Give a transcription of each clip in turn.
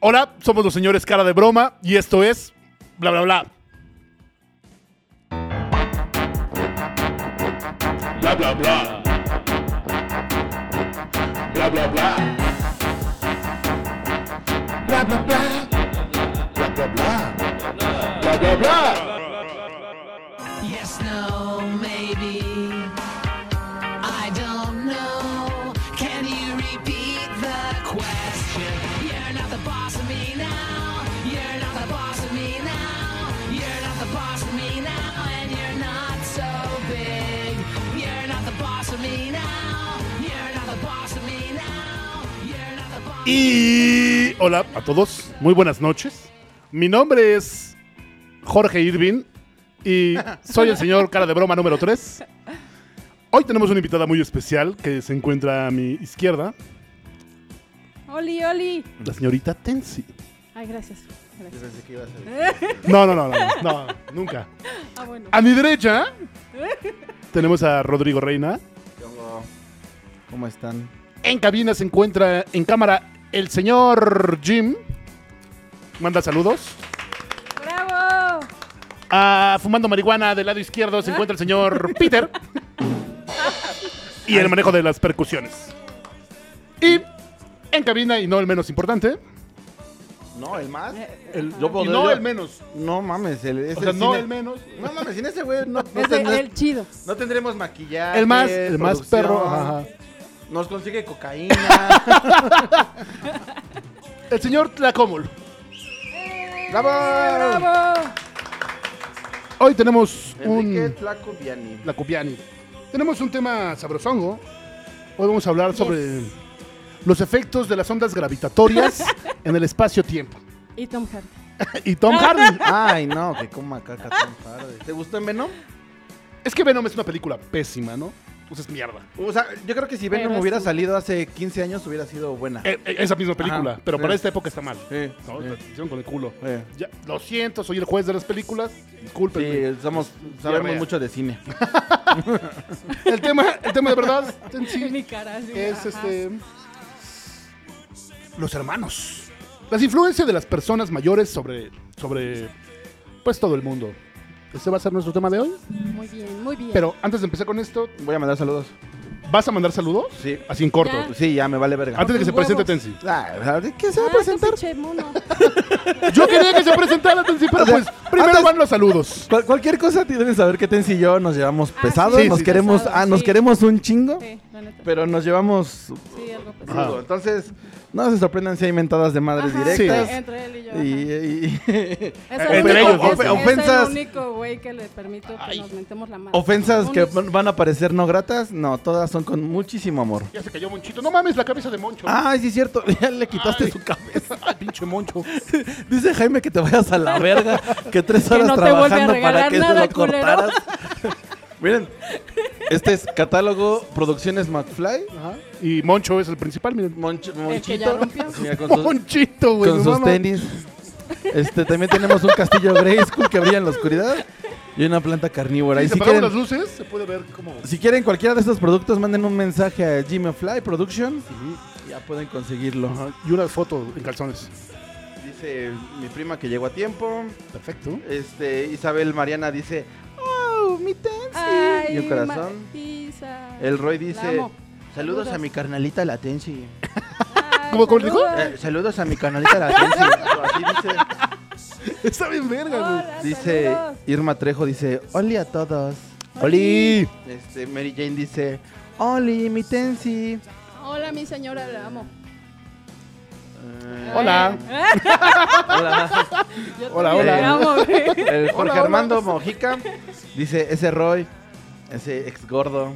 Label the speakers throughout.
Speaker 1: Hola, somos los señores Cara de Broma y esto es bla bla bla.
Speaker 2: Bla bla bla. Bla bla bla. Bla bla bla. Bla bla bla. Bla bla bla.
Speaker 3: Yes, no, maybe. I don't know. Can you repeat the question? You're not the boss of me now. You're not the boss of me now. You're not the boss of me now. And you're not so big. You're not the boss of me now. You're not the boss of me now. You're not the boss.
Speaker 1: Y hola a todos, muy buenas noches. Mi nombre es Jorge Irving y soy el señor Cara de Broma número 3. Hoy tenemos una invitada muy especial que se encuentra a mi izquierda,
Speaker 4: Oli, Oli.
Speaker 1: la señorita Tensi.
Speaker 4: Ay, gracias. gracias.
Speaker 1: No, no, no, no, no, nunca.
Speaker 4: Ah, bueno.
Speaker 1: A mi derecha tenemos a Rodrigo Reina.
Speaker 5: ¿Cómo están?
Speaker 1: En cabina se encuentra en cámara el señor Jim. Manda saludos.
Speaker 4: ¡Bravo!
Speaker 1: Ah, fumando marihuana del lado izquierdo se encuentra el señor Peter. y el manejo de las percusiones. Y en cabina, y no el menos importante.
Speaker 5: No, el más.
Speaker 1: y no el menos.
Speaker 5: No mames, el, ese
Speaker 1: O sea, no
Speaker 5: sin-
Speaker 1: el menos.
Speaker 5: No mames, sin ese güey no, no,
Speaker 4: Es de-
Speaker 5: tendré-
Speaker 4: el chido.
Speaker 5: no tendremos maquillaje.
Speaker 1: El más, el más
Speaker 5: producción,
Speaker 1: perro. ajá.
Speaker 5: Nos consigue cocaína.
Speaker 1: El señor Tlacomul.
Speaker 5: ¡Bravo!
Speaker 4: ¡Bravo!
Speaker 1: Hoy tenemos
Speaker 5: Enrique
Speaker 1: un...
Speaker 5: Tlaco Viani.
Speaker 1: La Copiani. Tenemos un tema sabrosongo. Hoy vamos a hablar sobre los efectos de las ondas gravitatorias en el espacio-tiempo.
Speaker 4: Y Tom Hardy.
Speaker 1: Y
Speaker 5: Ah.
Speaker 1: Tom Hardy.
Speaker 5: Ay, no, que coma caca tan tarde. ¿Te gustó en Venom?
Speaker 1: Es que Venom es una película pésima, ¿no? Pues es mierda.
Speaker 5: O sea, yo creo que si Venom
Speaker 4: Pero es
Speaker 5: hubiera
Speaker 4: un-
Speaker 5: salido hace 15 años hubiera sido buena.
Speaker 1: Eh, eh, esa misma película,
Speaker 5: Ajá,
Speaker 1: pero
Speaker 5: sí.
Speaker 1: para esta época está mal.
Speaker 5: Sí,
Speaker 1: No,
Speaker 5: sí,
Speaker 1: la hicieron con el culo.
Speaker 5: sí.
Speaker 1: Ya, lo siento, soy el juez de las películas. Discúlpenme.
Speaker 5: Sí, somos,
Speaker 1: Diarrea.
Speaker 5: sabemos mucho de cine.
Speaker 1: El tema, el tema de verdad en sí,
Speaker 4: Mi cara. así,
Speaker 1: es
Speaker 4: ajá.
Speaker 1: este los hermanos. Las influencias de las personas mayores sobre sobre pues todo el mundo. Este va a ser nuestro tema de hoy.
Speaker 4: Muy bien, muy bien.
Speaker 1: Pero antes de empezar con esto,
Speaker 5: Voy a mandar saludos.
Speaker 1: ¿vas a mandar saludos?
Speaker 5: Sí.
Speaker 1: Así en corto.
Speaker 4: Ya.
Speaker 5: Sí, ya me vale verga.
Speaker 1: Antes de que
Speaker 4: Tus
Speaker 1: se presente
Speaker 4: huevos.
Speaker 1: Tensi.
Speaker 5: Ah, ¿Qué se va
Speaker 4: Ah,
Speaker 5: a
Speaker 4: tú
Speaker 5: presentar?
Speaker 4: pinche mono.
Speaker 1: Yo quería que se presentara Tensi, pero
Speaker 5: O sea,
Speaker 1: pues primero
Speaker 5: antes-
Speaker 1: van los saludos.
Speaker 5: Cual- cualquier cosa tienen que saber que Tensi y yo nos llevamos
Speaker 4: Ah,
Speaker 5: pesados,
Speaker 1: sí,
Speaker 5: nos
Speaker 1: sí,
Speaker 5: queremos,
Speaker 4: pesados,
Speaker 5: ah, nos
Speaker 4: sí.
Speaker 5: queremos un chingo,
Speaker 4: Sí, la neta.
Speaker 5: pero nos llevamos
Speaker 4: Sí, algo pesado.
Speaker 1: Ajá.
Speaker 5: rudo. Entonces, no se sorprendan si hay mentadas de madres
Speaker 4: Ajá,
Speaker 5: directas.
Speaker 1: Sí.
Speaker 4: Entre él y yo.
Speaker 5: Y,
Speaker 4: ajá.
Speaker 5: y-
Speaker 4: Es
Speaker 1: Entre
Speaker 4: el único-
Speaker 1: ellos, ¿no?
Speaker 4: es- es
Speaker 5: Ofensas.
Speaker 4: el único güey que le permito que nos mentemos la madre.
Speaker 5: ofensas que
Speaker 4: Unos-
Speaker 5: van van a parecer no gratas, no, todas son con muchísimo amor.
Speaker 1: Ya se cayó Monchito. No mames, la cabeza de Moncho.
Speaker 5: Ay, sí es cierto, ya le quitaste
Speaker 1: Ay.
Speaker 5: su cabeza.
Speaker 1: Ay, pinche Moncho.
Speaker 5: Dice Jaime que te vayas a la verga, que tres
Speaker 4: Que
Speaker 5: horas
Speaker 4: no te vuelve a
Speaker 5: trabajando para
Speaker 4: regalar
Speaker 5: que
Speaker 4: nada,
Speaker 5: se lo
Speaker 4: culero.
Speaker 5: cortaras. Miren, este es catálogo Producciones McFly.
Speaker 1: Ajá. Y Moncho es el principal, miren.
Speaker 5: Monch-
Speaker 4: El que ya
Speaker 5: Monchito.
Speaker 4: rompió.
Speaker 5: Mira, con sus,
Speaker 1: Monchito, güey.
Speaker 5: con
Speaker 1: no
Speaker 5: sus
Speaker 1: mames.
Speaker 5: tenis. Este, también tenemos un castillo Grayskull que brilla en la oscuridad. Y una planta carnívora.
Speaker 1: Sí,
Speaker 5: y
Speaker 1: se
Speaker 5: si
Speaker 1: apagaron
Speaker 5: quieren,
Speaker 1: las luces, se puede ver como...
Speaker 5: si quieren cualquiera de estos productos, manden un mensaje a Jimmy Fly Productions. Ya pueden conseguirlo.
Speaker 1: Ajá, Y una foto en calzones.
Speaker 5: Dice mi prima que llegó a tiempo.
Speaker 1: Perfecto.
Speaker 5: Este, Isabel Mariana dice, oh, mi Tensi.
Speaker 4: Ay,
Speaker 5: y un corazón.
Speaker 4: Matisa.
Speaker 5: El Roy
Speaker 4: La
Speaker 5: dice,
Speaker 4: amo.
Speaker 5: saludos a mi carnalita la Tensi.
Speaker 4: Ay,
Speaker 1: ¿Cómo- cómo le dijo?
Speaker 4: saludos.
Speaker 5: Eh, saludos a mi carnalita la Tensi. Así dice.
Speaker 1: Está bien verga, güey.
Speaker 4: Hola,
Speaker 5: Dice
Speaker 4: saludos.
Speaker 5: Irma Trejo, dice, Oli a todos.
Speaker 1: ¡Oli!
Speaker 5: Este, Mary Jane dice, Oli, mi Tensi.
Speaker 4: Hola, mi señora, la amo.
Speaker 5: Eh,
Speaker 1: Hola.
Speaker 5: hola.
Speaker 4: Yo
Speaker 1: Ah. Hola,
Speaker 4: también
Speaker 5: hola.
Speaker 4: la amo,
Speaker 5: El
Speaker 4: güey.
Speaker 5: Jorge
Speaker 1: Hola, hola.
Speaker 5: Armando Mojica dice, ese Roy, ese ex gordo.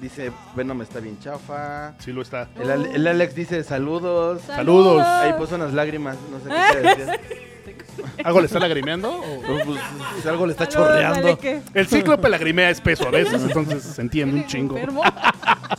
Speaker 5: Dice, Venom está bien chafa.
Speaker 1: Sí lo está.
Speaker 5: El, Ale- el Alex dice, saludos.
Speaker 1: Saludos.
Speaker 5: Ahí pues, puso unas lágrimas, no sé qué quiere decir.
Speaker 1: ¿Algo le está lagrimeando? o-
Speaker 5: Pues, pues, pues, algo le está
Speaker 4: Saludos,
Speaker 5: chorreando.
Speaker 4: dale que-
Speaker 1: El cíclope lagrimea espeso a veces, entonces se entiende un chingo.
Speaker 4: Enfermo.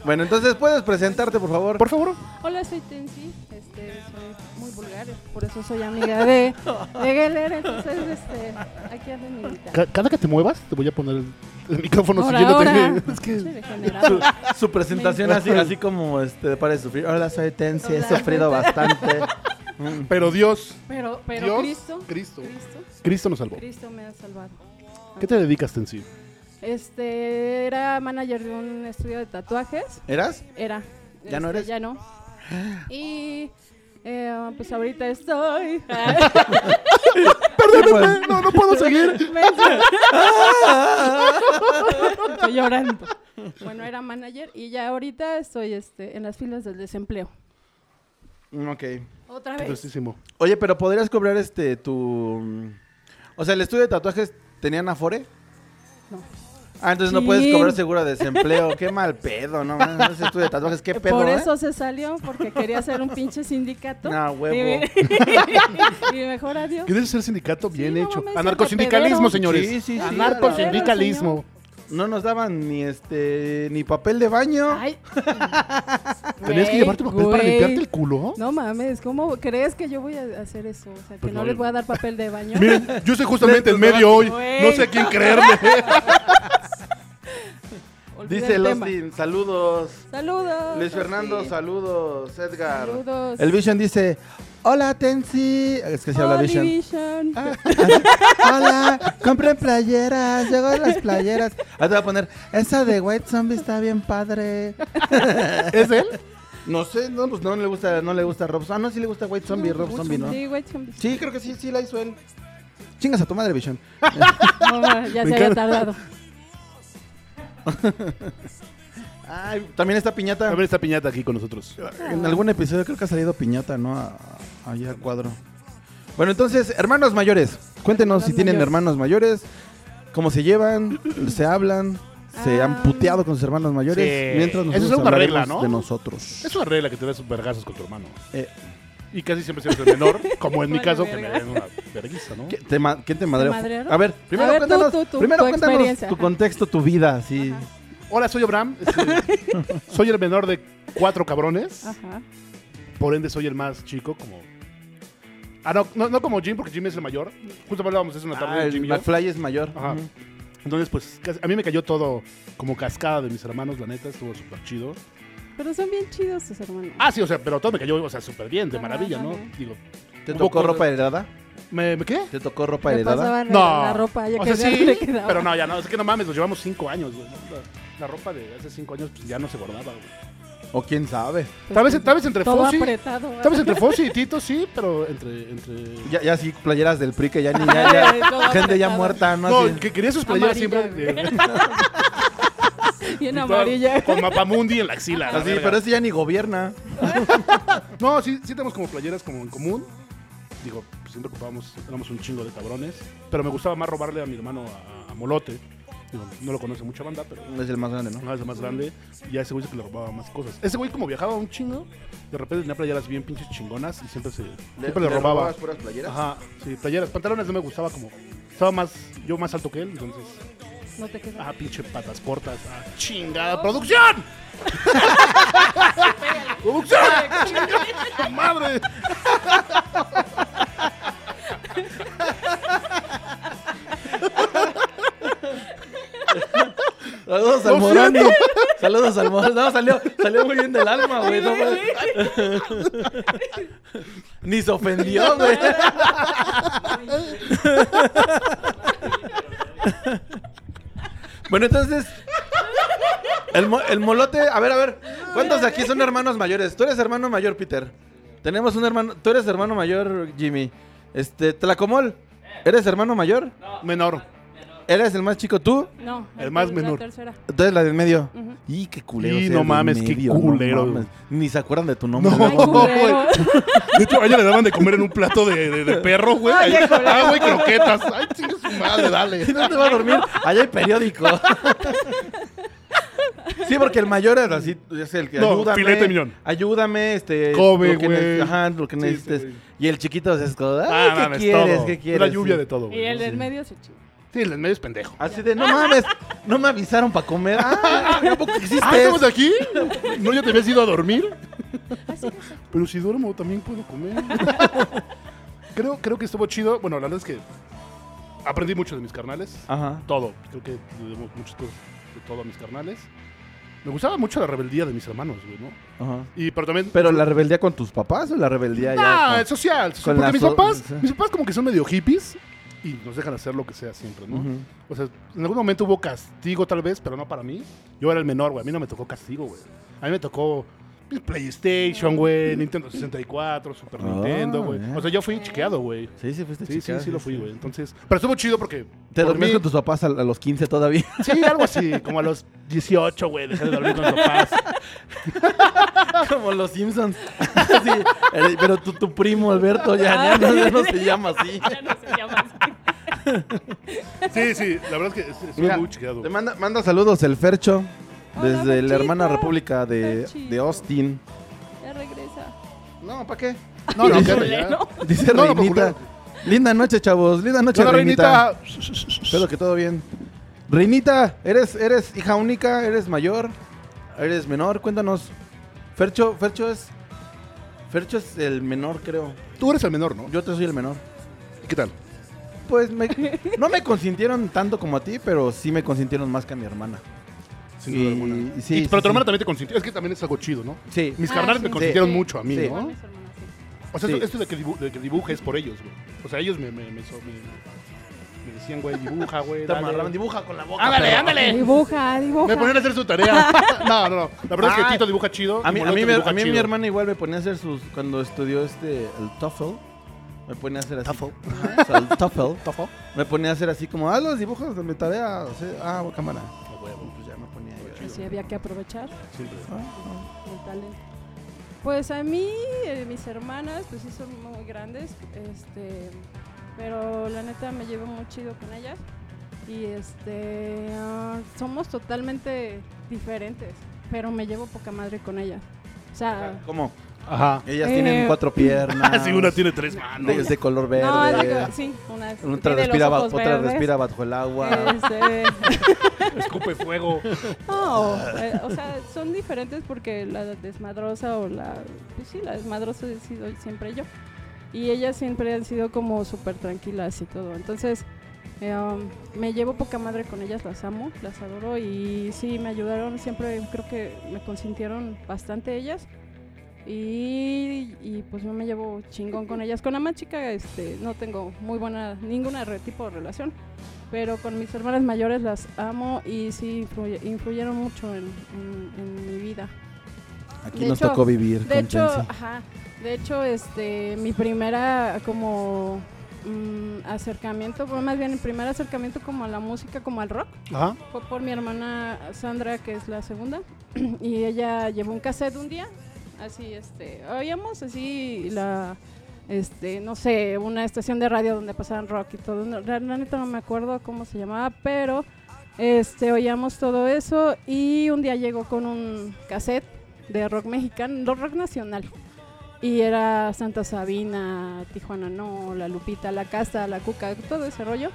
Speaker 5: Bueno, entonces puedes presentarte, por favor.
Speaker 1: Por favor.
Speaker 4: Hola, soy Tensi. Este, soy muy vulgar, por eso soy amiga de, de Geller. Entonces, este, aquí ando en mi guitarra.
Speaker 1: Ca- Cada que te muevas, te voy a poner el, el micrófono
Speaker 4: Por
Speaker 1: siguiéndote.
Speaker 4: ahora.
Speaker 1: Es que...
Speaker 4: Soy degenerado.
Speaker 5: Su presentación así, así como este, para de sufrir. Hola, soy Tensi, he
Speaker 4: Hola.
Speaker 5: sufrido bastante.
Speaker 1: Pero Dios,
Speaker 4: Pero, pero
Speaker 1: Dios,
Speaker 4: Cristo,
Speaker 1: Cristo.
Speaker 4: Cristo,
Speaker 1: Cristo nos salvó.
Speaker 4: Cristo me ha salvado.
Speaker 1: ¿Qué te dedicas, Tensi?
Speaker 4: Este, era manager de un estudio de tatuajes.
Speaker 5: ¿Eras?
Speaker 4: Era.
Speaker 5: ¿Ya no
Speaker 4: Este,
Speaker 5: eres?
Speaker 4: Ya no. Y eh, pues ahorita estoy.
Speaker 1: Perdóname, no, no puedo seguir.
Speaker 4: estoy llorando. Bueno, era manager y ya ahorita estoy este, en las filas del desempleo.
Speaker 5: Mm, Ok.
Speaker 4: Otra vez.
Speaker 1: Tristísimo.
Speaker 5: Oye, pero podrías cobrar este tu. mm, O sea, el estudio de tatuajes tenían afore.
Speaker 4: No.
Speaker 5: Ah, entonces no puedes
Speaker 4: Chin.
Speaker 5: cobrar seguro de desempleo. qué mal pedo, ¿no? man, Ese estudio de tatuajes, qué pedo.
Speaker 4: Por
Speaker 5: ¿eh?
Speaker 4: eso se salió, porque quería hacer un pinche sindicato.
Speaker 5: No, huevo.
Speaker 4: Y, y mejor adiós.
Speaker 1: ¿Quieres ser sindicato? Bien
Speaker 4: no
Speaker 1: hecho.
Speaker 4: mames,
Speaker 1: Anarcosindicalismo,
Speaker 4: pedero.
Speaker 1: señores.
Speaker 5: Sí, sí, sí.
Speaker 1: Anarcosindicalismo.
Speaker 5: No nos daban ni este ni papel de baño.
Speaker 4: Ay,
Speaker 1: ¿Tenías que
Speaker 4: güey,
Speaker 1: llevar tu papel para
Speaker 4: güey.
Speaker 1: limpiarte el culo?
Speaker 4: No mames, ¿cómo crees que yo voy a hacer eso? O sea, que
Speaker 1: Pues
Speaker 4: no,
Speaker 1: no
Speaker 4: les
Speaker 1: le-
Speaker 4: voy a dar papel de baño.
Speaker 1: Miren, yo soy justamente en medio hoy. No sé a quién creerme.
Speaker 4: Olvida
Speaker 5: Dice
Speaker 4: el
Speaker 5: el
Speaker 4: tema.
Speaker 5: Austin, saludos.
Speaker 4: Saludos.
Speaker 5: Luis Fernando,
Speaker 4: Austin.
Speaker 5: saludos. Edgar.
Speaker 4: Saludos.
Speaker 5: El Vision dice, hola Tensi. Es que se habla
Speaker 4: Hola,
Speaker 5: Vision.
Speaker 4: Vision.
Speaker 5: Hola, compren playeras, llegó las playeras. Ahora te voy a poner, esa de White Zombie está bien padre.
Speaker 1: ¿Es él?
Speaker 5: No sé, no, pues no le gusta, no le gusta Rob Zombie. Ah, no, sí le gusta White Zombie, Rob Zombie, ¿no?
Speaker 4: Sí, güey, chum-
Speaker 5: Sí, creo que sí, sí la hizo él. Chingas a tu madre, Vision.
Speaker 4: no, ya se había
Speaker 1: encanta.
Speaker 4: tardado.
Speaker 5: Ay, también está Piñata.
Speaker 1: A ver esta piñata aquí con nosotros.
Speaker 5: En algún episodio creo que ha salido piñata, ¿no? A- Allá al cuadro. Bueno, entonces, hermanos mayores, cuéntenos
Speaker 4: Hermanos
Speaker 5: si tienen
Speaker 4: mayores.
Speaker 5: hermanos mayores, cómo se llevan, se hablan, se
Speaker 4: Ah.
Speaker 5: han puteado con sus hermanos mayores,
Speaker 1: Sí.
Speaker 5: mientras
Speaker 1: Eso es
Speaker 5: nosotros
Speaker 1: una
Speaker 5: hablaremos
Speaker 1: regla, ¿no?
Speaker 5: de nosotros.
Speaker 1: Es una regla que te das vergazos con tu hermano.
Speaker 5: Eh,
Speaker 1: Y casi siempre se el menor, como en mi
Speaker 4: Vale,
Speaker 1: caso, que me
Speaker 4: verga.
Speaker 1: den una vergüenza, ¿no?
Speaker 5: ¿qué te, ma- quién te madreó?
Speaker 4: madrearon?
Speaker 5: A ver, primero
Speaker 4: ver, tú,
Speaker 5: cuéntanos,
Speaker 4: tú, tú,
Speaker 5: primero
Speaker 4: tu
Speaker 5: cuéntanos
Speaker 4: experiencia,
Speaker 5: tu
Speaker 4: ajá.
Speaker 5: contexto, tu vida, sí.
Speaker 1: Hola, soy Abraham. Este, soy el menor de cuatro cabrones.
Speaker 4: Ajá.
Speaker 1: Por ende, soy el más chico, como. Ah, no, no, no como Jim, porque Jim es el mayor. Justo hablábamos eso una tarde.
Speaker 5: Ah,
Speaker 1: de
Speaker 5: el
Speaker 1: Jim y yo.
Speaker 5: McFly es mayor.
Speaker 1: Ajá.
Speaker 5: Ujú.
Speaker 1: Entonces, pues, casi- a mí me cayó todo como cascada de mis hermanos, la neta, estuvo súper chido.
Speaker 4: Pero son bien chidos tus hermanos.
Speaker 1: Ah, sí, o sea, pero todo me cayó, o sea, súper bien, de
Speaker 4: Ah,
Speaker 1: maravilla, ¿no?
Speaker 4: vale.
Speaker 1: Digo,
Speaker 5: ¿Te
Speaker 1: Hubo
Speaker 5: tocó
Speaker 1: cosas-
Speaker 5: ropa heredada?
Speaker 1: ¿me, me qué?
Speaker 5: ¿Te tocó ropa
Speaker 4: Le
Speaker 5: heredada?
Speaker 4: pasaban la-
Speaker 1: No.
Speaker 4: la ropa, ya
Speaker 1: o
Speaker 4: que
Speaker 1: sea,
Speaker 4: ya no
Speaker 1: sí,
Speaker 4: le quedaba.
Speaker 1: pero no, ya no, es que no mames, nos llevamos cinco años, güey. ¿no? La, la ropa de hace cinco años pues, ya no se guardaba, güey.
Speaker 5: ¿O quién sabe?
Speaker 4: Pues,
Speaker 1: Tal vez, tal vez entre
Speaker 4: todo
Speaker 1: Fossi,
Speaker 4: apretado.
Speaker 1: tal vez entre Fossi y Tito sí, pero entre... entre...
Speaker 5: Ya, ya sí, playeras del PRI que ya ni ya, ya-
Speaker 4: Todo
Speaker 5: gente ya
Speaker 4: apretado.
Speaker 5: muerta, ¿no?
Speaker 1: No,
Speaker 5: Así-
Speaker 1: el que quería sus playeras
Speaker 4: Amarilla,
Speaker 1: siempre...
Speaker 4: güey.
Speaker 1: eh,
Speaker 4: Bien
Speaker 1: toda-
Speaker 4: amarilla.
Speaker 1: Con mapamundi en la axila. Ah, la
Speaker 5: Así,
Speaker 1: verga.
Speaker 5: pero ese ya ni gobierna.
Speaker 1: No, sí, sí tenemos como playeras como en común. Digo, pues, siempre ocupábamos, éramos un chingo de cabrones. Pero me gustaba más robarle a mi hermano a, a Molote. Digo, no lo conoce mucha banda, pero
Speaker 5: Es el más grande, ¿no?
Speaker 1: una vez más grande. Y a ese güey es el que le robaba más cosas. Ese güey como viajaba un chingo, de repente tenía playeras bien pinches chingonas y siempre se siempre le, robaba.
Speaker 5: puras playeras?
Speaker 1: Ajá, sí, playeras. Pantalones no me gustaba como... Estaba más, yo más alto que él, entonces...
Speaker 4: No te quedas.
Speaker 1: Ah, pinche patas cortas. Ah, chingada producción. producción. ¡Chingada madre.
Speaker 5: Saludos al
Speaker 1: Lo
Speaker 5: Moroni. Saludos al Moroni. No, salió, salió muy bien del alma, güey. no mames. Ni se ofendió, güey. Bueno, entonces. El, mo- el molote. A ver, a ver. ¿Cuántos de aquí son hermanos mayores? Tú eres hermano mayor, Peter. Tenemos un hermano. Tú eres hermano mayor, Jimmy. Este, Tlacomol. ¿Eres hermano mayor?
Speaker 1: Menor.
Speaker 5: ¿Eres el más chico tú?
Speaker 4: No.
Speaker 1: El más
Speaker 4: la
Speaker 1: menor.
Speaker 4: tercera.
Speaker 5: Entonces la del medio.
Speaker 4: Ujú.
Speaker 5: Y qué culero.
Speaker 1: Y
Speaker 5: ser
Speaker 1: no
Speaker 5: del
Speaker 1: mames, qué
Speaker 5: no
Speaker 1: culero.
Speaker 5: mames. Ni se acuerdan de tu nombre.
Speaker 1: No.
Speaker 4: Ay,
Speaker 5: ¿no?
Speaker 4: culero.
Speaker 1: De hecho, a ella le daban de comer en un plato de, de- de perro, güey. Ahí- Ah, güey, croquetas. Ay, chinga su madre, dale.
Speaker 5: ¿Y dónde va a dormir? Allá hay periódico. Sí, porque el mayor era así, es el que
Speaker 1: No,
Speaker 5: ayúdame,
Speaker 1: filete miñón.
Speaker 5: ayúdame, este,
Speaker 1: Come,
Speaker 5: lo que
Speaker 1: güey.
Speaker 5: neces- ajá, lo que
Speaker 1: Sí,
Speaker 5: necesites.
Speaker 1: sí, güey.
Speaker 5: y el chiquito es como, ay,
Speaker 1: Ah,
Speaker 5: ¿qué
Speaker 1: mames,
Speaker 5: quieres?
Speaker 1: todo.
Speaker 5: ¿Qué quieres?
Speaker 1: Una lluvia
Speaker 5: Sí.
Speaker 1: de todo,
Speaker 4: Y
Speaker 1: güey.
Speaker 4: el del medio se chinga.
Speaker 1: Sí, el del medio es pendejo.
Speaker 5: Así de, no mames, no me avisaron para comer. Ah, ¿a poco hiciste
Speaker 1: Ah, ¿estamos
Speaker 5: eso?
Speaker 1: aquí? ¿No ya te habías ido a dormir? Pero si duermo también puedo comer. creo, creo que estuvo chido. Bueno, la verdad es que aprendí mucho de mis carnales.
Speaker 5: Ajá.
Speaker 1: Todo. Creo que le debo muchas cosas de todo a mis carnales. Me gustaba mucho la rebeldía de mis hermanos, güey, ¿no?
Speaker 5: Ajá.
Speaker 1: Y, pero también...
Speaker 5: Pero la rebeldía con tus papás o la rebeldía
Speaker 1: Ah,
Speaker 5: ya.
Speaker 1: es social.
Speaker 5: con
Speaker 1: porque
Speaker 5: la
Speaker 1: mis
Speaker 5: so-
Speaker 1: papás,
Speaker 5: sí.
Speaker 1: mis papás como que son medio hippies y nos dejan hacer lo que sea siempre, ¿no?
Speaker 5: Ujú.
Speaker 1: O sea, en algún momento hubo castigo tal vez, pero no para mí. Yo era el menor, güey. A mí no me tocó castigo, güey. A mí me tocó pues, PlayStation, güey, Nintendo 64, Super
Speaker 5: Ah,
Speaker 1: Nintendo, güey.
Speaker 5: mira.
Speaker 1: O sea, yo fui chiqueado, güey.
Speaker 5: Sí, sí, fuiste
Speaker 1: Sí, sí,
Speaker 5: chica,
Speaker 1: sí lo fui, güey. Entonces, pero estuvo chido porque...
Speaker 5: Te
Speaker 1: por
Speaker 5: dormías
Speaker 1: mí-
Speaker 5: con tus papás a, a los 15 todavía.
Speaker 1: Sí, algo así, como a los 18, güey, dejé de dormir con mis papás.
Speaker 5: Como los Simpsons. Sí, eh, pero tu, tu primo Alberto ya, ya no, ya no se llama así.
Speaker 6: Ya no se llama así.
Speaker 1: Sí, sí, la verdad es que es- estuve
Speaker 5: Mira,
Speaker 1: muy chiqueado.
Speaker 5: Te
Speaker 1: güey.
Speaker 5: manda, manda saludos el Fercho
Speaker 4: Hola,
Speaker 5: desde la
Speaker 4: Ferchito.
Speaker 5: hermana república de,
Speaker 4: Ferchito.
Speaker 5: de Austin.
Speaker 4: Ya regresa.
Speaker 5: No, ¿para qué?
Speaker 1: No, no,
Speaker 5: Dice-
Speaker 1: ya, ya.
Speaker 6: ¿no?
Speaker 1: No,
Speaker 5: Dice
Speaker 1: no,
Speaker 5: Reinita.
Speaker 1: popular.
Speaker 5: Linda noche, chavos. Linda noche,
Speaker 1: Hola,
Speaker 5: Reinita.
Speaker 1: Reinita.
Speaker 5: Espero que todo bien. Reinita, eres, eres hija única, eres mayor, eres menor, cuéntanos. Fercho, Fercho es. Fercho es el menor, creo.
Speaker 1: Tú eres el menor, ¿no?
Speaker 5: Yo te soy el menor.
Speaker 1: ¿Qué tal?
Speaker 5: Pues me- no me consintieron tanto como a ti, pero sí me consintieron más que a mi hermana.
Speaker 1: Sin duda
Speaker 5: Y-
Speaker 1: alguna.
Speaker 5: y sí,
Speaker 1: Y-
Speaker 5: sí,
Speaker 1: pero tu
Speaker 5: sí.
Speaker 1: hermana también te consintió. Es que también es algo chido, ¿no?
Speaker 5: Sí.
Speaker 1: Mis
Speaker 4: Ah,
Speaker 1: carnales
Speaker 4: sí,
Speaker 1: me
Speaker 4: sí.
Speaker 1: consintieron
Speaker 5: Sí.
Speaker 1: mucho a mí,
Speaker 5: Sí.
Speaker 1: ¿no?
Speaker 4: Igual mis hermanas, sí.
Speaker 1: O sea,
Speaker 5: Sí.
Speaker 1: esto de que, dibu- de que dibuje es por ellos, güey. O sea, ellos me, me, me, so- me- me decían, güey, dibuja, güey.
Speaker 5: Te
Speaker 1: dale.
Speaker 5: amarraban, dibuja con la boca.
Speaker 1: Ándale,
Speaker 5: perro.
Speaker 1: ándale.
Speaker 4: Dibuja, dibuja.
Speaker 1: Me ponían a hacer su tarea. no, no, no. La verdad es que
Speaker 5: Ah,
Speaker 1: Tito dibuja chido.
Speaker 5: A mí,
Speaker 1: y
Speaker 5: a
Speaker 1: Molote
Speaker 5: mí me-
Speaker 1: dibuja
Speaker 5: a mí mi
Speaker 1: chido.
Speaker 5: hermana igual me ponía a hacer sus. Cuando estudió este, el TOEFL, me ponía a hacer así.
Speaker 1: Tafo.
Speaker 5: Ajá, o sea, el TOEFL. Me ponía a hacer así como, haz los dibujos de mi tarea. o sea, ah, bueno, cámara. Pues ya me ponía yo.
Speaker 4: Así había que aprovechar.
Speaker 1: Siempre.
Speaker 4: el talento. Pues a mí, eh, mis hermanas, pues sí son muy grandes, este, pero la neta me llevo muy chido con ellas y este, ah, somos totalmente diferentes, pero me llevo poca madre con ellas. O sea,
Speaker 5: ¿Cómo?
Speaker 1: Ajá. Ah,
Speaker 5: Ellas
Speaker 4: Eh,
Speaker 5: tienen cuatro piernas.
Speaker 1: sí, una tiene tres manos.
Speaker 5: de, de color verde.
Speaker 4: no, digo, sí, una
Speaker 5: Otra
Speaker 4: tiene los
Speaker 5: respira, bajo,
Speaker 4: ojos
Speaker 5: otra
Speaker 4: verdes,
Speaker 5: respira bajo el agua.
Speaker 4: este,
Speaker 1: Escupe fuego.
Speaker 4: no, eh, o sea, son diferentes porque la desmadrosa o la. Pues sí, la desmadrosa he sido siempre yo. Y ellas siempre han sido como súper tranquilas y todo. Entonces, eh, um, me llevo poca madre con ellas, las amo, las adoro y sí, me ayudaron siempre. Creo que me consintieron bastante ellas. Y, y, pues yo me llevo chingón con ellas. Con la más chica este, no tengo muy buena, ninguna re- tipo de relación. Pero con mis hermanas mayores las amo y sí influye- influyeron mucho en, en- en mi vida.
Speaker 5: Aquí
Speaker 4: de
Speaker 5: nos
Speaker 4: hecho-
Speaker 5: tocó vivir.
Speaker 4: De hecho, ah,
Speaker 5: contención.
Speaker 4: ajá, de hecho, este, mi primera como mm, acercamiento, bueno, más bien el primer acercamiento como a la música, como al rock,
Speaker 1: Ajá.
Speaker 4: fue por mi hermana Sandra, que es la segunda, y ella llevó un cassette un día, así, este, oíamos así la, este, no sé, una estación de radio donde pasaban rock y todo, no, la, la neta no me acuerdo cómo se llamaba, pero, este, oíamos todo eso y un día llegó con un cassette de rock mexicano, no, rock nacional. Y era Santa Sabina, Tijuana No, La Lupita, La Casta, La Cuca, todo ese rollo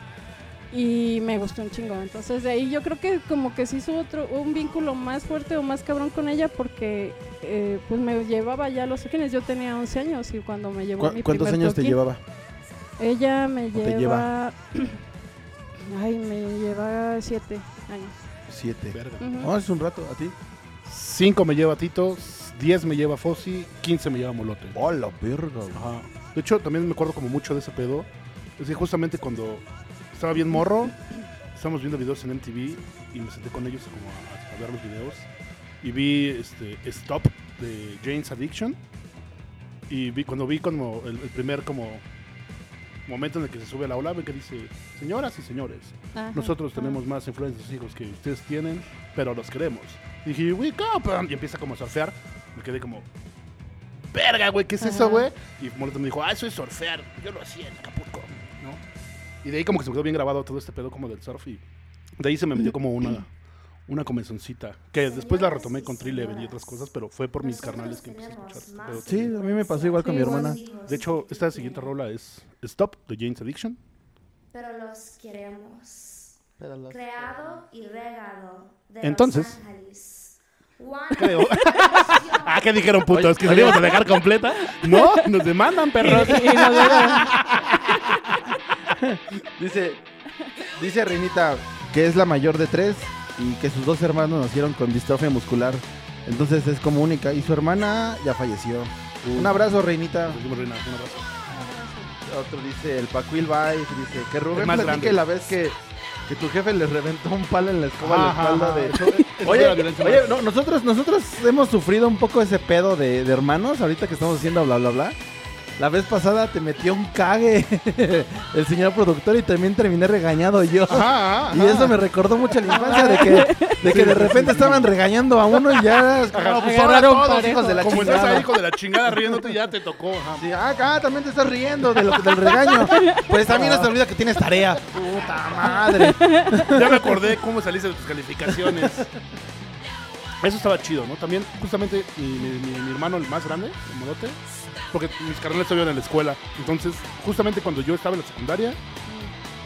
Speaker 4: y me gustó un chingo. Entonces de ahí yo creo que como que se hizo otro, un vínculo más fuerte o más cabrón con ella porque eh, pues me llevaba ya a los toquines. Yo tenía 11 años y cuando me llevó
Speaker 5: ¿Cu-
Speaker 4: mi
Speaker 5: ¿Cuántos
Speaker 4: primer
Speaker 5: años te
Speaker 4: toquín,
Speaker 5: llevaba?
Speaker 4: Ella me
Speaker 5: te
Speaker 4: lleva... Ay, me lleva 7 años.
Speaker 5: Siete.
Speaker 1: Verga.
Speaker 4: Ujú.
Speaker 5: No, es un rato, a ti.
Speaker 1: Cinco me lleva Tito, diez me lleva Fossi, quince me lleva Molote.
Speaker 5: Hola, verga.
Speaker 1: Ajá. De hecho, también me acuerdo como mucho de ese pedo. Es que justamente cuando estaba bien morro, estábamos viendo videos en MTV y me senté con ellos como a, a ver los videos. Y vi este, Stop de Jane's Addiction. Y vi, cuando vi como el, el primer como momento en el que se sube a la ola, ve que dice, señoras y señores,
Speaker 4: Ajá.
Speaker 1: nosotros tenemos más influencia en sus hijos que ustedes tienen, pero los queremos. Y dije, wake up. Y empieza como a surfear. Me quedé como, verga, güey, ¿qué es eso,
Speaker 4: Ajá.
Speaker 1: güey? Y Molotov me dijo, ah, eso es surfear. Yo lo hacía en Acapulco, ¿no? Y de ahí como que se me quedó bien grabado todo este pedo como del surf. Y de ahí se me metió como una, una comenzoncita. Que después la retomé con Tree Level y otras cosas, pero fue por mis carnales que empecé a escuchar. este pedo.
Speaker 5: Sí, a mí me pasó igual con mi hermana.
Speaker 1: De hecho, esta siguiente rola es Stop, de Jane's Addiction.
Speaker 7: Pero los queremos. Creado y regado. De
Speaker 1: Entonces.
Speaker 7: Los Ángeles. One
Speaker 1: Creo. Ah, ¿qué dijeron, puto? ¿Es que se la íbamos a dejar completa? No, nos demandan, perros.
Speaker 5: Dice, dice Reinita que es la mayor de tres y que sus dos hermanos nacieron con distrofia muscular. Entonces es como única. Y su hermana ya falleció. Un abrazo, reinita.
Speaker 1: Nos vemos, Reina, un abrazo.
Speaker 5: Otro dice el Pacuil Vice, dice que
Speaker 1: El
Speaker 5: Rubén
Speaker 1: más
Speaker 5: platique
Speaker 1: grande.
Speaker 5: la vez que, que tu jefe les reventó un palo en la escoba a la
Speaker 1: Ajá,
Speaker 5: espalda
Speaker 1: ajá.
Speaker 5: de...
Speaker 1: fue
Speaker 5: oye,
Speaker 1: la violencia
Speaker 5: oye,
Speaker 1: más.
Speaker 5: no, nosotros, nosotros hemos sufrido un poco ese pedo de, de hermanos, ahorita que estamos haciendo bla bla bla. La vez pasada te metió un cague el señor productor y también terminé regañado yo.
Speaker 1: Ajá,
Speaker 5: Y eso me recordó mucho la infancia de que de, que de repente estaban regañando a uno y ya...
Speaker 1: Ajá, pues ahora
Speaker 4: Agarraron
Speaker 1: todos,
Speaker 4: parejo.
Speaker 1: hijos de la Como
Speaker 5: chingada.
Speaker 1: estás ahí, hijo de la chingada, riéndote, ya te tocó. ajá.
Speaker 5: Sí, ah, acá también te estás riendo de lo, del regaño. Pues también no se te olvida que tienes tarea. Puta madre.
Speaker 1: Ya me acordé cómo saliste de tus calificaciones. Eso estaba chido, ¿no? También, justamente, mi, mi- mi- mi hermano, el más grande, el molote, porque mis carnales todavía en la escuela. Entonces, justamente cuando yo estaba en la secundaria,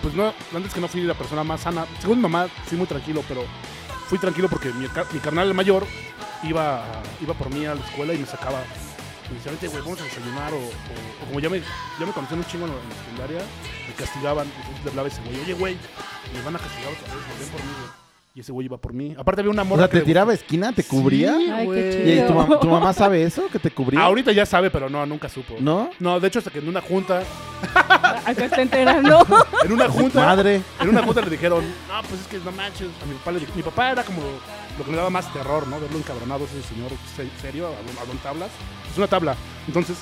Speaker 1: pues no, antes que no fui la persona más sana. Según mi mamá, sí, muy tranquilo, pero fui tranquilo porque mi, ca- mi carnal el mayor iba, iba por mí a la escuela y me sacaba. Me decía, "Vente, güey, vamos a desayunar. O, o- o como ya me, ya me conocían un chingo en la en la secundaria, me castigaban. Entonces le hablaba a ese güey, oye, güey, me van a castigar otra vez, ven por mí, güey". Y ese güey iba por mí. Aparte había una
Speaker 5: O
Speaker 1: morra
Speaker 5: sea, te
Speaker 1: le-
Speaker 5: tiraba esquina, te cubría.
Speaker 1: Sí,
Speaker 4: Ay,
Speaker 1: güey.
Speaker 4: qué
Speaker 5: ¿Y
Speaker 4: chido.
Speaker 5: tu, mam- tu mamá sabe eso? ¿Que te cubría?
Speaker 1: Ahorita ya sabe, pero no, nunca supo.
Speaker 5: ¿No?
Speaker 1: No, de hecho, hasta que en una junta,
Speaker 4: Acá está enterando.
Speaker 1: en una junta,
Speaker 5: Madre.
Speaker 1: En una junta le dijeron, no, pues es que no manches. A mi papá, le, mi papá era como lo que le daba más terror, ¿no? Verlo encabronado, ese señor se- serio, a, a don tablas. Es una tabla. Entonces,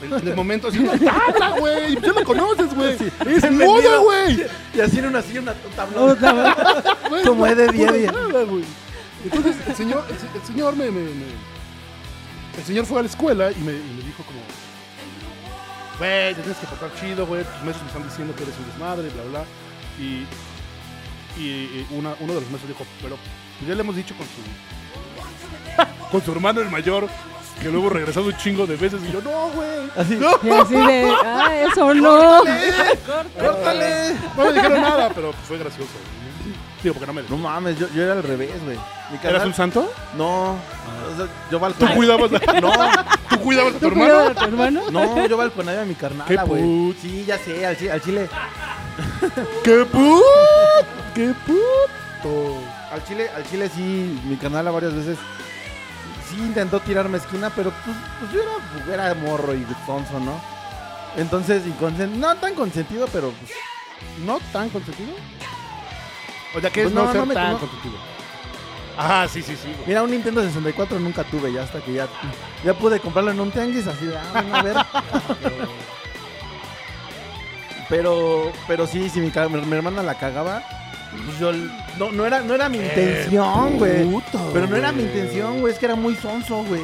Speaker 1: en, en el momento, es una tabla, güey. Ya lo conoces, güey. Es muda, güey.
Speaker 5: Y así en una silla, una tablón. Como es de día a día.
Speaker 1: Nada, güey. Entonces, el señor, el, se- el señor me, me- me- El señor fue a la escuela y me, y me dijo como... Güey, te tienes que portar chido, güey. Tus maestros me están diciendo que eres un desmadre, bla, bla. Y, y, y una- uno de los maestros dijo, pero pues ya le hemos dicho con su... con su hermano el mayor, que luego regresado un chingo de veces. Y yo, no, güey.
Speaker 5: Así.
Speaker 1: No,
Speaker 4: Y así de, ah, eso no.
Speaker 5: ¡Córtale!
Speaker 1: no me dijeron nada, pero pues, fue gracioso. Digo, porque no me...
Speaker 5: No mames, yo, yo era al revés, güey. Mi
Speaker 1: ¿Eras
Speaker 5: carnal-
Speaker 1: un Ah. santo?
Speaker 5: No. O sea,
Speaker 1: ¿Tú
Speaker 5: yo balconeaba.
Speaker 1: cuidabas, a-
Speaker 5: No,
Speaker 1: ¿tú cuidabas a tu
Speaker 4: ¿Tú
Speaker 1: hermano?
Speaker 4: cuidabas a tu hermano?
Speaker 5: no, yo balconeaba a mi carnal,
Speaker 1: Qué
Speaker 5: güey.
Speaker 1: put.
Speaker 5: Sí, ya sé, al, chi- al chile.
Speaker 1: ¡Qué put! ¡Qué puto!
Speaker 5: Al chile, al chile sí, mi canal varias veces sí intentó tirarme esquina, pero pues, pues yo era, era morro y tonso, ¿no? Entonces, inconsen- no tan consentido, pero pues,
Speaker 1: ¿No tan consentido? O sea, que
Speaker 5: Pues
Speaker 1: es no,
Speaker 5: no,
Speaker 1: ser
Speaker 5: no me-
Speaker 1: tan
Speaker 5: no.
Speaker 1: consentido. Ajá, sí, sí, sí. güey.
Speaker 5: mira, un Nintendo 64 nunca tuve, ya hasta que ya, ya pude comprarlo en un tianguis, así de, ah, bueno, a ver. pero, pero sí, si mi, ca- mi- mi hermana la cagaba, pues yo, no, no, era, no era mi intención, güey.
Speaker 1: Eh, puto,
Speaker 5: Pero no era mi
Speaker 1: güey.
Speaker 5: intención, güey, es que era muy sonso, güey.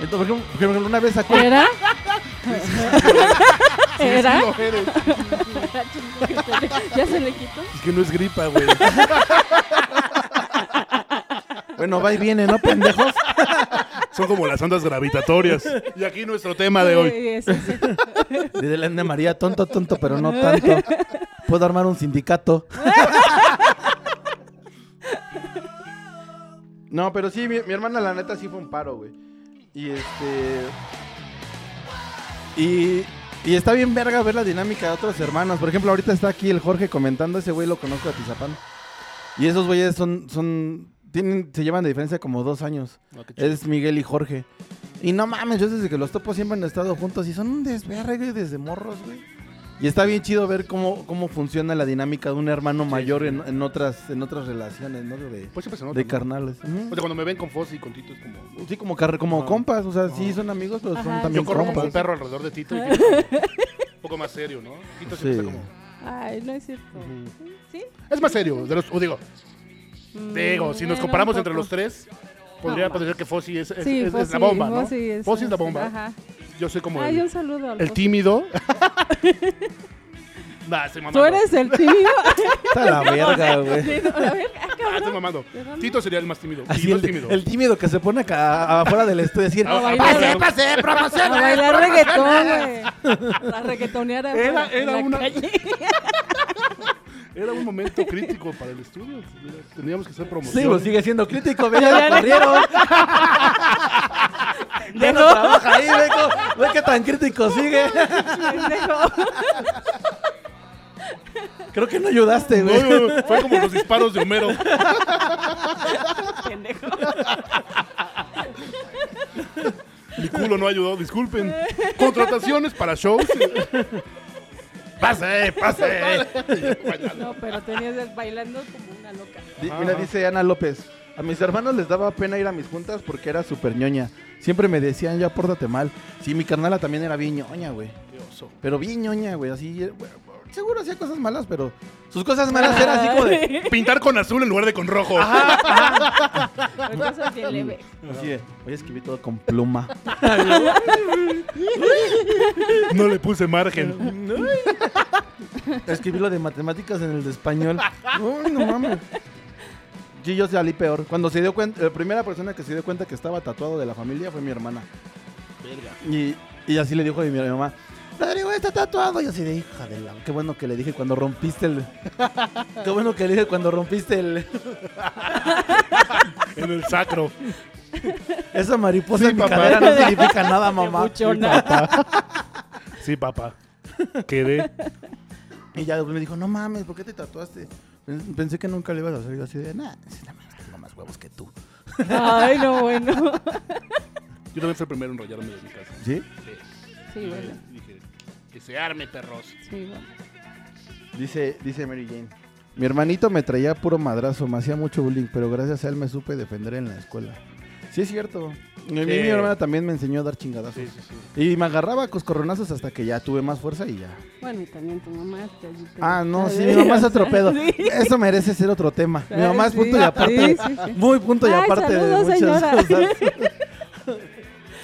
Speaker 5: Entonces, por ejemplo, por ejemplo, una vez sacó...
Speaker 4: ¿Era? ¿Era?
Speaker 1: No eres.
Speaker 4: ¿Ya se le quitó?
Speaker 1: Es que no es gripa, güey.
Speaker 5: Bueno, va y viene, ¿no, pendejos?
Speaker 1: Son como las ondas gravitatorias. Y aquí nuestro tema de hoy.
Speaker 4: Sí, sí, sí.
Speaker 5: Dice la Ana María, tonto, tonto, pero no tanto. Puedo armar un sindicato. No, pero sí, mi, mi hermana, la neta, sí fue un paro, güey. Y este. Y, y está bien verga ver la dinámica de otros hermanos. Por ejemplo, ahorita está aquí el Jorge comentando, ese güey lo conozco de Tizapán. Y esos güeyes son. son tienen, se llevan de diferencia como dos años. Es Miguel y Jorge. Y no mames, yo desde que los topo siempre han estado juntos y son un desvergue desde morros, güey. Y está bien chido ver cómo, cómo funciona la dinámica de un hermano mayor En, en otras, en otras relaciones, ¿no? De,
Speaker 1: Pues siempre se nota,
Speaker 5: de
Speaker 1: ¿no?
Speaker 5: carnales. Ujú.
Speaker 1: O sea, cuando me ven con Fossi y con Tito es como...
Speaker 5: Sí, como, carre- como
Speaker 1: Ah.
Speaker 5: compas, o sea, sí
Speaker 1: Ah.
Speaker 5: son amigos, pero son
Speaker 4: Ajá,
Speaker 1: Yo
Speaker 5: también
Speaker 4: sí,
Speaker 1: corro como
Speaker 5: compas.
Speaker 1: un perro alrededor de Tito y Tito es como un poco más serio, ¿no? Tito siempre
Speaker 5: Sí.
Speaker 1: está como...
Speaker 4: Ay, no es cierto. ¿Sí?
Speaker 1: Es más serio. De los, o digo, digo, si nos
Speaker 4: Mm, Bueno,
Speaker 1: comparamos
Speaker 4: un
Speaker 1: entre los
Speaker 4: poco.
Speaker 1: tres, podría
Speaker 4: No,
Speaker 1: parecer que Fossi es, es-
Speaker 4: Sí,
Speaker 1: es- es
Speaker 4: Fossi,
Speaker 1: la bomba, ¿no?
Speaker 4: Fossi es, este,
Speaker 1: Fossi es la bomba.
Speaker 4: Ajá. Ah,
Speaker 1: Yo soy como
Speaker 4: Ay,
Speaker 1: el-
Speaker 4: un saludo al
Speaker 1: El
Speaker 4: Fossi.
Speaker 1: tímido. nah, estoy mamando.
Speaker 4: ¿Tú eres el tímido?
Speaker 5: Está la verga, güey.
Speaker 4: Sí, no, a ver,
Speaker 1: Ah,
Speaker 4: ah,
Speaker 1: estoy
Speaker 4: cabrón.
Speaker 1: mamando.
Speaker 4: ¿De dónde?
Speaker 1: Tito sería el más tímido.
Speaker 5: Así
Speaker 1: y no
Speaker 5: el,
Speaker 1: es tímido.
Speaker 5: el tímido que se pone acá afuera del estudio a decir,
Speaker 1: Ah,
Speaker 4: bailar.
Speaker 5: pase, pase,
Speaker 4: A
Speaker 5: promoción.
Speaker 4: bailar reggaetón, güey. La reggaetoneara.
Speaker 1: Era-
Speaker 4: güey, en
Speaker 1: era
Speaker 4: la
Speaker 1: una-
Speaker 4: calle.
Speaker 1: Era un momento crítico para el estudio. Teníamos que hacer promoción.
Speaker 5: Sí, pues sigue siendo crítico, ve, ya lo corrieron. Ya no trabaja ahí, ve, co- ve qué tan crítico sigue.
Speaker 4: Pendejo.
Speaker 5: Creo que no ayudaste,
Speaker 1: No,
Speaker 5: güey.
Speaker 1: no, no, fue como los disparos de Homero.
Speaker 6: pendejo.
Speaker 1: Mi culo no ayudó, disculpen. Contrataciones para shows. Pase, pase.
Speaker 4: No, pero tenías bailando como una loca.
Speaker 5: Di- Mira, dice Ana López. A mis hermanos les daba pena ir a mis juntas porque era súper ñoña. Siempre me decían, ya pórtate mal. Sí, mi carnala también era bien ñoña, güey. Pero bien ñoña, güey. Así, eh, güey, seguro hacía cosas malas, pero sus cosas malas eran así como de...
Speaker 1: Pintar con azul en lugar de con rojo.
Speaker 4: Pero cosas bien leve.
Speaker 5: Así de, voy a escribir todo con pluma.
Speaker 1: No le puse margen.
Speaker 5: Escribí lo de matemáticas en el de español. No, no mames. Sí, yo salí peor. Cuando se dio cuenta, la primera persona que se dio cuenta que estaba tatuado de la familia fue mi hermana. Y, y así le dijo a mi mamá, Rodrigo está tatuado. Y así de hija de la. Qué bueno que le dije cuando rompiste el. Qué bueno que le dije cuando rompiste el.
Speaker 1: En el sacro.
Speaker 5: Esa mariposa
Speaker 1: Sí,
Speaker 5: en mi
Speaker 1: papá.
Speaker 5: cadera no significa nada, mamá.
Speaker 1: Sí, papá. Quedé.
Speaker 5: Y ya después me dijo, no mames, ¿por qué te tatuaste? Pen- Pensé que nunca le ibas a hacer. Y yo así de, nah, sí, no mames, tengo más huevos que tú.
Speaker 4: Ay, no, bueno.
Speaker 1: Yo también fui el primero en rayarme de mi casa.
Speaker 5: ¿Sí?
Speaker 4: Sí, bueno.
Speaker 1: Dije, que se arme, perros.
Speaker 4: Sí, bueno.
Speaker 5: Dice, dice Mary Jane. Mi hermanito me traía puro madrazo, me hacía mucho bullying, pero gracias a él me supe defender en la escuela. Sí, es cierto. A mí mi hermana también me enseñó a dar chingadazos.
Speaker 1: Sí, sí, sí.
Speaker 5: Y me agarraba a coscorronazos hasta que ya tuve más fuerza y ya.
Speaker 4: Bueno, y también tu mamá. te- te-
Speaker 5: Ah, no,
Speaker 4: te-
Speaker 5: sí, mi mamá es otro
Speaker 4: Sí.
Speaker 5: pedo. Eso merece ser otro tema. Mi mamá es
Speaker 4: Sí,
Speaker 5: punto y aparte.
Speaker 4: sí, sí, sí.
Speaker 5: Muy punto y
Speaker 4: Ay,
Speaker 5: aparte
Speaker 4: saludos,
Speaker 5: de muchas
Speaker 4: señora.
Speaker 5: cosas.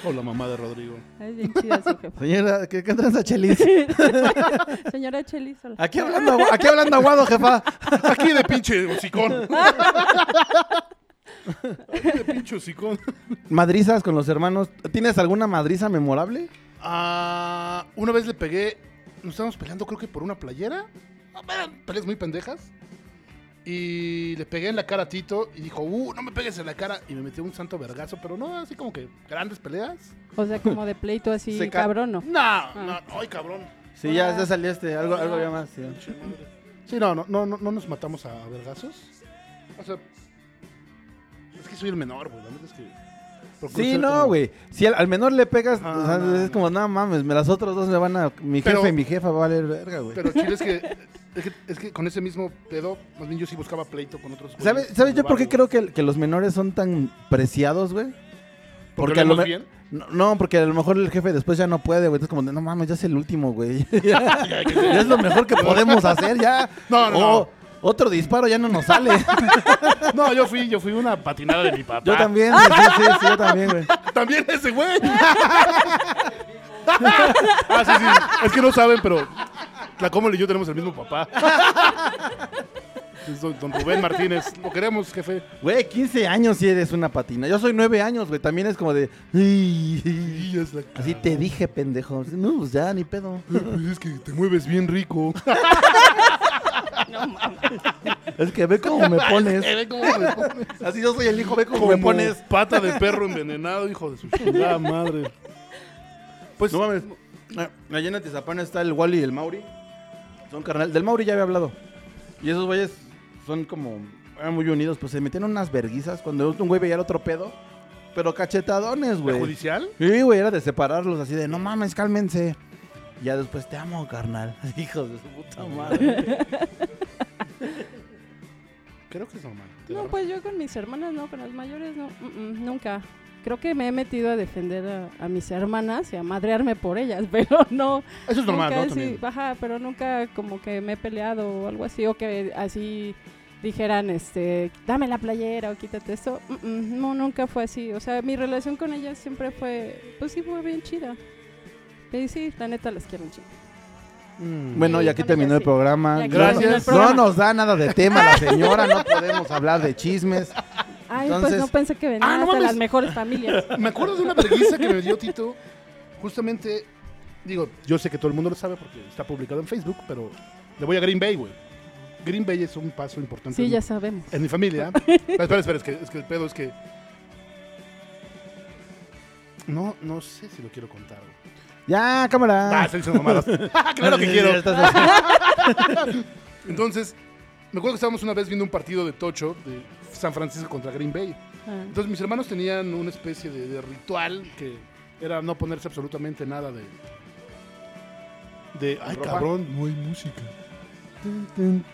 Speaker 1: O la mamá de Rodrigo.
Speaker 4: Ay, bien chida su jefa.
Speaker 5: Señora, ¿qué, qué tranza, Chelis?
Speaker 4: Señora Chelis. hola.
Speaker 5: Aquí hablando, agu- aquí hablando aguado, jefa.
Speaker 1: Aquí de pinche hocicón. Aquí de pinche hocicón.
Speaker 5: Madrizas con los hermanos. ¿Tienes alguna madriza memorable?
Speaker 1: Ah, una vez le pegué. Nos estábamos peleando, creo que por una playera. Ah, eran Peleas muy pendejas. Y le pegué en la cara a Tito y dijo, uh, no me pegues en la cara. Y me metió un santo vergazo, pero no, así como que grandes peleas.
Speaker 4: O sea, como de pleito así,
Speaker 5: Se ca-
Speaker 4: cabrón, ¿no?
Speaker 1: No, no, ay, cabrón.
Speaker 5: Sí, ya, ya saliste. Algo, algo había más. sí.
Speaker 1: Sí, no, no, no, no, no nos matamos a vergazos. O sea, es que soy el menor, güey. La neta es que. procuro
Speaker 5: Sí,
Speaker 1: ser
Speaker 5: no,
Speaker 1: como-
Speaker 5: güey. Si al, al menor le pegas,
Speaker 1: Ah,
Speaker 5: o sea,
Speaker 1: no,
Speaker 5: es
Speaker 1: no.
Speaker 5: como, no mames, me las otras dos me van a. Mi
Speaker 1: Pero-
Speaker 5: jefe y mi jefa va a valer verga, güey.
Speaker 1: Pero chile es que, es que. es que con ese mismo pedo, más bien yo sí buscaba pleito con otros. güeyes
Speaker 5: ¿Sabes
Speaker 1: en
Speaker 5: sabes
Speaker 1: el
Speaker 5: yo por qué
Speaker 1: barrio.
Speaker 5: creo que, que los menores son tan preciados, güey?
Speaker 1: Porque
Speaker 5: a lo
Speaker 1: hablamos
Speaker 5: me-
Speaker 1: bien.
Speaker 5: No, no, porque a lo mejor el jefe después ya no puede, güey. Entonces, como, de, no mames, ya es el último, güey. ya es lo mejor que podemos hacer, ya.
Speaker 1: No, no,
Speaker 5: O
Speaker 1: no.
Speaker 5: Otro disparo ya no nos sale.
Speaker 1: No, yo fui, yo fui una patinada de mi papá.
Speaker 5: yo también, güey, sí, sí, sí, yo también, güey.
Speaker 1: También ese güey. ah, sí, sí. Es que no saben, pero Tlacomol y yo tenemos el mismo papá. Es don, don Rubén Martínez. Lo queremos, jefe.
Speaker 5: Güey, 15 años si eres una patina. Yo soy 9 años, güey. También es como de. "Ay,
Speaker 1: Y es la
Speaker 5: Así te dije, pendejo. No, pues ya, ni pedo.
Speaker 1: Pues es que te mueves bien rico.
Speaker 5: Es que ve cómo me pones.
Speaker 1: Eh, ve cómo me pones.
Speaker 5: Así yo soy el hijo, ve cómo
Speaker 1: Como
Speaker 5: me pones.
Speaker 1: pata de perro envenenado, hijo de su chingada madre. Pues
Speaker 5: No mames. Ah, Allá en Atizapán está el Wally y el Mauri. Son carnal. Del Mauri ya había hablado. Y esos güeyes son como. Eran muy unidos, pues se metieron unas verguizas cuando un güey veía el otro pedo. Pero cachetadones,
Speaker 1: ¿la
Speaker 5: güey.
Speaker 1: judicial?
Speaker 5: Sí, güey, era de separarlos así de no mames, cálmense. Y Ya después te amo, carnal. Hijos de su puta madre.
Speaker 1: Creo que es normal. Te
Speaker 4: No,
Speaker 1: agarro.
Speaker 4: pues yo con mis hermanas no, con las mayores no, mm, mm, nunca. Creo que me he metido a defender a, a mis hermanas y a madrearme por ellas, pero no.
Speaker 1: Eso es normal,
Speaker 4: nunca
Speaker 1: ¿no?
Speaker 4: he sido-
Speaker 1: También.
Speaker 4: ajá, pero nunca como que me he peleado o algo así, o que así dijeran, este, dame la playera o quítate esto. Mm, mm, no, nunca fue así. O sea, mi relación con ellas siempre fue, pues sí, fue bien chida. Y sí, la neta las quiero un chingo.
Speaker 5: Bueno,
Speaker 1: Mm.
Speaker 4: Sí,
Speaker 5: y aquí
Speaker 4: con
Speaker 5: terminó
Speaker 4: ella
Speaker 5: el
Speaker 4: sí.
Speaker 5: programa.
Speaker 4: Y aquí
Speaker 1: Gracias.
Speaker 4: terminó el
Speaker 5: No
Speaker 4: programa.
Speaker 5: nos da nada de tema la señora, no podemos hablar de chismes.
Speaker 4: Ay,
Speaker 5: entonces-
Speaker 4: pues no pensé que venían
Speaker 1: Ah, no
Speaker 4: hasta
Speaker 1: mames.
Speaker 4: las mejores familias.
Speaker 1: Me acuerdo de una vergüenza que me dio Tito. Justamente, digo, yo sé que todo el mundo lo sabe porque está publicado en Facebook, pero le voy a Green Bay, güey. Green Bay es un paso importante.
Speaker 4: Sí,
Speaker 1: en-
Speaker 4: ya sabemos.
Speaker 1: En mi familia. Pero espera, espera, es que, es que el pedo es que. No, no sé si lo quiero contar. güey.
Speaker 5: Ya,
Speaker 1: Ah,
Speaker 5: cámara.
Speaker 1: se dicen mamadas. claro Ah, que
Speaker 5: Sí,
Speaker 1: quiero.
Speaker 5: estás así.
Speaker 1: Entonces, Me acuerdo que estábamos una vez viendo un partido de Tocho de San Francisco contra Green Bay.
Speaker 4: Ah.
Speaker 1: Entonces mis hermanos tenían una especie de, de ritual que era no ponerse absolutamente nada de... De... Ay,
Speaker 5: ¿Ropa?
Speaker 1: cabrón, no hay música.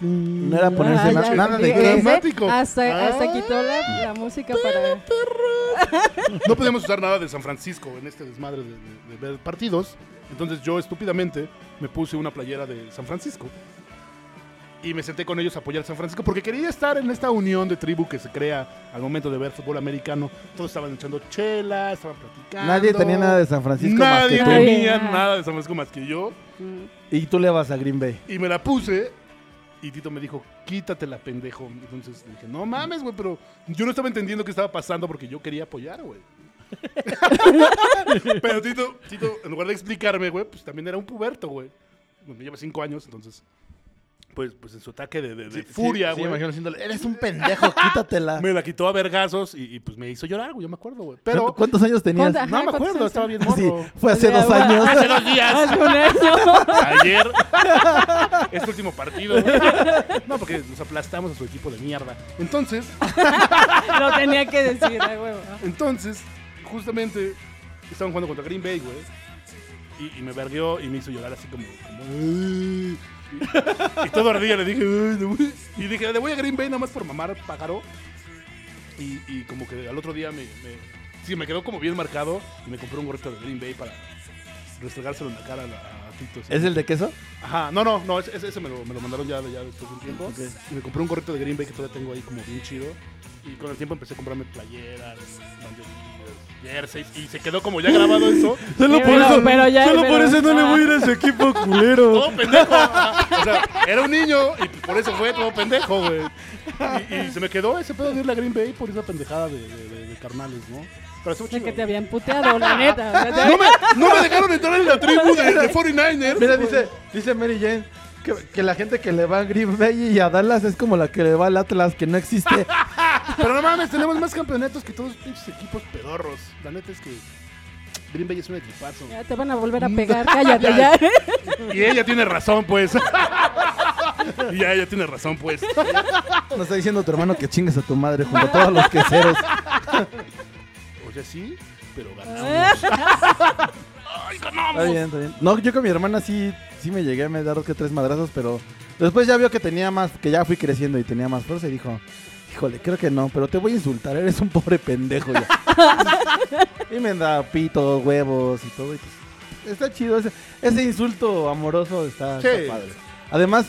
Speaker 5: No era ponerse
Speaker 4: Ah,
Speaker 5: na-
Speaker 4: ya
Speaker 5: nada de
Speaker 4: entendí.
Speaker 5: glam.
Speaker 4: Ese
Speaker 1: dramático.
Speaker 4: Hasta, hasta
Speaker 1: Ah.
Speaker 4: quitó la, la música para.
Speaker 1: No podíamos usar nada de San Francisco en este desmadre de, de- de ver partidos. Entonces yo estúpidamente me puse una playera de San Francisco. Y me senté con ellos a apoyar a San Francisco porque quería estar en esta unión de tribu que se crea al momento de ver fútbol americano. Todos estaban echando chela, estaban platicando.
Speaker 5: Nadie tenía nada de San Francisco más
Speaker 1: Nadie
Speaker 5: que tú.
Speaker 4: Nadie.
Speaker 1: tenía nada de San Francisco más que yo.
Speaker 5: Y tú le vas a Green Bay.
Speaker 1: Y me la puse. Y Tito me dijo, quítatela, pendejo. Entonces dije, no mames, güey, pero yo no estaba entendiendo qué estaba pasando porque yo quería apoyar, güey. pero Tito, Tito, en lugar de explicarme, güey, pues también era un puberto, güey. Bueno, me lleva cinco años, entonces. Pues, pues en su ataque de, de- de furia,
Speaker 5: Sí,
Speaker 1: güey.
Speaker 5: imagino diciéndole, eres un pendejo, quítatela.
Speaker 1: me la quitó a vergazos y, y, pues me hizo llorar, güey, yo me acuerdo, güey.
Speaker 5: Pero,
Speaker 1: Pero
Speaker 5: ¿Cuántos años tenías?
Speaker 4: ¿Cuánta?
Speaker 1: no me
Speaker 4: ¿cuántos
Speaker 1: acuerdo,
Speaker 4: años
Speaker 1: estaba bien
Speaker 5: Sí, Ah,
Speaker 1: morro.
Speaker 5: fue hace
Speaker 4: O sea,
Speaker 5: dos
Speaker 4: va-
Speaker 5: años.
Speaker 1: Hace dos días.
Speaker 4: Ah, Con eso.
Speaker 1: Ayer. este último partido. güey. No, porque nos aplastamos a su equipo de mierda. Entonces,
Speaker 4: Lo tenía que decir, a huevo.
Speaker 1: entonces, justamente estaban jugando contra Green Bay, güey. Y, y me vergueó y me hizo llorar así como. como, "Ay". y, y todo ardía, le dije. "Ay, le voy". Y dije, le voy a Green Bay nada más por mamar pájaro. Y, y como que al otro día me, me- Sí, me quedó como bien marcado. Y me compré un gorrito de Green Bay para restregárselo en la cara a, la- a Tito. así.
Speaker 5: ¿Es el de queso?
Speaker 1: Ajá, no, no, no, ese, ese- ese me, lo, me lo mandaron ya, ya después de un tiempo. Y me compré un gorrito de Green Bay que todavía tengo ahí como bien chido. Y con el tiempo empecé a comprarme playeras, banderillas, jerseys. Y se quedó como ya grabado eso.
Speaker 5: Solo
Speaker 4: Sí, por pero- eso- pero ya- solo pero- por eso no le voy a
Speaker 5: ir a su equipo culero.
Speaker 1: Todo pendejo. O sea, era un niño y por eso fue todo pendejo, güey. Y, y se me quedó ese pedo de irle a Green Bay por esa pendejada de, de- de- de carnales, ¿no? Pero estuvo
Speaker 4: De
Speaker 1: chido.
Speaker 4: que te habían puteado, la neta. o sea, te-
Speaker 1: No me, no me dejaron entrar en la tribu de, de 49ers.
Speaker 5: Mira, dice, dice Mary Jane que, que la gente que le va a Green Bay y a Dallas es como la que le va al Atlas, que no existe.
Speaker 1: Pero no mames, tenemos más campeonatos que todos los pinches equipos pedorros. La neta es que Green Bay es un equipazo.
Speaker 4: Ya te van a volver a pegar, cállate ya.
Speaker 1: Y ella tiene razón, pues. y ya ella tiene razón, pues.
Speaker 5: Nos está diciendo tu hermano que chingues a tu madre junto a todos los queseros.
Speaker 1: O sea, sí, pero ganamos. ¡Ay,
Speaker 5: Está
Speaker 1: ganamos!
Speaker 5: bien, está bien. No, yo con mi hermana sí, sí me llegué a me dar dos que tres madrazos, pero después ya vio que tenía más, que ya fui creciendo y tenía más fuerza y dijo, híjole, creo que no, pero te voy a insultar, eres un pobre pendejo ya. y me da pitos, huevos y todo. y pues, está chido, ese, ese insulto amoroso está,
Speaker 1: Sí.
Speaker 5: está padre. Además,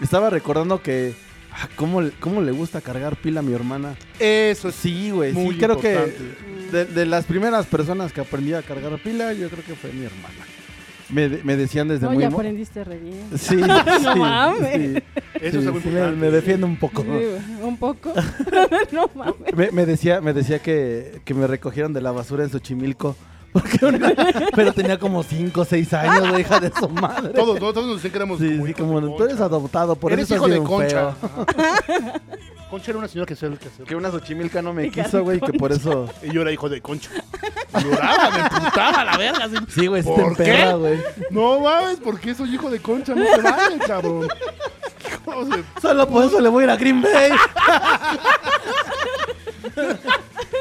Speaker 5: estaba recordando que, ah, ¿cómo, le- ¿cómo le gusta cargar pila a mi hermana?
Speaker 1: Eso sí.
Speaker 5: Sí, güey, sí,
Speaker 1: Muy
Speaker 5: creo
Speaker 1: importante.
Speaker 5: que de, de las primeras personas que aprendí a cargar pila, yo creo que fue mi hermana. Me, de- me decían desde
Speaker 4: Oye,
Speaker 5: muy... mo-
Speaker 4: aprendiste a reír.
Speaker 5: Sí, sí,
Speaker 4: mames.
Speaker 5: sí,
Speaker 1: Eso es
Speaker 5: sí,
Speaker 1: algo
Speaker 5: sí, me,
Speaker 1: importante.
Speaker 5: me defiendo un poco.
Speaker 4: Sí, Un poco. No mames.
Speaker 5: Me, me decía, me decía que, que me recogieron de la basura en Xochimilco. Porque una- pero tenía como 5 o 6 años, güey, hija de su madre.
Speaker 1: Todos, todos, todos nos decían que éramos
Speaker 5: Sí,
Speaker 1: como
Speaker 5: sí,
Speaker 1: hijos
Speaker 5: como
Speaker 1: de
Speaker 5: tú eres
Speaker 1: Concha.
Speaker 5: adoptado, por
Speaker 1: eres
Speaker 5: eso
Speaker 1: hijo
Speaker 5: estás
Speaker 1: de
Speaker 5: bien
Speaker 1: Concha.
Speaker 5: feo.
Speaker 1: Ajá. Concha era una señora que hacía el quehacer.
Speaker 5: Que una Xochimilca no me quiso, güey, que por eso...
Speaker 1: Y yo era hijo de Concha. Lloraba, me emputaba la verga. así.
Speaker 5: Sí, güey, sí te
Speaker 1: ¿Por qué?
Speaker 5: emperra, güey.
Speaker 1: No mames, ¿por qué soy hijo de Concha? No te vale, cabrón. ¿Cómo se
Speaker 5: Solo por eso le voy a ir a Green Bay.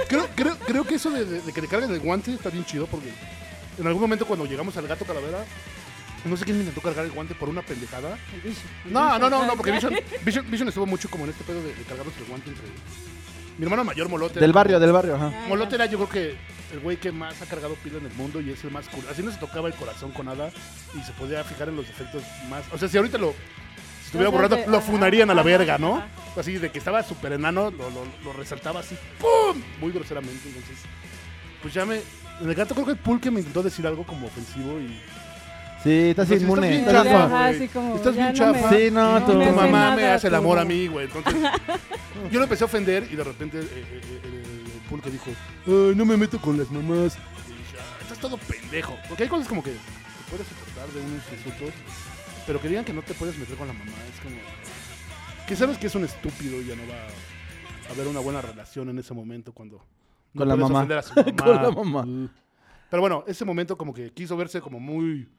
Speaker 1: Creo, creo, creo que eso de, de- de que le carguen el guante está bien chido porque en algún momento cuando llegamos al gato calavera, no sé quién me intentó cargar el guante por una pendejada. No, no, no, no, porque Vision, Vision, Vision estuvo mucho como en este pedo de, de cargarnos el guante entre... Mi hermano mayor, Molote.
Speaker 5: Del barrio, del barrio, ajá.
Speaker 1: Molote era yo creo que el güey que más ha cargado pila en el mundo y es el más cool. Así no se tocaba el corazón con nada y se podía fijar en los defectos más... O sea, si ahorita lo... Si estuviera
Speaker 4: O sea,
Speaker 1: borrado,
Speaker 4: de-
Speaker 1: lo
Speaker 4: ajá,
Speaker 1: funarían a la
Speaker 4: ajá,
Speaker 1: verga, ¿no?
Speaker 4: ajá.
Speaker 1: Así de que estaba súper enano, lo, lo- lo resaltaba así, ¡pum! Muy groseramente, entonces... Pues ya me... En el gato creo que el pulque me intentó decir algo como ofensivo y...
Speaker 5: Sí, Pues
Speaker 1: Entonces,
Speaker 5: estás inmune.
Speaker 1: estás
Speaker 5: estás
Speaker 1: bien chafa.
Speaker 5: como-
Speaker 4: Ajá, así como,
Speaker 1: Estás
Speaker 4: ya
Speaker 1: bien
Speaker 4: no me-
Speaker 1: chafa.
Speaker 5: Sí, no,
Speaker 4: no
Speaker 5: tu
Speaker 4: me
Speaker 1: tu
Speaker 4: hace
Speaker 1: mamá
Speaker 4: nada,
Speaker 1: me hace el
Speaker 4: tu
Speaker 1: amor a
Speaker 4: mamá.
Speaker 1: mí, güey. Entonces, yo lo empecé a ofender y de repente eh, eh, eh, el pulque dijo, "Ay, no me meto con las mamás. Y dije, "Ah, estás todo pendejo. Porque hay cosas como que te puedes soportar de unos insultos, pero que digan que no te puedes meter con la mamá. Es como que sabes que es un estúpido y ya no va a haber una buena relación en ese momento cuando... no
Speaker 5: Con la
Speaker 1: puedes
Speaker 5: mamá.
Speaker 1: ofender a su mamá.
Speaker 5: Con la mamá.
Speaker 1: Pero bueno, ese momento como que quiso verse como muy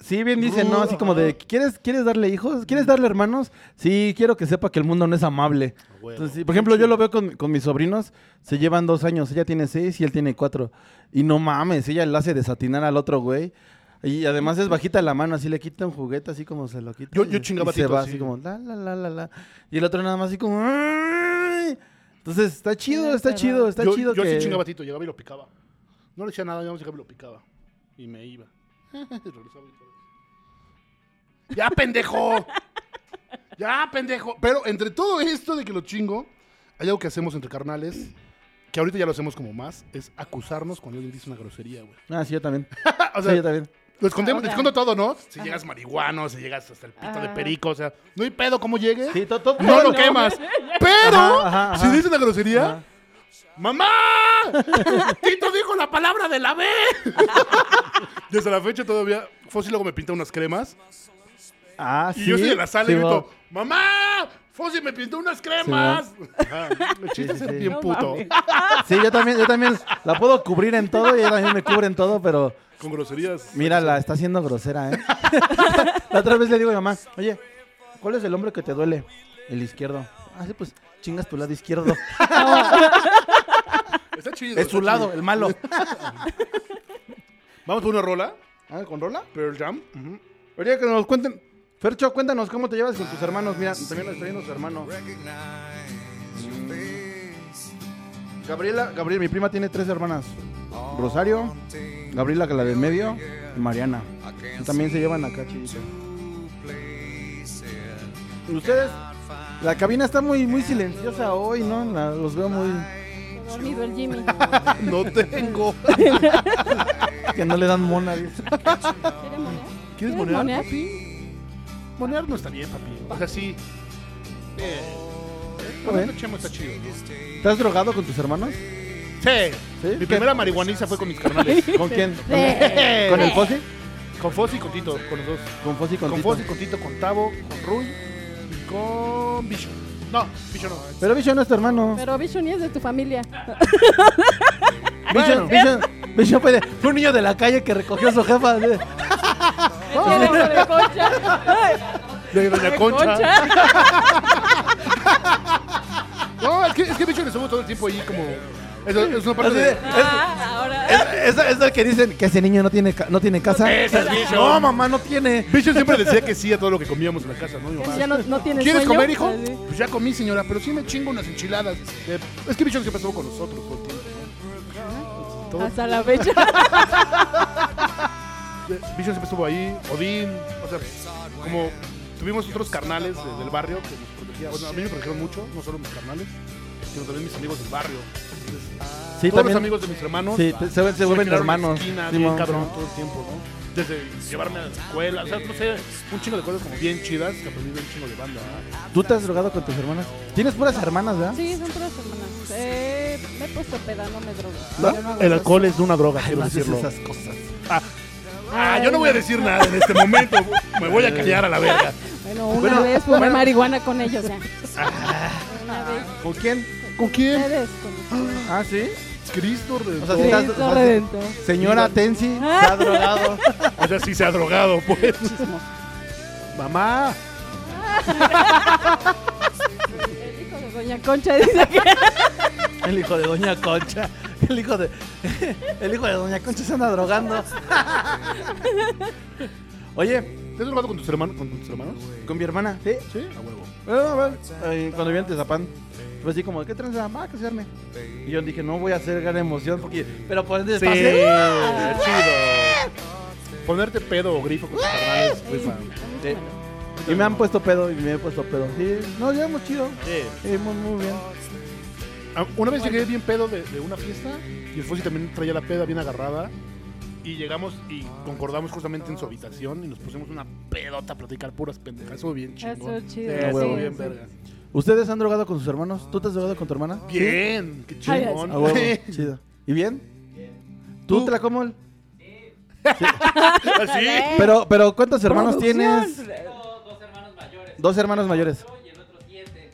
Speaker 5: Sí, bien dicen, ¿no? Así como de, ¿quieres, ¿quieres darle hijos? ¿Quieres darle hermanos? Sí, quiero que sepa que el mundo no es amable.
Speaker 1: huevo.
Speaker 5: Entonces, Pues sí, por ejemplo, yo lo veo con, con mis sobrinos, se llevan dos años, ella tiene seis y él tiene cuatro. Y no mames, ella le hace desatinar al otro güey. Y además es bajita la mano, así le quita un juguete, así como se lo quita.
Speaker 1: Yo-
Speaker 5: y-
Speaker 1: yo chingaba
Speaker 5: y se
Speaker 1: tito,
Speaker 5: va
Speaker 1: sí.
Speaker 5: así como, la, la, la, la, la. Y el otro nada más así como... "Ay". Entonces, está chido, está chido, está
Speaker 1: yo,
Speaker 5: chido
Speaker 1: Yo
Speaker 5: que...
Speaker 1: sí chingaba a Tito, llegaba y lo picaba. No le decía nada, yo llegaba y lo picaba. Y me iba. Regresaba y otra vez. ¡Ya, pendejo! ¡Ya, pendejo! Pero entre todo esto de que lo chingo, hay algo que hacemos entre carnales, que ahorita ya lo hacemos como más, es acusarnos cuando alguien dice una grosería, güey.
Speaker 5: Ah, sí, yo también.
Speaker 1: O
Speaker 5: sí,
Speaker 1: sea,
Speaker 5: yo también.
Speaker 1: lo escondemos,
Speaker 4: Ahora.
Speaker 1: escondo todo, ¿no? Si llegas marihuano, si llegas hasta el pito de
Speaker 4: Ajá.
Speaker 1: perico, o sea, no hay pedo como llegue.
Speaker 5: Sí, todo- todo-
Speaker 1: no lo
Speaker 5: todo-
Speaker 1: quemas. Pero,
Speaker 5: Ajá, ajá, ajá.
Speaker 1: si dices una grosería,
Speaker 5: Ajá.
Speaker 1: ¡Mamá! ¡Tito dijo la palabra de la B! Desde la fecha todavía, Fossi luego me pinta unas cremas.
Speaker 5: Ah,
Speaker 1: Y
Speaker 5: sí.
Speaker 1: yo estoy en la sala y
Speaker 5: Sí,
Speaker 1: grito,
Speaker 5: bo.
Speaker 1: ¡Mamá! Fossi me pintó unas cremas! Ajá, el chiste
Speaker 5: Sí, sí,
Speaker 1: es ser
Speaker 5: sí.
Speaker 1: bien
Speaker 4: No
Speaker 1: puto.
Speaker 4: mames.
Speaker 5: Sí, yo también, yo también la puedo cubrir en todo y ella también me cubre en todo, pero
Speaker 1: Con groserías.
Speaker 5: mírala, está siendo grosera, ¿eh? la otra vez le digo a mi mamá, oye, ¿cuál es el hombro que te duele? El izquierdo. Ah, sí, pues chingas tu lado izquierdo.
Speaker 1: Está chido.
Speaker 5: es su
Speaker 1: está
Speaker 5: lado,
Speaker 1: chido.
Speaker 5: el malo.
Speaker 1: Vamos por una rola.
Speaker 5: Ah, ¿Con rola?
Speaker 1: Pearl Jam. Ujú.
Speaker 5: Oye, que nos cuenten. Fercho, cuéntanos cómo te llevas con tus hermanos. Mira, también nos está viendo su hermano. Gabriela, Gabriel, mi prima tiene tres hermanas. Rosario, Gabriela, que la del medio, y Mariana. Y también se llevan acá, chidito. Ustedes, la cabina está muy, muy silenciosa hoy, ¿no? La- los veo muy...
Speaker 4: Dormido el Jimmy.
Speaker 1: No tengo.
Speaker 5: que no le dan mona. dice.
Speaker 4: ¿Quiere monear?
Speaker 1: ¿Quieres
Speaker 4: ¿Quieres
Speaker 1: monear,
Speaker 4: monear?
Speaker 1: papi? Monear no está bien, papi. O sea, sí. Eh, Bien.
Speaker 5: A
Speaker 1: Cuando
Speaker 5: ver.
Speaker 1: te echemos está chido, ¿no?
Speaker 5: ¿Estás drogado con tus hermanos?
Speaker 1: Sí.
Speaker 5: ¿Sí?
Speaker 1: Mi
Speaker 5: ¿Qué?
Speaker 1: primera marihuaniza fue con mis carnales.
Speaker 5: ¿Con quién?
Speaker 4: Sí.
Speaker 5: ¿Con el Fossi?
Speaker 1: Con Fossi y con Tito, con los dos.
Speaker 5: Con Fossi, y con,
Speaker 1: Con,
Speaker 5: Tito.
Speaker 1: Fossi, con Tito, con Tavo, con Rui y con Bicho. No, Bicho no.
Speaker 5: Pero Bicho no es tu hermano.
Speaker 4: Pero Bicho ni es de tu familia.
Speaker 5: Bicho, Bicho, Bicho fue, de- fue un niño de la calle que recogió a su jefa. así de-
Speaker 4: Ese era de Concha.
Speaker 1: De Doña Ah. Concha.
Speaker 4: Concha.
Speaker 1: No, es que, es que Bicho le estuvo todo el tiempo ahí como. Es, es una parte
Speaker 5: así de-
Speaker 1: de.
Speaker 4: Ah, ahora.
Speaker 5: Es, es- es el que dicen que ese niño no tiene, ca- no tiene casa.
Speaker 1: Ese es Bicho.
Speaker 5: No, mamá, no tiene.
Speaker 1: Bicho siempre decía que sí a todo lo que comíamos en la casa, ¿no? Mi mamá,
Speaker 4: Ya no, no tienes
Speaker 1: ¿Quieres
Speaker 4: sueño?
Speaker 1: comer, hijo?
Speaker 4: Así.
Speaker 1: Pues ya comí, señora, pero sí me chingo unas enchiladas. Eh, es que Bicho siempre estuvo con nosotros todo el tiempo. ¿no? Todo-
Speaker 4: Hasta la fecha.
Speaker 1: Eh, Vision siempre estuvo ahí, Odín, o sea, como tuvimos otros carnales de- del barrio que nos protegían. Bueno, a mí me protegieron mucho, no solo mis carnales, sino también mis amigos del barrio. Entonces,
Speaker 5: Sí,
Speaker 1: todos los amigos de mis hermanos
Speaker 5: Sí, te- se, ven- se vuelven
Speaker 1: quedaron en la
Speaker 5: hermanos.
Speaker 1: esquina,
Speaker 5: Sí,
Speaker 1: bien
Speaker 5: mo-
Speaker 1: cabrón todo el tiempo, ¿no? Desde llevarme a la escuela, o sea, no sé, un chingo de cosas como bien chidas que aprendí de un chingo de banda. ¿no?
Speaker 5: ¿Tú te has drogado con tus hermanas? Tienes puras hermanas, ¿verdad?
Speaker 4: Sí, son puras hermanas. Eh, me he puesto peda, no me drogo. Yo no hago
Speaker 1: El
Speaker 4: esas
Speaker 1: alcohol es una droga,
Speaker 5: Ay,
Speaker 1: quiero
Speaker 5: no haces
Speaker 1: decirlo.
Speaker 5: esas cosas.
Speaker 1: Ah, yo no voy a decir nada en este momento, me voy a callar a la verga.
Speaker 4: cosas. Bueno, una
Speaker 5: Bueno,
Speaker 4: vez fumé
Speaker 5: bueno. Ah.
Speaker 4: marihuana con ellos ya. Una vez.
Speaker 5: ¿Con quién?
Speaker 1: ¿Con quién?
Speaker 4: Ustedes con
Speaker 5: Ah, sí.
Speaker 1: Cristo, Redentor.
Speaker 5: O sea, sí estás-
Speaker 4: Cristo
Speaker 5: o sea,
Speaker 4: Redentor.
Speaker 5: Señora Tensi, se ha drogado.
Speaker 1: O sea, sí se ha drogado, pues.
Speaker 4: chismos.
Speaker 1: Mamá.
Speaker 4: El hijo de Doña Concha dice que
Speaker 5: El hijo de Doña Concha. El hijo de. El hijo de Doña Concha se anda drogando. Oye,
Speaker 1: ¿Te has drogado con tus hermanos? ¿Con tus hermanos?
Speaker 5: con mi hermana, ¿sí?
Speaker 1: Sí, a huevo.
Speaker 5: Bueno, a ver, eh, cuando vivía en Tezapán, fue así como, ¿qué tranza? Va a casarme. Y yo dije, no voy a hacer gran emoción, porque, pero por el
Speaker 1: Sí,
Speaker 5: espacio.
Speaker 1: chido. Ponerte pedo o grifo con tus carnales, pues, rifa.
Speaker 5: Sí. Y me han puesto pedo, y me he puesto pedo. Sí, no, llevamos chido.
Speaker 1: Sí.
Speaker 5: Sí, muy, muy bien.
Speaker 1: Ah, Una vez llegué bien pedo de, de una fiesta y el Fossi también traía la peda bien agarrada. Y llegamos y concordamos justamente en su habitación y nos pusimos una pedota a platicar puras pendejas. Estuvo bien chido.
Speaker 4: Eso chido.
Speaker 1: Sí, estuvo
Speaker 5: huevo.
Speaker 1: bien,
Speaker 4: sí.
Speaker 1: verga.
Speaker 5: ¿Ustedes han drogado con sus hermanos? ¿Tú te has drogado con tu hermana?
Speaker 1: Bien, qué
Speaker 4: Ay,
Speaker 1: chingón.
Speaker 5: A huevo, chido. ¿Y bien? ¿Tú, Tlacomol?
Speaker 1: Ah, sí.
Speaker 5: Pero, pero ¿cuántos hermanos
Speaker 4: Producción.
Speaker 5: tienes? Dos hermanos mayores.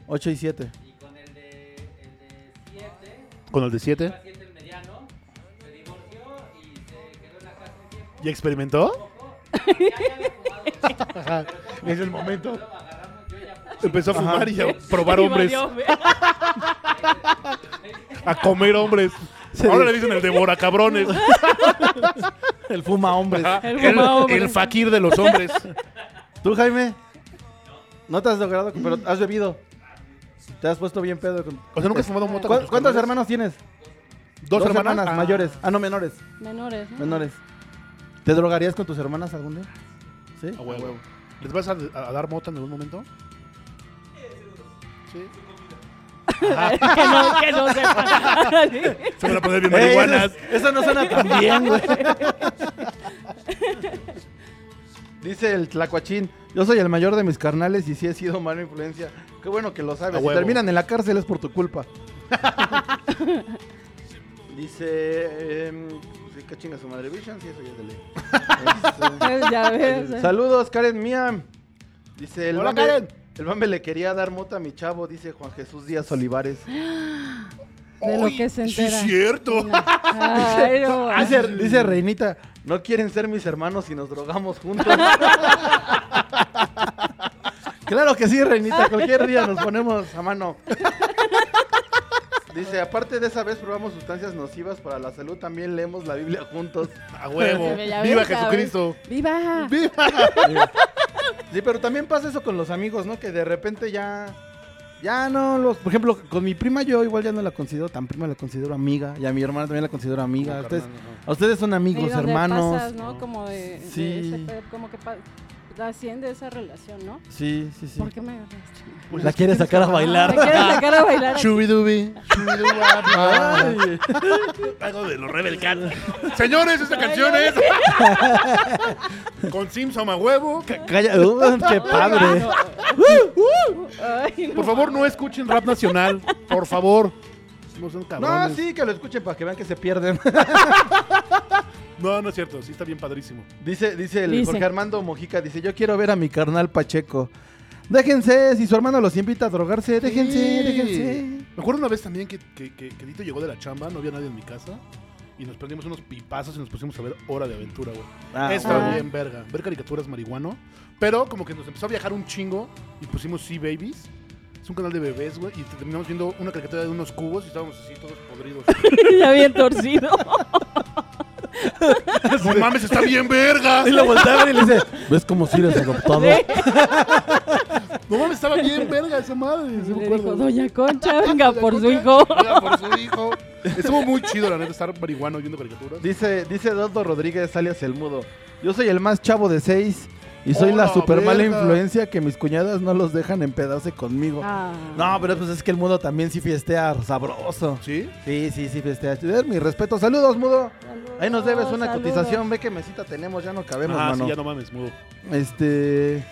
Speaker 5: Ocho y siete.
Speaker 1: Con el de 7. ¿Y experimentó?
Speaker 6: Es el momento.
Speaker 1: Empezó a fumar y a probar
Speaker 8: Y
Speaker 1: hombres,
Speaker 8: valió, güey.
Speaker 1: a comer hombres. Ahora le dicen el devora cabrones,
Speaker 6: El fuma hombres.
Speaker 8: El
Speaker 1: el,
Speaker 8: mamá hombre.
Speaker 1: el fakir de los hombres.
Speaker 5: ¿Tú, Jaime? No te has logrado, pero has bebido. Te has puesto bien pedo. con-
Speaker 1: O sea, nunca has fumado mota. con
Speaker 5: ¿Cuán-
Speaker 1: tus
Speaker 5: ¿Cuántos
Speaker 1: carnales?
Speaker 5: hermanos tienes?
Speaker 1: Dos, hermanas, Ah.
Speaker 5: mayores. Ah, no, menores.
Speaker 4: Menores, ¿no?
Speaker 5: Menores. ¿Te drogarías con tus hermanas algún día? Sí.
Speaker 1: A Ah, huevo. ¿Les vas a, a dar mota en algún momento? Sí.
Speaker 8: que no, que no sepa. Sí.
Speaker 1: Se van a poner bien
Speaker 5: Ey,
Speaker 1: marihuanas.
Speaker 5: Eh, esas- esas no suena tan bien, güey. Dice el tlacuachín, yo soy el mayor de mis carnales y sí he sido mala influencia. Qué bueno que lo
Speaker 1: A
Speaker 5: sabes. Si
Speaker 1: huevo.
Speaker 5: terminan en la cárcel es por tu culpa. Dice... em, sí, que chinga su madre, Vision, sí, eso ya es de ley. Este,
Speaker 4: Pues ya ves. eh.
Speaker 5: Saludos, Karen Mía. Dice el
Speaker 1: Hola,
Speaker 5: Bambe-
Speaker 1: Karen.
Speaker 5: El Bambe le quería dar mota a mi chavo, dice Juan Jesús Díaz Olivares.
Speaker 4: De lo
Speaker 1: Ay,
Speaker 4: que se
Speaker 1: sí
Speaker 4: entera.
Speaker 1: es cierto.
Speaker 4: Ay, no.
Speaker 5: Dice, dice Reinita, no quieren ser mis hermanos si nos drogamos juntos. claro que sí, Reinita, cualquier día nos ponemos a mano. Dice, aparte de esa vez probamos sustancias nocivas para la salud, también leemos la Biblia juntos.
Speaker 1: A huevo.
Speaker 4: Ya ves,
Speaker 1: Viva
Speaker 4: ya ves.
Speaker 1: Jesucristo.
Speaker 4: ¡Viva!
Speaker 5: Sí, pero también pasa eso con los amigos, ¿no? Que de repente ya... Ya no los... Por ejemplo, con mi prima yo igual ya no la considero tan prima, la considero amiga. Y a mi hermana también la considero amiga. Ustedes, a ustedes son
Speaker 4: Y
Speaker 5: amigos,
Speaker 4: donde
Speaker 5: hermanos.
Speaker 4: pasas, ¿no? Como de, de
Speaker 5: Sí.
Speaker 4: este pe- como que pa- asciende esa relación, ¿no?
Speaker 5: Sí, sí, sí.
Speaker 4: ¿Por qué me agarraste?
Speaker 1: Pues
Speaker 6: La quiere sacar a
Speaker 4: Me
Speaker 6: bailar.
Speaker 4: quieres sacar a bailar.
Speaker 6: Chubidubi.
Speaker 5: Ay.
Speaker 1: Algo de los Rebel Cat. Señores, esta canción es. Con Simpson a huevo.
Speaker 6: Calla. Uh, qué padre.
Speaker 4: Ay, no.
Speaker 1: Por favor, no escuchen rap nacional. Por favor. No son
Speaker 5: No,
Speaker 1: cabrones.
Speaker 5: sí, que lo escuchen para que vean que se pierden.
Speaker 1: No, no es cierto. Sí, está bien padrísimo.
Speaker 5: dice dice el
Speaker 4: Dice.
Speaker 5: Jorge Armando Mojica, dice, yo quiero ver a mi carnal Pacheco. Déjense, si su hermano los invita a drogarse, déjense,
Speaker 1: Sí.
Speaker 5: déjense.
Speaker 1: Me acuerdo una vez también que, que, que- que Dito llegó de la chamba, no había nadie en mi casa. Y nos prendimos unos pipazos y nos pusimos a ver Hora de Aventura, güey.
Speaker 6: Ah,
Speaker 1: Ah, Está
Speaker 4: bueno.
Speaker 1: bien, verga. Ver caricaturas marihuano. Pero como que nos empezó a viajar un chingo y pusimos Sea Babies. Es un canal de bebés, güey. Y terminamos viendo una caricatura de unos cubos y estábamos así todos podridos.
Speaker 8: ya bien torcido.
Speaker 1: ¡No mames, está bien, verga!
Speaker 6: Y lo voltea a ver y le dice, ¿ves cómo sigues adoptado?
Speaker 1: ¡No mames, estaba bien, verga esa madre! Sí, me
Speaker 4: Le
Speaker 1: acuerdo.
Speaker 4: dijo, Doña Concha, venga
Speaker 1: Doña
Speaker 4: por su
Speaker 1: Concha,
Speaker 4: hijo.
Speaker 1: venga por su hijo. Estuvo muy chido, la neta, estar marihuano viendo caricaturas.
Speaker 5: Dice, dice Dodo Rodríguez, alias El Mudo, yo soy el más chavo de seis y soy la
Speaker 1: Hola,
Speaker 5: super mala
Speaker 1: verga.
Speaker 5: influencia que mis cuñadas no los dejan empedarse conmigo.
Speaker 4: Ah.
Speaker 5: No, pero pues es que el Mudo también sí fiestea sabroso.
Speaker 1: ¿Sí?
Speaker 5: Sí, sí, sí, fiestea. Mi respeto. Saludos, Mudo. Ahí nos debes una
Speaker 4: Saludos.
Speaker 5: cotización. Ve qué mesita tenemos, ya no cabemos,
Speaker 1: ah,
Speaker 5: mano.
Speaker 1: sí, ya no mames, mudo.
Speaker 5: Este.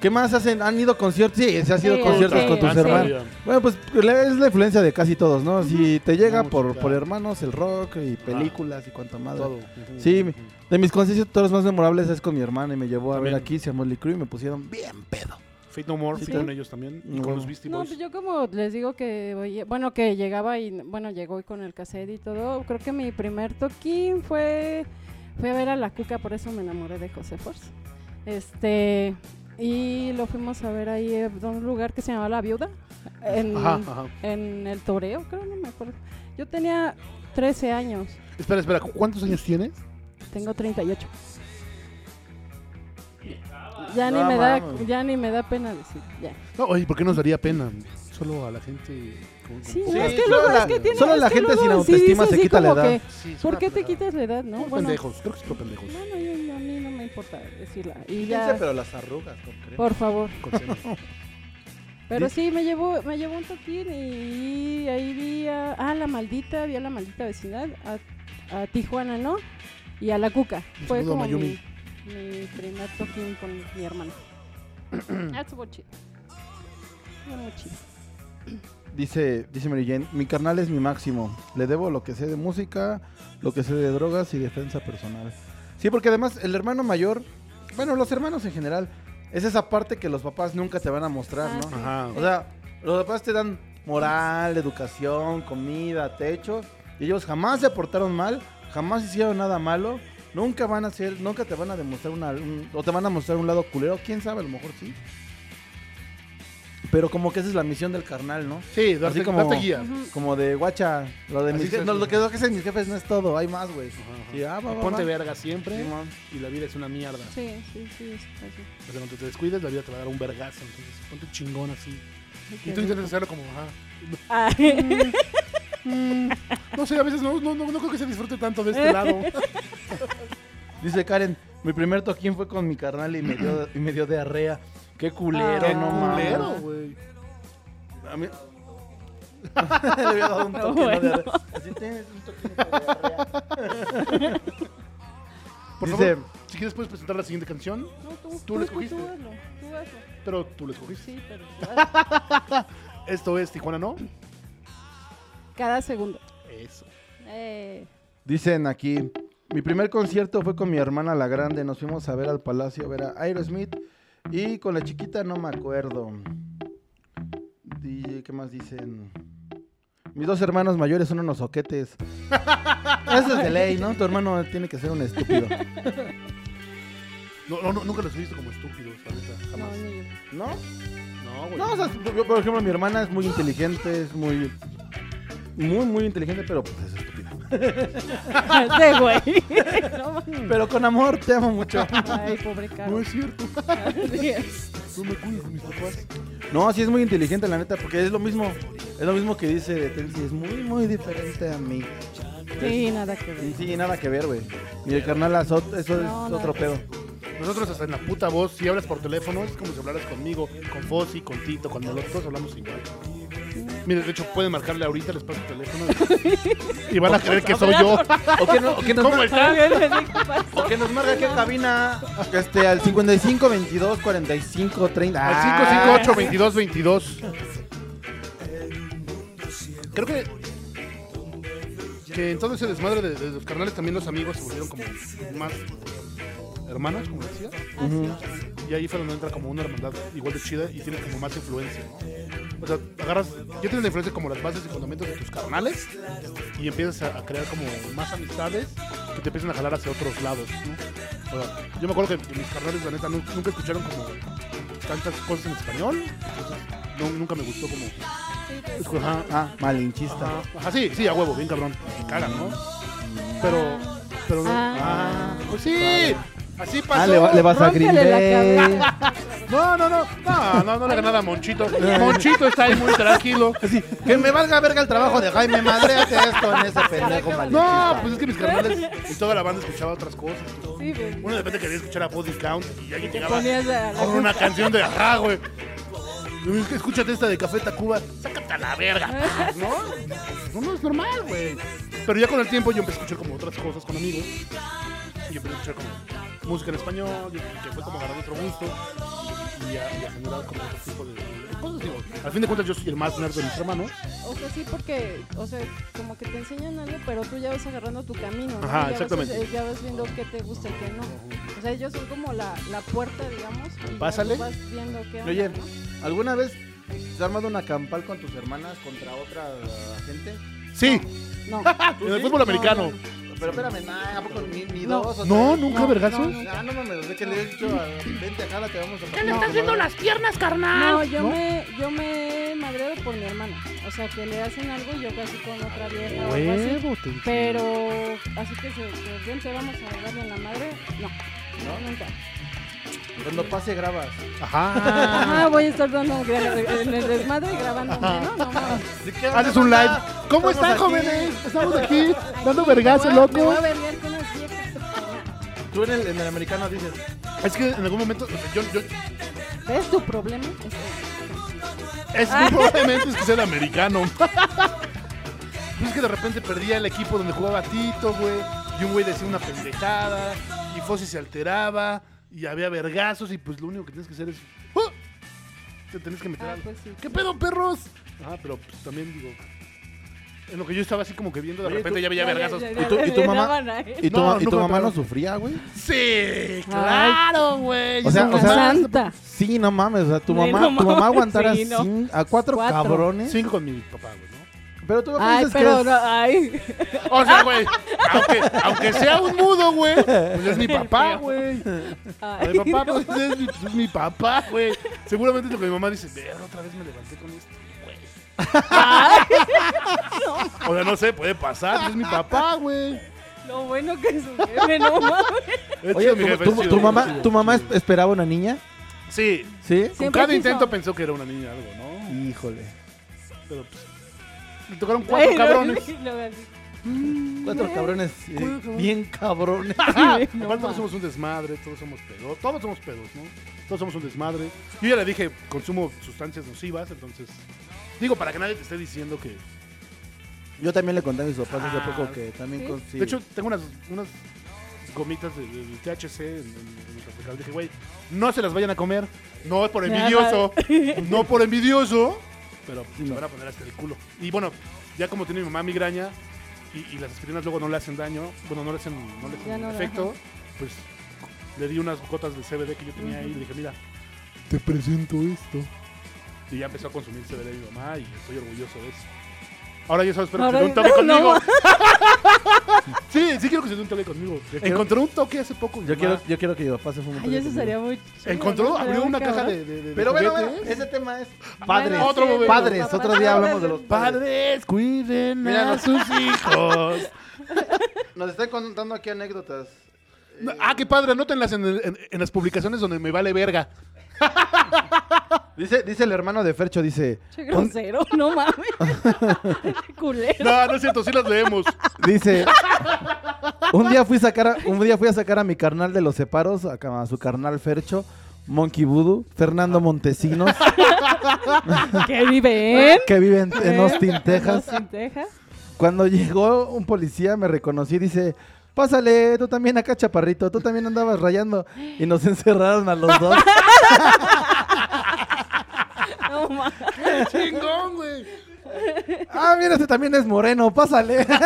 Speaker 5: ¿Qué más hacen? ¿Han ido a conciertos? Sí, se han ido a
Speaker 4: Sí,
Speaker 5: conciertos
Speaker 4: sí,
Speaker 5: con tus
Speaker 4: sí.
Speaker 5: hermanos. Bueno, pues la- es la influencia de casi todos, ¿no? Si te llega por,
Speaker 1: Música.
Speaker 5: por hermanos, el rock y películas y cuanta madre.
Speaker 1: Ah. Todo.
Speaker 5: Sí, mi- de mis conciertos más memorables es con mi hermana y me llevó a ver
Speaker 1: También.
Speaker 5: aquí, se llamó Lee Crew y me pusieron bien pedo.
Speaker 1: Fate No More,
Speaker 5: Sí,
Speaker 1: fui
Speaker 5: ¿sí?
Speaker 1: con ellos también. Y
Speaker 5: No.
Speaker 1: con los Beastie
Speaker 4: No,
Speaker 1: Boys.
Speaker 4: pues yo como les digo que, voy- bueno, que llegaba y, bueno, llegó y con el cassette y todo, creo que mi primer toquín fue, fue a ver a la cuca, por eso me enamoré de José Force. Este, y lo fuimos a ver ahí en un lugar que se llamaba La Viuda, en,
Speaker 1: Ajá, ajá.
Speaker 4: en el Toreo, creo, no me acuerdo. Yo tenía 13 años,
Speaker 1: Espera, espera, ¿cuántos años tienes?
Speaker 4: tengo 38. Ya ni,
Speaker 5: No
Speaker 4: me da,
Speaker 5: mames.
Speaker 4: ya ni me da pena decir, ya.
Speaker 1: No, oye, ¿por qué nos daría pena? Solo a la gente. con-
Speaker 4: Sí,
Speaker 1: con-
Speaker 4: no, es que
Speaker 5: solo
Speaker 4: luego,
Speaker 5: la-
Speaker 4: es que tiene-
Speaker 5: solo
Speaker 4: es
Speaker 5: la
Speaker 4: que
Speaker 5: gente
Speaker 4: luego
Speaker 5: sin
Speaker 4: sí
Speaker 5: autoestima
Speaker 4: dice
Speaker 5: se
Speaker 4: así
Speaker 5: quita la
Speaker 4: como
Speaker 5: edad.
Speaker 4: que,
Speaker 1: Sí, es
Speaker 4: ¿Por
Speaker 1: una
Speaker 4: qué te
Speaker 1: pendejada.
Speaker 4: quitas la edad, no?
Speaker 1: Son
Speaker 4: Bueno,
Speaker 1: pendejos, creo que son pendejos.
Speaker 4: bueno, yo- a mí no me importa decirla. Y ya,
Speaker 5: pero las arrugas, con crema.
Speaker 4: por favor.
Speaker 1: Consejos.
Speaker 4: Pero sí, me llevó, me llevó un toquín y ahí vi a, ah, la maldita, vi a la maldita vecindad, a, a Tijuana, ¿no? Y a la Cuca.
Speaker 1: Un
Speaker 4: Fue
Speaker 1: saludo a
Speaker 4: como mi,
Speaker 1: Mayumi.
Speaker 4: mi primer toquín con mi hermano. Ah, estuvo chido. Estuvo muy chido.
Speaker 5: Dice, dice Mary Jane, mi carnal es mi máximo. Le debo lo que sé de música, lo que sé de drogas y defensa personal. Sí, porque además el hermano mayor, bueno, los hermanos en general, es esa parte que los papás nunca te van a mostrar,
Speaker 4: Ah,
Speaker 5: ¿no?
Speaker 4: sí.
Speaker 1: Ajá.
Speaker 5: O sea, los papás te dan moral, educación, comida, techo, y ellos jamás se portaron mal, jamás hicieron nada malo, Nunca van a ser, nunca te van a demostrar una, un- o te van a mostrar un lado culero. Quién sabe, a lo mejor sí. Pero como que esa es la misión del carnal, ¿no?
Speaker 1: Sí, darte,
Speaker 5: Así como-
Speaker 1: darte guía.
Speaker 5: Como de guacha, lo de
Speaker 1: Así
Speaker 5: mis
Speaker 1: se
Speaker 5: je- no,
Speaker 1: hace.
Speaker 5: lo que lo que hacen mis jefes no es todo, hay más, güey. Sí, ah, va,
Speaker 1: Y
Speaker 5: va,
Speaker 1: ponte
Speaker 5: va.
Speaker 1: verga siempre
Speaker 5: Simón.
Speaker 1: y la vida es una mierda.
Speaker 4: Sí, sí, sí, es así.
Speaker 1: Pero cuando te descuides, la vida te va a dar un vergazo. Entonces, ponte chingón así. Y tú
Speaker 4: Ok.
Speaker 1: intentas hacerlo como, ajá.
Speaker 4: Ah,
Speaker 1: No sé, a veces no, no, no, no creo que se disfrute tanto de este lado.
Speaker 5: Dice Karen, mi primer toquín fue con mi carnal y me dio, y me dio diarrea. Qué culero,
Speaker 4: Ah.
Speaker 5: no mames.
Speaker 1: Culero, güey.
Speaker 5: A mí... Le había dado un toque, ¿no?
Speaker 4: bueno.
Speaker 5: Diarrea. Así tienes un toquín de diarrea.
Speaker 1: Por
Speaker 5: Dice-
Speaker 1: favor, si quieres puedes presentar la siguiente canción,
Speaker 4: no, tú,
Speaker 1: Tú lo escogiste.
Speaker 4: Tú hazlo, tú hazlo.
Speaker 1: pero tú la escogiste.
Speaker 4: Sí, pero tú hazlo.
Speaker 1: Esto es Tijuana No.
Speaker 4: Cada segundo.
Speaker 1: Eso.
Speaker 4: Eh,
Speaker 5: Dicen aquí, mi primer concierto fue con mi hermana la grande, nos fuimos a ver al Palacio, a ver a Aerosmith y con la chiquita no me acuerdo. Di- ¿Qué más dicen? Mis dos hermanos mayores son unos soquetes. Eso es de ley, ¿no? Tu hermano tiene que ser un estúpido.
Speaker 1: No, no, no, nunca los he visto como estúpidos, la neta,
Speaker 4: no,
Speaker 1: jamás.
Speaker 4: ni yo.
Speaker 5: ¿No?
Speaker 1: No, güey.
Speaker 5: No, o sea, yo, por ejemplo, mi hermana es muy inteligente, es muy... Muy, muy inteligente, pero pues es estúpida.
Speaker 4: De Este güey. No, mames.
Speaker 5: Pero con amor, te amo mucho.
Speaker 4: Ay, pobre
Speaker 1: No
Speaker 4: Caro.
Speaker 1: es cierto.
Speaker 4: Sí.
Speaker 1: No me cuido con mis papás.
Speaker 5: No, sí es muy inteligente, la neta, porque es lo mismo. Es lo mismo que dice de Tensi, es muy, muy diferente a mí.
Speaker 4: Sí, nada que
Speaker 5: Sí,
Speaker 4: ver.
Speaker 5: sí, nada que ver, güey. Y el carnal, azot- eso
Speaker 4: No,
Speaker 5: es
Speaker 4: nada
Speaker 5: otro
Speaker 4: que
Speaker 5: pedo.
Speaker 4: ver.
Speaker 1: Nosotros hasta en la puta voz, si hablas por teléfono, es como si hablaras conmigo, con Fossi, con Tito, con Moloto, todos hablamos igual. Miren, de hecho, pueden marcarle ahorita, les paso el teléfono. y van a creer que soy yo.
Speaker 5: ¿O que, no, o que nos,
Speaker 1: ¿Cómo
Speaker 5: mar-
Speaker 1: estás?
Speaker 5: o que nos marca aquí en cabina este, al 55 22 45 30.
Speaker 1: Al 558-2222. Creo que. Que en todo ese desmadre de, de los carnales también los amigos se volvieron como más hermanos, como decía. Y ahí fue donde entra como una hermandad igual de chida y tienes como más influencia. ¿no? O sea, agarras. Ya tienes la influencia como las bases y fundamentos de tus carnales y empiezas a, a crear como más amistades que te empiezan a jalar hacia otros lados. ¿no? O sea, yo me acuerdo que mis carnales, la neta, nu- nunca escucharon como tantas cosas en español. Entonces, no- nunca me gustó como. pues, Ajá,
Speaker 5: Ah, malinchista.
Speaker 1: ajá, ajá, sí, sí, a huevo, bien cabrón. Me cagan, ¿no? Pero. Pero no.
Speaker 4: Ah.
Speaker 1: Ah, pues sí. Así pasó.
Speaker 5: Ah, le, va- le vas a Green
Speaker 4: Rómpele la
Speaker 5: Bay.
Speaker 1: No, no, no. No, no, no le ganaba a Monchito. Monchito está ahí muy tranquilo.
Speaker 5: Que me valga verga el trabajo de Jaime, madreate esto en ese pendejo malinchista.
Speaker 1: No, pues es que mis carnales y toda la banda escuchaba otras cosas.
Speaker 4: Sí, güey.
Speaker 1: Uno de repente quería escuchar a Body Count y alguien llegaba
Speaker 4: Ponías a la-
Speaker 1: con una canción de ajá, güey. Es que Escúchate esta de Café Tacuba, sácate a la verga. No, no, no es normal, güey. Pero ya con el tiempo yo empecé a escuchar como otras cosas con amigos. Y yo empecé a escuchar como música en español, y que fue como agarrar otro gusto. Y a, y a generar como otro tipo de, de cosas. Digo, al fin de cuentas yo soy el más nerd de mis hermanos.
Speaker 4: O sea, sí, porque, o sea, como que te enseñan algo, pero tú ya vas agarrando tu camino. ¿no?
Speaker 1: Ajá,
Speaker 4: Ya vas-
Speaker 1: exactamente.
Speaker 4: eh, ya vas viendo qué te gusta y qué no. O sea, ellos son como la, la puerta, digamos. y ya
Speaker 1: Pásale.
Speaker 4: tú vas viendo qué onda,
Speaker 5: Oye,
Speaker 4: ¿no?
Speaker 5: ¿alguna vez te has armado una campal con tus hermanas contra otra gente?
Speaker 1: Sí,
Speaker 4: Ah, No,
Speaker 1: en el fútbol americano.
Speaker 5: Pero espérame, nada, ¿a poco ni, ni
Speaker 4: No.
Speaker 5: dos? o
Speaker 1: No,
Speaker 5: tres?
Speaker 1: nunca,
Speaker 4: ¿eh? No,
Speaker 1: vergazos.
Speaker 4: no,
Speaker 5: Ah, no mames, de que le he dicho a vente acá, la te vamos a
Speaker 4: le estás
Speaker 5: haciendo las
Speaker 4: No, yo me, yo me he madreado por mi hermana. O sea, que le hacen algo y yo casi con otra vieja o algo así.
Speaker 1: te-
Speaker 4: Pero así que se, que bien te vamos a darle en la madre, no. No, nunca.
Speaker 5: Cuando pase grabas.
Speaker 1: Ajá.
Speaker 4: Ajá, voy a estar dando gra- en el desmadre y grabándome, ¿no? No mames.
Speaker 1: Haces un live. ¿Cómo están, jóvenes? Estamos aquí dando vergazo,
Speaker 4: Me voy a- Me
Speaker 1: loco.
Speaker 4: voy a verguear con las viejas.
Speaker 5: Tú en el, en el americano dices,
Speaker 1: Es que en algún momento, o sea, yo, yo,
Speaker 4: ¿Ves tu problema? Este,
Speaker 1: es
Speaker 4: Ah.
Speaker 1: muy probablemente es que sea el americano. Pues es que de repente perdía el equipo donde jugaba Tito, güey. Y un güey decía una pendejada. Y Fossi se alteraba. Y había vergazos. Y pues lo único que tienes que hacer es. ¡Ah! Te tenés que meter
Speaker 4: Ah,
Speaker 1: al-
Speaker 4: pues sí.
Speaker 1: ¿Qué pedo, perros? Ah, pero pues también digo. En lo que yo estaba así como que viendo, de repente ya veía vergazos.
Speaker 4: Ya, ya, ya,
Speaker 5: ¿Y tú-
Speaker 4: ya
Speaker 5: y tu
Speaker 4: le
Speaker 5: mamá?
Speaker 4: daban a él.
Speaker 5: ¿y tu,
Speaker 1: No,
Speaker 5: ma- y tu
Speaker 1: nunca
Speaker 5: mamá
Speaker 1: te-
Speaker 5: no sufría, güey?
Speaker 1: ¡Sí!
Speaker 4: Ay,
Speaker 1: ¡Claro, güey!
Speaker 5: O sea,
Speaker 4: una
Speaker 5: o sea-
Speaker 4: santa.
Speaker 5: Sí, no mames, o sea, tu
Speaker 4: Sí,
Speaker 5: mamá,
Speaker 4: no
Speaker 5: tu mamá
Speaker 4: mames,
Speaker 5: aguantara
Speaker 4: sí, no.
Speaker 5: cin- a cuatro,
Speaker 4: Cuatro.
Speaker 5: cabrones.
Speaker 1: Cinco con mi papá, güey, ¿no?
Speaker 5: Pero tú no
Speaker 4: Ay,
Speaker 5: dices que
Speaker 4: pero
Speaker 5: es-
Speaker 4: no, ah. ay.
Speaker 1: O sea, güey, aunque, aunque sea un mudo, güey, pues es mi papá, güey.
Speaker 4: ay,
Speaker 1: Mi papá,
Speaker 4: no.
Speaker 1: pues es mi, es mi papá, güey. Seguramente es lo que mi mamá dice, "Verga, otra vez me levanté con esto, güey. O sea, no sé, puede pasar, pues es mi papá, güey.
Speaker 4: Lo bueno que es un jefe, no mames.
Speaker 1: Es
Speaker 5: Oye,
Speaker 1: chido, mi
Speaker 5: ¿tu-
Speaker 1: jefe,
Speaker 5: tu,
Speaker 1: es chido,
Speaker 5: tu
Speaker 1: es
Speaker 5: mamá,
Speaker 1: chido.
Speaker 5: ¿tu mamá es- esperaba una niña?
Speaker 1: Sí,
Speaker 5: ¿Sí?
Speaker 1: con
Speaker 4: Siempre
Speaker 1: cada
Speaker 4: quiso.
Speaker 1: intento pensó que era una niña algo, ¿no?
Speaker 5: Híjole.
Speaker 1: Pero pues, le tocaron cuatro
Speaker 4: Ay,
Speaker 1: cabrones.
Speaker 4: lo- lo- así.
Speaker 5: Cuatro cabrones. eh, bien cabrones.
Speaker 1: Ajá,
Speaker 4: no
Speaker 1: aparte todos
Speaker 4: mames.
Speaker 1: somos un desmadre, todos somos pedos, todos somos pedos, ¿no? Todos somos un desmadre. Yo ya le dije, consumo sustancias nocivas, entonces digo para que nadie te esté diciendo que
Speaker 5: Yo también le conté a mis papás
Speaker 1: hace poco
Speaker 5: que también
Speaker 4: ¿Sí?
Speaker 1: De hecho, tengo unas, unas gomitas de, de- de THC en, en- en mi refrigerador. Dije, güey, no se las vayan a comer. No es por envidioso. no por envidioso. Pero pues, se van a poner hasta el culo. Y bueno, ya como tiene mi mamá migraña y, y las aspirinas luego no le hacen daño, bueno, no le hacen, no le hacen
Speaker 4: Ya no,
Speaker 1: efecto, pues le di unas gotas de CBD que yo tenía ahí y le dije, mira, te presento esto. Y ya empezó a consumir CBD mi mamá y estoy orgulloso de eso. Ahora ya sabes, espero que
Speaker 4: Ahora
Speaker 1: se dé un
Speaker 4: ya-
Speaker 1: toque
Speaker 4: no,
Speaker 1: conmigo. Sí, sí quiero que se dé un toque conmigo. Encontró un toque hace poco. mi
Speaker 5: Yo
Speaker 1: mamá.
Speaker 5: quiero, yo quiero que mi papá se fume un
Speaker 4: Ay, eso
Speaker 5: toque
Speaker 4: sería muy chido, ¿no?
Speaker 1: Encontró,
Speaker 4: Estaría
Speaker 1: abrió
Speaker 4: muy
Speaker 1: una caja
Speaker 4: cabrón.
Speaker 1: de, de, de
Speaker 5: Pero bueno,
Speaker 1: juguetes.
Speaker 5: bueno, ese tema es
Speaker 4: Bueno,
Speaker 5: padres.
Speaker 4: sí,
Speaker 1: Otro momento.
Speaker 5: Padres,
Speaker 4: papás.
Speaker 5: otro día hablamos de los
Speaker 1: Padres, cuiden a sus hijos.
Speaker 5: Nos están contando aquí anécdotas.
Speaker 1: No, ah, qué padre, anótenlas en, el- en- en las publicaciones donde me vale verga.
Speaker 5: Dice, dice el hermano de Fercho, dice,
Speaker 4: Che grosero, no mames. Culero.
Speaker 1: No, no es cierto, sí las leemos.
Speaker 5: dice, un día fui a sacar, a- un día fui a sacar a mi carnal de los separos, a, ca- a su carnal Fercho, Monkey Voodoo, Fernando Montesinos,
Speaker 4: ¿Qué viven?
Speaker 5: que vive en, en Austin, Texas.
Speaker 4: ¿Eh? Austin, Texas.
Speaker 5: Cuando llegó un policía me reconocí y dice, pásale, tú también acá chaparrito, tú también andabas rayando y nos encerraron a los dos.
Speaker 4: No mames.
Speaker 1: Chingón, güey.
Speaker 5: Ah, mira, este también es moreno, pásale.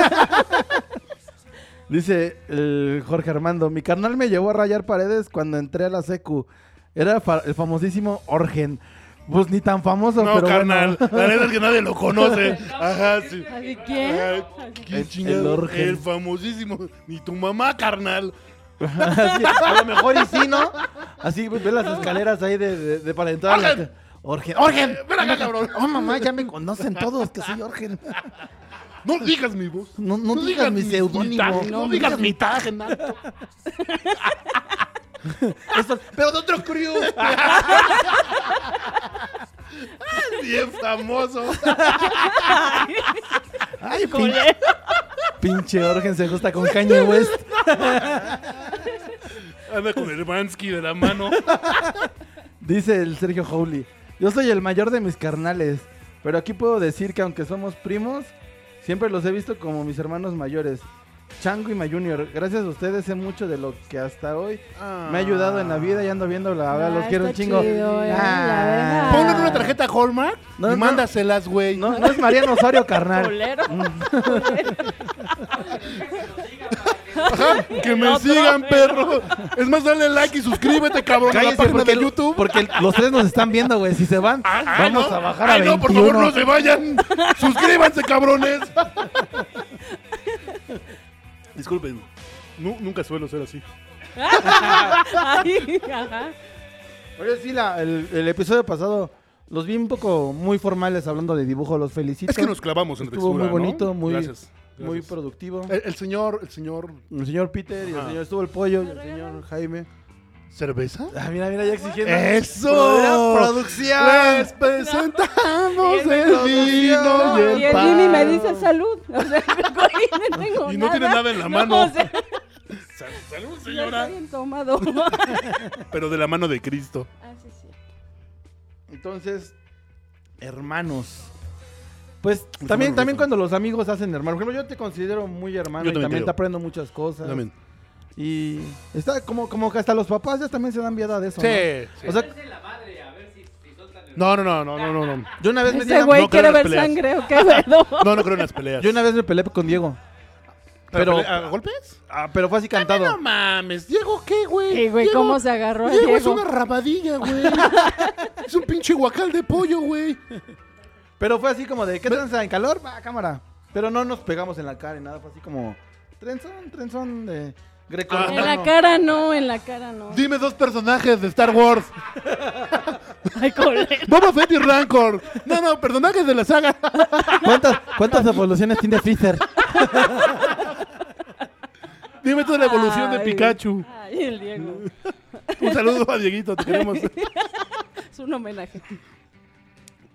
Speaker 5: Dice el Jorge Armando, mi carnal me llevó a rayar paredes cuando entré a la secu. Era fa- el famosísimo Orgen. Pues ni tan famoso,
Speaker 1: No,
Speaker 5: pero
Speaker 1: carnal.
Speaker 5: bueno.
Speaker 1: La verdad es que nadie lo conoce. Ajá, sí.
Speaker 4: ¿Así quién?
Speaker 1: Ajá, ¿quién
Speaker 5: El-
Speaker 1: chingado?
Speaker 5: el Orgen.
Speaker 1: El famosísimo. Ni tu mamá, carnal.
Speaker 5: Así, a lo mejor y sí, ¿no? Así pues, ve las escaleras ahí de, de- de para entrar. a la
Speaker 1: Orgen.
Speaker 5: ca- Orgen. Orgen.
Speaker 1: Eh, ven acá, cabrón.
Speaker 5: Oh, mamá, ya me conocen todos que soy Orgen.
Speaker 1: No digas mi voz.
Speaker 5: No, no digas mi seudónimo.
Speaker 1: tag, No, digas mi tag, en alto.
Speaker 5: Pero de otro crew.
Speaker 1: Bien famoso.
Speaker 5: Ay, pin- pinche Orgen se gusta con Kanye West.
Speaker 1: Anda con el Bansky de la mano.
Speaker 5: Dice el Sergio Howley. Yo soy el mayor de mis carnales, pero aquí puedo decir que aunque somos primos, siempre los he visto como mis hermanos mayores. Chango y Ma Junior, gracias a ustedes sé mucho de lo que hasta hoy me ha ayudado en la vida y ando viendo la verdad,
Speaker 4: Ah,
Speaker 5: los quiero un
Speaker 4: está
Speaker 5: chingo.
Speaker 4: chido, eh,
Speaker 5: Ah.
Speaker 4: la
Speaker 1: Ponle una tarjeta Hallmark
Speaker 5: No,
Speaker 1: y
Speaker 5: no.
Speaker 1: mándaselas, güey.
Speaker 5: No, no es Mariano Osorio, carnal.
Speaker 4: Culero.
Speaker 1: Ajá, que me
Speaker 4: Otro,
Speaker 1: sigan,
Speaker 4: eh.
Speaker 1: perro. Es más, dale like y suscríbete, cabrón, a la
Speaker 5: Cállese
Speaker 1: página
Speaker 5: porque,
Speaker 1: de YouTube.
Speaker 5: porque los tres nos están viendo, güey. Si se van,
Speaker 1: Ah, ah,
Speaker 5: vamos
Speaker 1: no.
Speaker 5: a bajar a
Speaker 1: Ay, no, por favor,
Speaker 5: 21.
Speaker 1: no se vayan. Suscríbanse, cabrones. Disculpen. nu- nunca suelo ser así.
Speaker 4: Ay, ajá.
Speaker 5: Oye, sí, la- el, el episodio pasado los vi un poco muy formales hablando de dibujo, los felicito.
Speaker 1: Es que nos clavamos en
Speaker 5: Estuvo
Speaker 1: textura,
Speaker 5: muy bonito,
Speaker 1: ¿no?
Speaker 5: muy-
Speaker 1: Gracias,
Speaker 5: Muy
Speaker 1: gracias.
Speaker 5: productivo.
Speaker 1: el, el señor, el señor...
Speaker 5: El señor Peter y el
Speaker 1: Ajá.
Speaker 5: señor estuvo el pollo y el señor Jaime.
Speaker 1: ¿Cerveza?
Speaker 5: Ah, mira, mira, ya exigiendo.
Speaker 1: ¡Eso! Pues,
Speaker 5: ¡Producción!
Speaker 1: Les presentamos el
Speaker 5: vino
Speaker 1: vino
Speaker 4: No,
Speaker 1: eh, y
Speaker 4: y el
Speaker 1: el pan.
Speaker 4: Jimmy me dice salud. O sea, no tengo
Speaker 1: Y no tiene nada en la mano.
Speaker 4: o sea,
Speaker 1: Salud,
Speaker 4: ya está
Speaker 1: señora.
Speaker 4: bien tomado.
Speaker 1: Pero de la mano de Cristo.
Speaker 4: Ah, sí, sí.
Speaker 5: Entonces, hermanos. Pues también, también
Speaker 1: rico.
Speaker 5: cuando los amigos hacen hermanos. Por ejemplo, yo te considero muy hermano
Speaker 1: Yo
Speaker 5: y
Speaker 1: también
Speaker 5: también
Speaker 1: te
Speaker 5: te
Speaker 1: digo.
Speaker 5: aprendo muchas cosas.
Speaker 1: Amén.
Speaker 5: Y está como, como que hasta los papás ya también se dan viada de eso.
Speaker 1: Sí.
Speaker 5: ¿no? O sea,
Speaker 1: No, no, no, no, no, no, no.
Speaker 5: yo una vez me
Speaker 4: Ese
Speaker 5: tiré-
Speaker 4: güey
Speaker 1: no creo
Speaker 4: quiere
Speaker 1: en las
Speaker 4: ver
Speaker 1: peleas.
Speaker 4: sangre o qué pedo.
Speaker 1: No, no creo en las peleas.
Speaker 5: yo una vez me peleé con Diego.
Speaker 1: ¿Pero
Speaker 5: Pero,
Speaker 1: pelea- a golpes?
Speaker 5: ah, pero fue así
Speaker 1: No
Speaker 5: cantado.
Speaker 1: mames, Diego, ¿qué, güey?
Speaker 4: Sí, güey,
Speaker 1: Diego-
Speaker 4: ¿cómo se agarró a
Speaker 1: Diego es
Speaker 4: Diego?
Speaker 1: una rabadilla, güey. es un pinche guacal de pollo, güey.
Speaker 5: Pero fue así como de, ¿qué trenza? ¿En calor? Va, cámara. Pero no nos pegamos en la cara y nada, fue así como, trenzón, trenzón de
Speaker 1: Ah.
Speaker 5: greco.
Speaker 4: En la cara no, en la cara no.
Speaker 1: Dime dos personajes de Star Wars.
Speaker 8: Ay, cole.
Speaker 1: Boba Fett y Rancor. No, no, personajes de la saga.
Speaker 6: ¿Cuántas, cuántas evoluciones tiene Freezer?
Speaker 1: Dime toda la evolución de
Speaker 4: Ay.
Speaker 1: Pikachu.
Speaker 4: Ay, el Diego.
Speaker 1: Un saludo a Dieguito, te queremos.
Speaker 4: Es un homenaje.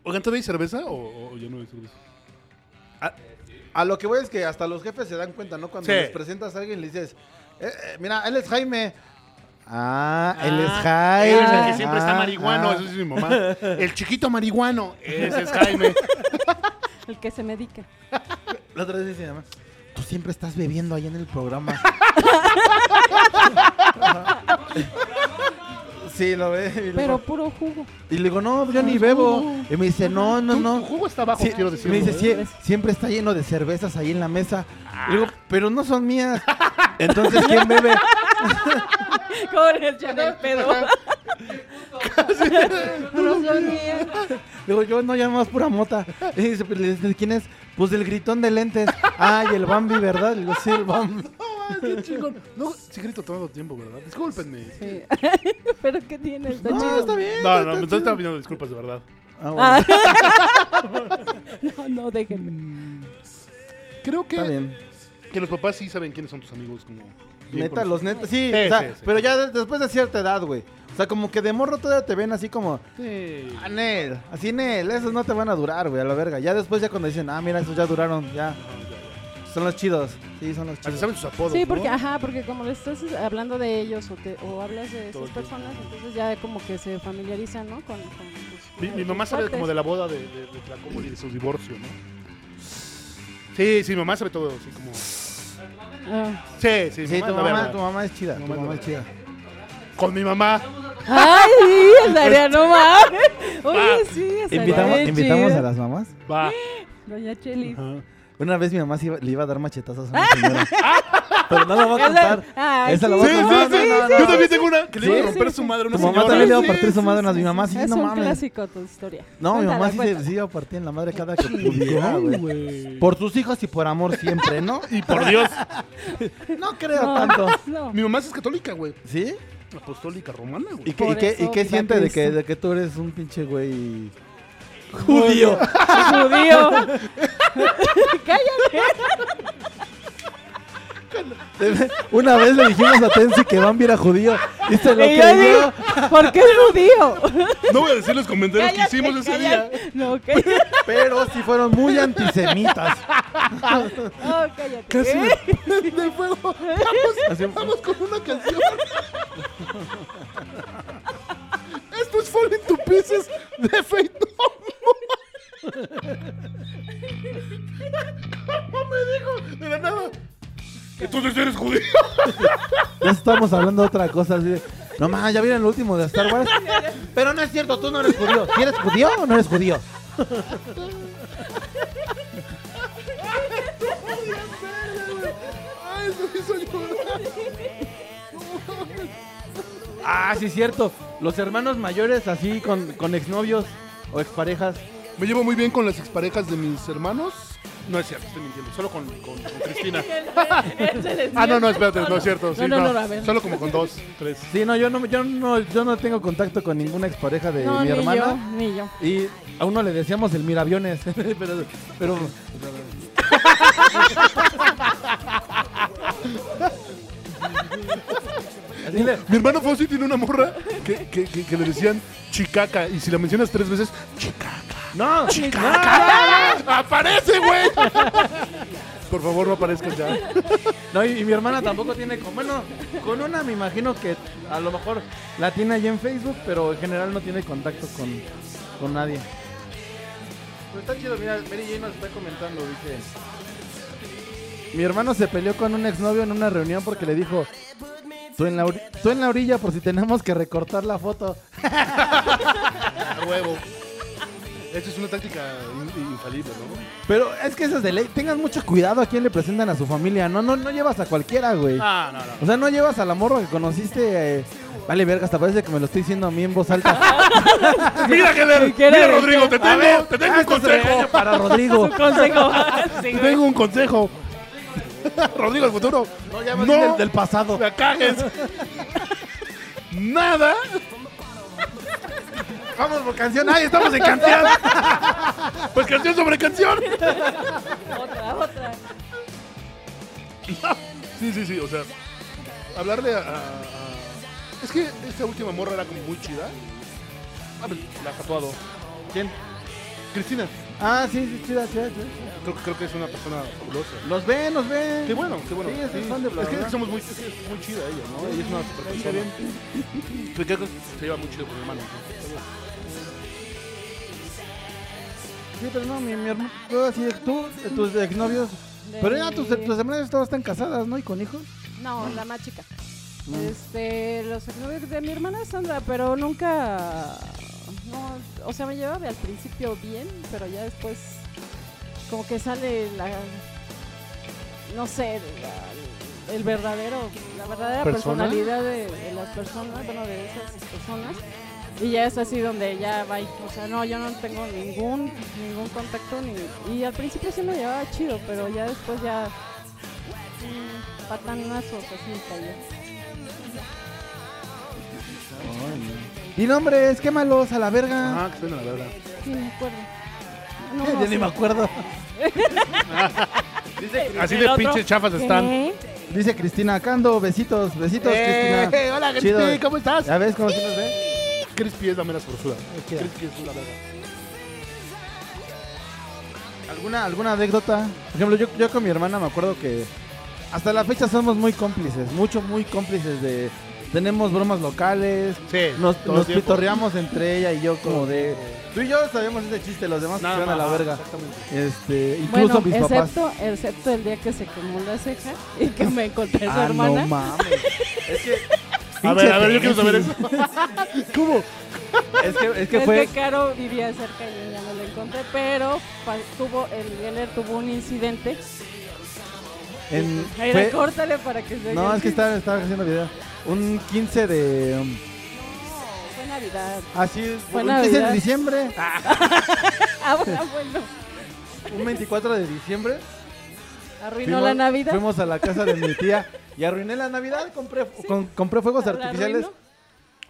Speaker 1: Oigan, ¿todavía hay cerveza o, o ya no hay cerveza?
Speaker 5: A lo que voy es que hasta los jefes se dan cuenta, ¿no? Cuando
Speaker 1: Sí.
Speaker 5: les presentas a alguien le dices, eh, eh, mira, él es Jaime. Ah, él es
Speaker 1: Ah,
Speaker 5: Jaime.
Speaker 1: él es el que siempre está
Speaker 5: Ah,
Speaker 1: marihuano,
Speaker 5: ah.
Speaker 1: eso es mi mamá. El chiquito marihuano, ese es Jaime.
Speaker 4: El que se medica.
Speaker 5: La otra vez dice mi mamá, tú siempre estás bebiendo ahí en el programa. sí, lo ve. y le
Speaker 4: Pero
Speaker 5: digo-
Speaker 4: puro jugo.
Speaker 5: Y le digo, no, yo ni bebo. Y me dice, no, no,
Speaker 1: Tu-
Speaker 5: no.
Speaker 1: Tu jugo está abajo,
Speaker 5: Sí,
Speaker 1: quiero ¿eh? decir.
Speaker 5: me dice,
Speaker 4: ¿eh?
Speaker 5: "Sie- siempre está lleno de cervezas ahí en la mesa.
Speaker 4: Ah.
Speaker 5: Y digo, pero no son mías. Entonces, ¿quién bebe?
Speaker 4: ¿Cómo le echan el pedo? No son mías.
Speaker 5: Digo, yo no llamo más pura mota. Y dice, "Pero, este, ¿quién es? Pues el gritón de lentes. Ay, el Bambi, ¿verdad? Le digo, sí, el Bambi.
Speaker 1: qué chingón. No, sí grito todo el tiempo, ¿verdad? Discúlpenme.
Speaker 4: Sí. ¿Pero qué tiene? Está
Speaker 5: No,
Speaker 4: chido.
Speaker 5: está bien.
Speaker 1: Pues No,
Speaker 5: está-
Speaker 1: no,
Speaker 5: está
Speaker 1: me
Speaker 5: chido".
Speaker 1: estoy pidiendo disculpas, de verdad.
Speaker 5: Ah, bueno,
Speaker 4: Ah. No, no, déjenme.
Speaker 1: Creo que,
Speaker 5: Está bien.
Speaker 1: que los papás sí saben quiénes son tus amigos. Como bien
Speaker 5: Neta,
Speaker 1: conocidos.
Speaker 5: los netas. Sí,
Speaker 1: Sí,
Speaker 5: o sea,
Speaker 1: sí, sí.
Speaker 5: pero ya de- después de cierta edad, güey. O sea, como que de morro todavía te ven así como,
Speaker 1: Sí.
Speaker 5: "Ah, Nel, así Nel, esos no te van a durar, güey, a la verga. Ya después, ya cuando dicen, ah, mira, esos ya duraron, ya. Son los chidos. Sí, son los
Speaker 1: Hasta
Speaker 5: chidos.
Speaker 1: Ah, saben sus apodos,
Speaker 4: Sí,
Speaker 1: ¿no?
Speaker 4: porque, ajá, porque como le estás hablando de ellos o, te- o hablas de
Speaker 1: Todo
Speaker 4: esas
Speaker 1: el
Speaker 4: personas, entonces ya como que se familiarizan, ¿no? Con, con tus-
Speaker 1: Mi, mi
Speaker 4: tus
Speaker 1: mamá sabe
Speaker 4: partes.
Speaker 1: como de la boda de, de, de Tlacomo y de su divorcio, ¿no? Sí, sí, mi mamá sabe todo, así como... Sí,
Speaker 4: Ah.
Speaker 1: sí, mi
Speaker 5: Sí, tu
Speaker 1: es la
Speaker 5: mamá,
Speaker 1: verga.
Speaker 5: tu mamá es chida. Tu
Speaker 1: mamá es
Speaker 5: mamá
Speaker 1: la
Speaker 5: es chida.
Speaker 1: Con mi mamá.
Speaker 4: Ay, sí, estaría no mames. Oye, sí, estaría
Speaker 5: ¿Invitamos,
Speaker 4: bien
Speaker 5: invitamos
Speaker 4: chido.
Speaker 5: a las mamás?
Speaker 1: Va.
Speaker 4: Doña Chelis.
Speaker 5: Una vez mi mamá se iba- le iba a dar machetazos a una señora.
Speaker 6: Pero no lo voy a
Speaker 4: Esa-
Speaker 6: contar.
Speaker 4: ay,
Speaker 6: Esa la
Speaker 1: Sí,
Speaker 6: voy a
Speaker 1: sí,
Speaker 6: contar.
Speaker 1: sí.
Speaker 6: No, no,
Speaker 1: Yo
Speaker 6: no.
Speaker 1: también tengo una que le iba a
Speaker 4: Sí,
Speaker 1: romper
Speaker 4: sí,
Speaker 1: su
Speaker 4: sí.
Speaker 1: madre a una
Speaker 5: Tu mamá
Speaker 1: señora.
Speaker 5: también le iba a
Speaker 4: Sí,
Speaker 5: partir su
Speaker 4: sí,
Speaker 5: madre a
Speaker 4: sí,
Speaker 5: una-
Speaker 4: sí,
Speaker 5: mi mamá.
Speaker 4: sí.
Speaker 5: Sí,
Speaker 4: Es
Speaker 5: no
Speaker 4: un
Speaker 5: mames.
Speaker 4: clásico tu historia.
Speaker 5: No, mi
Speaker 4: Cuéntala,
Speaker 5: mamá sí se,
Speaker 4: cuéntala.
Speaker 5: sí iba a partir en la madre cada que pudiera, güey. Por sus hijos y por amor siempre, ¿no?
Speaker 1: Y por Dios.
Speaker 5: No creo
Speaker 4: No.
Speaker 5: tanto.
Speaker 4: No.
Speaker 1: Mi mamá sí es católica, güey.
Speaker 5: ¿Sí?
Speaker 1: Apostólica romana,
Speaker 5: ¿Y
Speaker 1: güey.
Speaker 5: qué, y
Speaker 4: Por
Speaker 5: qué-
Speaker 4: eso
Speaker 5: y qué
Speaker 4: viva
Speaker 5: siente de
Speaker 4: Cristo.
Speaker 5: que, de que tú eres un pinche güey judío?
Speaker 4: judío. Cállate.
Speaker 6: Una vez le dijimos a Tensi que Bambi era judío y se lo
Speaker 4: Y yo
Speaker 6: creyó.
Speaker 4: digo, ¿por qué es judío?
Speaker 1: No voy a decir los comentarios que
Speaker 4: Cállate,
Speaker 1: hicimos ese día.
Speaker 4: cállate. No, cállate.
Speaker 5: Pero sí fueron muy antisemitas.
Speaker 4: No, cállate.
Speaker 6: Casi me-
Speaker 1: De fuego. Vamos, vamos con una canción. Esto es Falling to Pieces de Faith No More. ¿Cómo me dijo? De la nada. Entonces eres judío.
Speaker 6: Ya estamos hablando de otra cosa. así de,
Speaker 5: No más, ya vieron el último de Star Wars. Pero no es cierto, tú no eres judío. ¿Sí eres judío o no eres judío?
Speaker 1: Ay, Ah, eso me hizo llorar.
Speaker 5: Ah, sí, cierto. Los hermanos mayores así con, con exnovios o exparejas.
Speaker 1: Me llevo muy bien con las exparejas de mis hermanos. No es cierto, estoy mintiendo. Solo con, con- con Cristina. ah, no, no, espérate, no, es cierto. sí,
Speaker 4: no,
Speaker 1: no.
Speaker 4: no, a ver.
Speaker 1: Solo como con dos, tres.
Speaker 5: Sí, no, yo no, yo no, yo no tengo contacto con ninguna expareja de
Speaker 4: No,
Speaker 5: mi
Speaker 4: ni yo,
Speaker 5: hermana.
Speaker 4: ni yo.
Speaker 5: Y a uno le decíamos el mirabiones, pero, pero así le-
Speaker 1: Mi hermano Fossi tiene una morra que, que- que- que le decían chicaca. Y si la mencionas tres veces, chicaca.
Speaker 5: no,
Speaker 1: ¡Aparece, güey! Por favor, no aparezcas ya.
Speaker 5: no, y, y mi hermana tampoco tiene con bueno, con una me imagino que a lo mejor la tiene allí en Facebook, pero en general no tiene contacto con, con nadie. Pero Pues está chido, mira, Mary Jane nos está comentando, dice. Mi hermano se peleó con un exnovio en una reunión porque le dijo, tú en la, ori- tú en la orilla por si tenemos que recortar la foto.
Speaker 1: A huevo. Esa es una táctica in- infalible, ¿no?
Speaker 5: Pero es que esas de ley. Tengan mucho cuidado a quién le presentan a su familia. No, no, no llevas a cualquiera, güey.
Speaker 1: Ah, no, no.
Speaker 5: O sea, no llevas a la morra que conociste. eh, Vale, verga, hasta parece que me lo estoy diciendo a mí en voz alta.
Speaker 1: Mira, Heller,
Speaker 9: quiere
Speaker 1: mira,
Speaker 9: decir-
Speaker 1: Rodrigo, te tengo, te tengo un consejo.
Speaker 5: Para Rodrigo.
Speaker 9: Su consejo. Sí,
Speaker 1: Te
Speaker 9: güey.
Speaker 1: tengo un consejo. Rodrigo, el futuro.
Speaker 5: No
Speaker 1: llamas
Speaker 5: llamas
Speaker 1: del-
Speaker 5: del,
Speaker 1: del
Speaker 5: pasado.
Speaker 1: La cagues. Nada.
Speaker 5: Vamos por canción.
Speaker 1: Ay, estamos en canción. Pues canción sobre canción.
Speaker 9: Otra, otra.
Speaker 1: Sí, sí, sí, o sea, hablarle a, a- a- Es que esta última morra era como muy chida. Ah, pues, la ha tatuado.
Speaker 5: ¿Quién?
Speaker 1: Cristina,
Speaker 5: Ah, sí, sí, chida, chida, chida.
Speaker 1: creo, creo que es una persona fabulosa.
Speaker 5: Los ven, los ven.
Speaker 1: Qué bueno, qué bueno.
Speaker 5: Sí, es fan de Bla
Speaker 1: es que
Speaker 5: Bla Bla.
Speaker 1: somos muy, es que es muy chida ella, ¿no? Ella es una super persona. Pero creo que se lleva muy chido con mi hermano. ¿no?
Speaker 5: Sí, pero no, mi, mi hermano. Yo así, tú, de tus exnovios.
Speaker 4: De
Speaker 5: Pero ya tus,
Speaker 4: mi-
Speaker 5: tus hermanas todas están casadas, ¿no? Y con hijos.
Speaker 4: No, la más chica. Este, los exnovios de mi hermana Sandra, pero nunca. No, o sea, me llevaba al principio bien, pero ya después. Como que sale la. No sé, la- el verdadero. La verdadera
Speaker 1: ¿Persona?
Speaker 4: personalidad de, de las personas, bueno, de esas personas. Y ya es así donde ya va. O sea, no, yo no tengo ningún ningún contacto. Ni, y al principio sí me llevaba chido, pero ya después ya. mm, Patanazos así cayó.
Speaker 5: Y no, hombre, es quémalos a la verga.
Speaker 1: Ah, que suena la verdad.
Speaker 4: Sí, me acuerdo. No,
Speaker 5: Yo
Speaker 4: no sé.
Speaker 5: ni me acuerdo.
Speaker 1: Así de pinches chafas están.
Speaker 4: ¿Qué?
Speaker 5: Dice Cristina, acá ando, besitos, besitos,
Speaker 1: Eh,
Speaker 5: Cristina.
Speaker 1: hola,
Speaker 5: Chido.
Speaker 1: Crispy, ¿cómo estás?
Speaker 5: ¿Ya ves cómo se nos ve?
Speaker 1: Crispy es la mera sabrosura.
Speaker 5: chida.
Speaker 1: Crispy es una verga.
Speaker 5: ¿Alguna, alguna anécdota? Por ejemplo, yo, yo con mi hermana me acuerdo que hasta la fecha somos muy cómplices, mucho, muy cómplices de... Tenemos bromas locales,
Speaker 1: Sí,
Speaker 5: nos,
Speaker 1: todo el
Speaker 5: nos
Speaker 1: tiempo.
Speaker 5: pitorreamos entre ella y yo como de... Tú y yo sabíamos ese chiste, los demás se
Speaker 1: Nada
Speaker 5: van a la
Speaker 1: más,
Speaker 5: verga.
Speaker 1: Exactamente.
Speaker 5: Este, incluso
Speaker 4: Bueno,
Speaker 5: mis papás.
Speaker 4: excepto, excepto el día que se quemó la ceja y que me encontré a su
Speaker 5: Ah,
Speaker 4: hermana.
Speaker 5: no mames. es que,
Speaker 1: A ver, a ver, yo quiero saber eso.
Speaker 5: ¿Cómo? Es que, es que
Speaker 4: es
Speaker 5: fue...
Speaker 4: que Caro vivía cerca y yo ya no la encontré, pero pa- tuvo, el Geller tuvo un incidente.
Speaker 5: en,
Speaker 4: Ahí
Speaker 5: fue-
Speaker 4: recórtale para que se
Speaker 5: No,
Speaker 4: oiga.
Speaker 5: es que estaba, estaba haciendo video. Un 15 de. um,
Speaker 4: No, fue Navidad.
Speaker 5: Así es.
Speaker 4: Fue
Speaker 5: un 15 de
Speaker 4: Navidad.
Speaker 5: diciembre.
Speaker 4: Ah, bueno, bueno.
Speaker 5: Un 24 de diciembre.
Speaker 4: Arruinó
Speaker 5: fuimos-
Speaker 4: la Navidad.
Speaker 5: Fuimos a la casa de mi tía y arruiné la Navidad. Compré, con- compré fuegos
Speaker 4: ¿La
Speaker 5: artificiales.
Speaker 4: arruinó?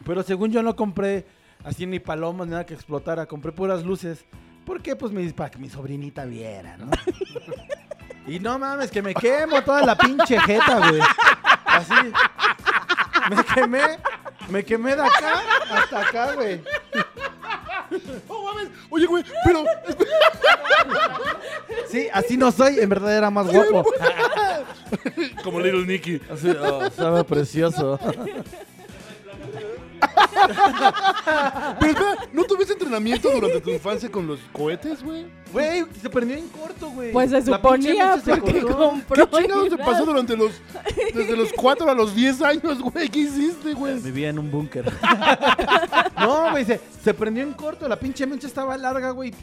Speaker 5: Pero según yo no compré así ni palomas ni nada que explotara. Compré puras luces. ¿Por qué? Pues mis, para que mi sobrinita viera, ¿no? y no mames, que me quemo toda la pinche jeta, güey. Así. Me quemé. Me quemé de acá hasta acá, güey.
Speaker 1: ¡Oh, Oye, güey, pero
Speaker 5: Sí, así no soy, en verdad era más guapo.
Speaker 1: Como Little Nicky.
Speaker 5: Así, oh, estaba precioso.
Speaker 1: Pero espera, ¿no tuviste entrenamiento durante tu infancia con los cohetes, güey?
Speaker 5: Güey, se prendió en corto, güey.
Speaker 4: Pues se
Speaker 5: La pinche
Speaker 4: suponía
Speaker 5: lucha se
Speaker 4: porque
Speaker 5: cortó.
Speaker 4: compró.
Speaker 1: ¿Qué chingados te
Speaker 4: Navidad.
Speaker 1: pasó durante los... Desde los 4 a los 10 años, güey? ¿Qué hiciste, güey?
Speaker 5: Vivía en un búnker. no, güey, se, se prendió en corto. La pinche mecha estaba larga, güey.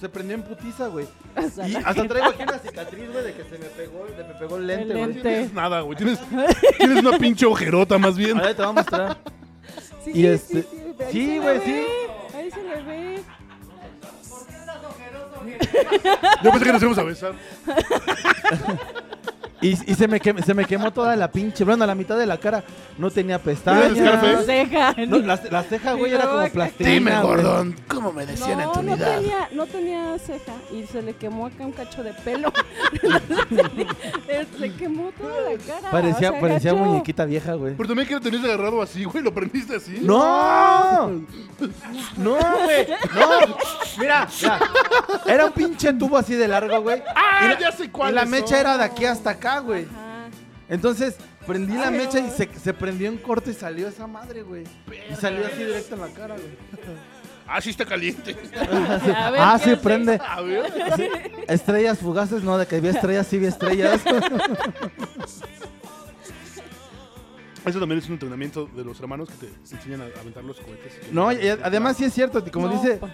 Speaker 5: Se prendió en putiza, güey.
Speaker 4: Hasta
Speaker 5: Y ah,
Speaker 4: la-
Speaker 5: hasta traigo aquí una cicatriz, güey, de que se me pegó, de me pegó el lente,
Speaker 4: El
Speaker 5: güey.
Speaker 1: No
Speaker 4: lente.
Speaker 1: tienes nada, güey. Tienes, tienes una pinche ojerota, más bien.
Speaker 5: Ahora te voy a mostrar.
Speaker 4: Sí,
Speaker 5: Y
Speaker 4: sí,
Speaker 5: este- sí,
Speaker 4: sí, ahí se le
Speaker 5: güey,
Speaker 4: ve,
Speaker 5: sí.
Speaker 4: Ahí se le ve.
Speaker 1: Yo pensé que nos íbamos a besar.
Speaker 5: Y, y se, me quem- se me quemó toda la pinche. Bueno, la mitad de la cara. No tenía
Speaker 1: Scarface?
Speaker 5: pestañas.
Speaker 4: Ceja.
Speaker 5: No, las la ceja, güey, era como
Speaker 4: Dime,
Speaker 5: plastilina.
Speaker 1: Dime,
Speaker 5: güey.
Speaker 1: Gordon, ¿cómo me decían en tu
Speaker 4: No, no
Speaker 1: unidad?
Speaker 4: tenía, no tenía ceja y se le quemó acá un cacho de pelo. le quemó toda la cara.
Speaker 5: Parecía,
Speaker 4: o sea,
Speaker 5: parecía
Speaker 4: gacho.
Speaker 5: muñequita vieja, güey.
Speaker 1: Pero también que lo tenías agarrado así, güey. ¿Lo prendiste así?
Speaker 5: ¡No! ¡No, güey! ¡No! Mira, mira. Era un pinche tubo así de largo, güey.
Speaker 1: ¡Ah,
Speaker 5: Y la-
Speaker 1: ya sé cuál
Speaker 5: Y la
Speaker 1: es!
Speaker 5: mecha era de aquí hasta acá, güey.
Speaker 4: Ajá.
Speaker 5: Entonces, prendí la
Speaker 4: Ay,
Speaker 5: mecha y
Speaker 4: no.
Speaker 5: se, se prendió en corto y salió esa madre, güey. Y salió así directo en la cara, güey.
Speaker 1: Ah, sí está caliente.
Speaker 4: A ver,
Speaker 5: ah,
Speaker 4: ¿qué
Speaker 5: sí,
Speaker 4: hace?
Speaker 5: prende.
Speaker 1: A ver.
Speaker 5: Estrellas fugaces, no, de que vi estrellas, sí vi estrellas.
Speaker 1: Eso también es un entrenamiento de los hermanos que te enseñan a aventar los cohetes.
Speaker 5: No, y además sí es cierto, como
Speaker 4: No, pues,
Speaker 5: dice, eh,
Speaker 4: pa-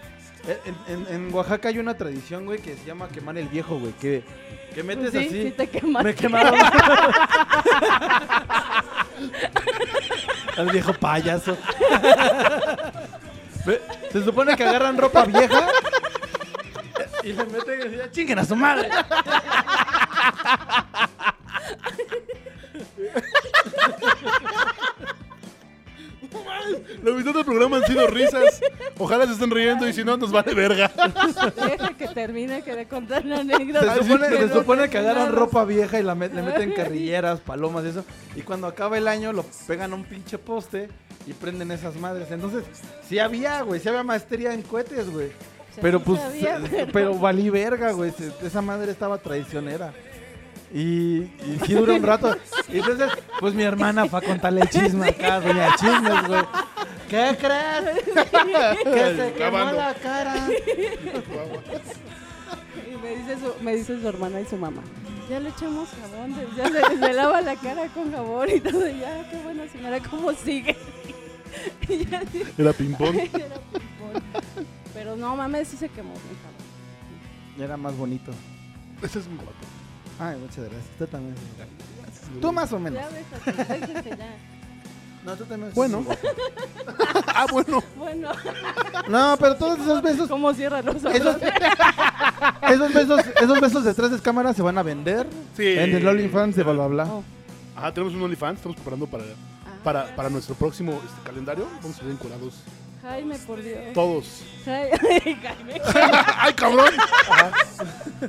Speaker 5: En, en- en Oaxaca hay una tradición, güey, que se llama quemar el viejo, güey. Que, que metes
Speaker 4: pues sí,
Speaker 5: así.
Speaker 4: sí te quemas.
Speaker 5: Me quemaron.
Speaker 6: El viejo payaso.
Speaker 5: Ve, Se supone que agarran ropa vieja.
Speaker 6: Y le meten y decía, chinguen a su madre.
Speaker 1: La mitad del programa han sido risas. Ojalá se estén riendo y si no, nos vale verga.
Speaker 4: Deja que termine, que de contar la
Speaker 5: Se
Speaker 4: anécdota.
Speaker 5: supone, se
Speaker 4: no
Speaker 5: supone que
Speaker 4: terminaron.
Speaker 5: agarran ropa vieja y la met- le meten carrilleras, palomas y eso. Y cuando acaba el año lo pegan a un pinche poste y prenden esas madres. Entonces, sí había, güey, sí había maestría en cohetes, güey.
Speaker 4: Sí,
Speaker 5: Pero
Speaker 4: sí
Speaker 5: pues,
Speaker 4: sabía,
Speaker 5: eh,
Speaker 4: pero-
Speaker 5: pero valí verga, güey. se- Esa madre estaba traicionera. Y, y sí dura un rato. Y entonces,
Speaker 6: Pues mi hermana fue a contarle chisme acá, güey, a chismes, güey. ¿Qué crees? Que se quemó
Speaker 1: Lavando.
Speaker 6: la cara.
Speaker 4: Y me dice, su, me dice su hermana y su mamá. Ya le echamos jabón, de- ya le, le lava la cara con jabón y todo. y Ya, qué buena señora, ¿cómo sigue? Y ya dice,
Speaker 1: Era ping-pong.
Speaker 4: era pulmón. Pero no mames, sí se quemó mi jabón.
Speaker 5: era más bonito.
Speaker 1: Ese es un guapo.
Speaker 5: Ay, muchas gracias. Tú también. Tú más o menos.
Speaker 4: Ya ves, déjense ya.
Speaker 5: No, tú también.
Speaker 1: Bueno. ah, bueno.
Speaker 4: Bueno,
Speaker 5: No, pero todos esos besos
Speaker 4: ¿cómo cierra los ojos?
Speaker 5: Esos, esos besos, esos besos detrás de cámara se van a vender
Speaker 1: Sí.
Speaker 5: en el OnlyFans de bla bla bla.
Speaker 4: Oh.
Speaker 1: Ajá, tenemos un OnlyFans. Estamos preparando para, para, para nuestro próximo este, calendario. Vamos a ser encurados
Speaker 4: Jaime, por
Speaker 1: Este,
Speaker 4: Dios.
Speaker 1: todos.
Speaker 4: Jaime, Jaime.
Speaker 1: ¡Ay, cabrón!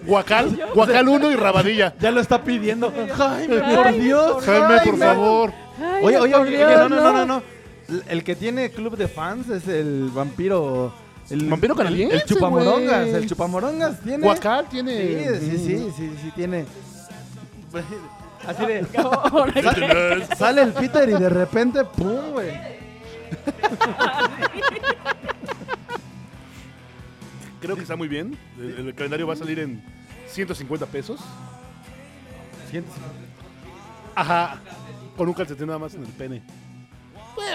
Speaker 1: Guacal, Guacal 1 y Rabadilla.
Speaker 6: Ya lo está pidiendo. Jaime,
Speaker 4: Ay,
Speaker 6: por Dios.
Speaker 1: Jaime, por favor.
Speaker 4: Jaime,
Speaker 5: Oye, oye,
Speaker 4: por
Speaker 5: oye, no,
Speaker 4: Dios,
Speaker 5: no, no, no, no. L- El que tiene club de fans es el vampiro. El
Speaker 1: Vampiro canadiense,
Speaker 5: El chupamorongas.
Speaker 1: güey.
Speaker 5: El chupamorongas tiene.
Speaker 1: Guacal
Speaker 5: Sí,
Speaker 1: tiene.
Speaker 5: sí, sí, sí, sí, tiene. Así de.
Speaker 4: Ahora que-
Speaker 5: Sale el Peter y de repente, ¡pum, güey!
Speaker 1: Creo que está muy bien. El, el calendario va a salir en 150 pesos. Ajá. Con un calcetín nada más en el pene. Eh,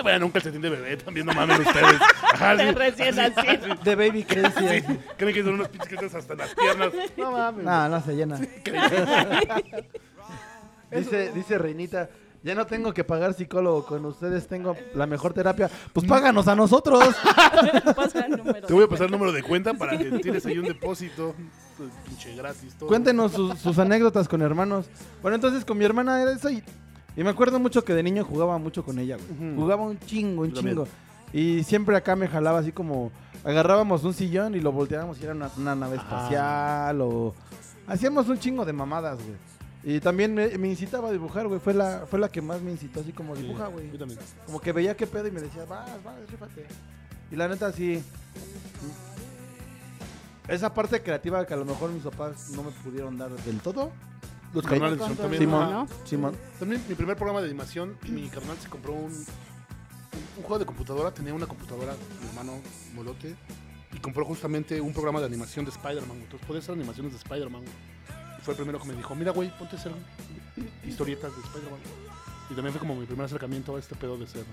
Speaker 1: Bueno, un calcetín de bebé también, no mamen ustedes. Ajá, sí.
Speaker 4: este,
Speaker 8: De recién nacido.
Speaker 5: De Baby Crazy.
Speaker 1: Sí, Creen que son unas pizquitas hasta las piernas.
Speaker 5: No mames. No, no se llena. dice, dice Reinita, ya no tengo que pagar psicólogo, con ustedes tengo la mejor terapia. Pues páganos a nosotros.
Speaker 4: Pasa el número.
Speaker 1: Te voy a pasar el número de cuenta para que tienes ahí un depósito. Pues, Pinche gratis, todo.
Speaker 5: Cuéntenos sus, sus anécdotas con hermanos. Bueno, entonces con mi hermana era eso y, y me acuerdo mucho que de niño jugaba mucho con ella, güey. Jugaba un chingo, un
Speaker 1: Yo también.
Speaker 5: chingo. Y siempre acá me jalaba así como agarrábamos un sillón y lo volteábamos y era una, una
Speaker 1: Ah.
Speaker 5: nave espacial o hacíamos un chingo de mamadas, güey. Y también me, me incitaba a dibujar, güey. Fue la, fue la que más me incitó así como
Speaker 1: Sí,
Speaker 5: dibuja, güey.
Speaker 1: Yo también.
Speaker 5: Como que veía qué pedo y me decía, vas, vas, rífate. Y la neta, sí. Esa parte creativa que a lo mejor mis papás no me pudieron dar del todo.
Speaker 1: Los carnales son también.
Speaker 5: Simón,
Speaker 1: Ajá.
Speaker 5: Simón.
Speaker 1: También mi primer programa de animación, mi carnal se compró un, un juego de computadora, tenía una computadora, mi hermano Molote, y compró justamente un programa de animación de Spider-Man. Entonces podía hacer animaciones de Spider-Man. Fue el primero que me dijo, mira güey, ponte a hacer historietas de Spider-Man. Y también fue como mi primer acercamiento a este pedo de ser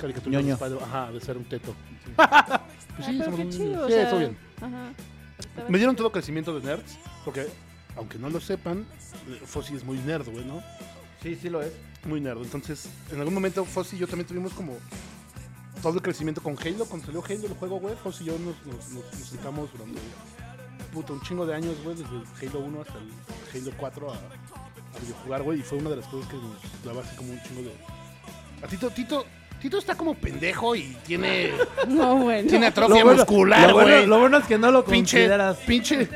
Speaker 1: caricaturas de
Speaker 5: Ñoño.
Speaker 1: Spider-Man. Ajá, de ser un teto. pues
Speaker 4: Ah,
Speaker 1: sí,
Speaker 4: pero
Speaker 1: somos
Speaker 4: qué
Speaker 1: un-
Speaker 4: chido, o
Speaker 1: sí,
Speaker 4: sea,
Speaker 1: estoy bien.
Speaker 4: Ajá. Está
Speaker 1: Me dieron todo crecimiento de nerds, porque aunque no lo sepan, eh, Fossi es muy nerd, güey, ¿no?
Speaker 5: Sí, sí lo es.
Speaker 1: muy nerd. Entonces, en algún momento Fossi y yo también tuvimos como todo el crecimiento con Halo. Cuando salió Halo el juego, güey, Fossi y yo nos, nos, nos- nos sentamos durante puta, un chingo de años, güey, desde el Halo 1 hasta el Halo 4 a, a videojugar, güey. Y fue una de las cosas que nos daba así como un chingo de. A Tito, Tito. Tito está como pendejo y tiene,
Speaker 4: No, bueno.
Speaker 1: tiene atrofia muscular,
Speaker 6: lo, bueno,
Speaker 1: güey.
Speaker 6: lo bueno es que no lo
Speaker 1: pinche,
Speaker 6: consideras.
Speaker 1: pinche,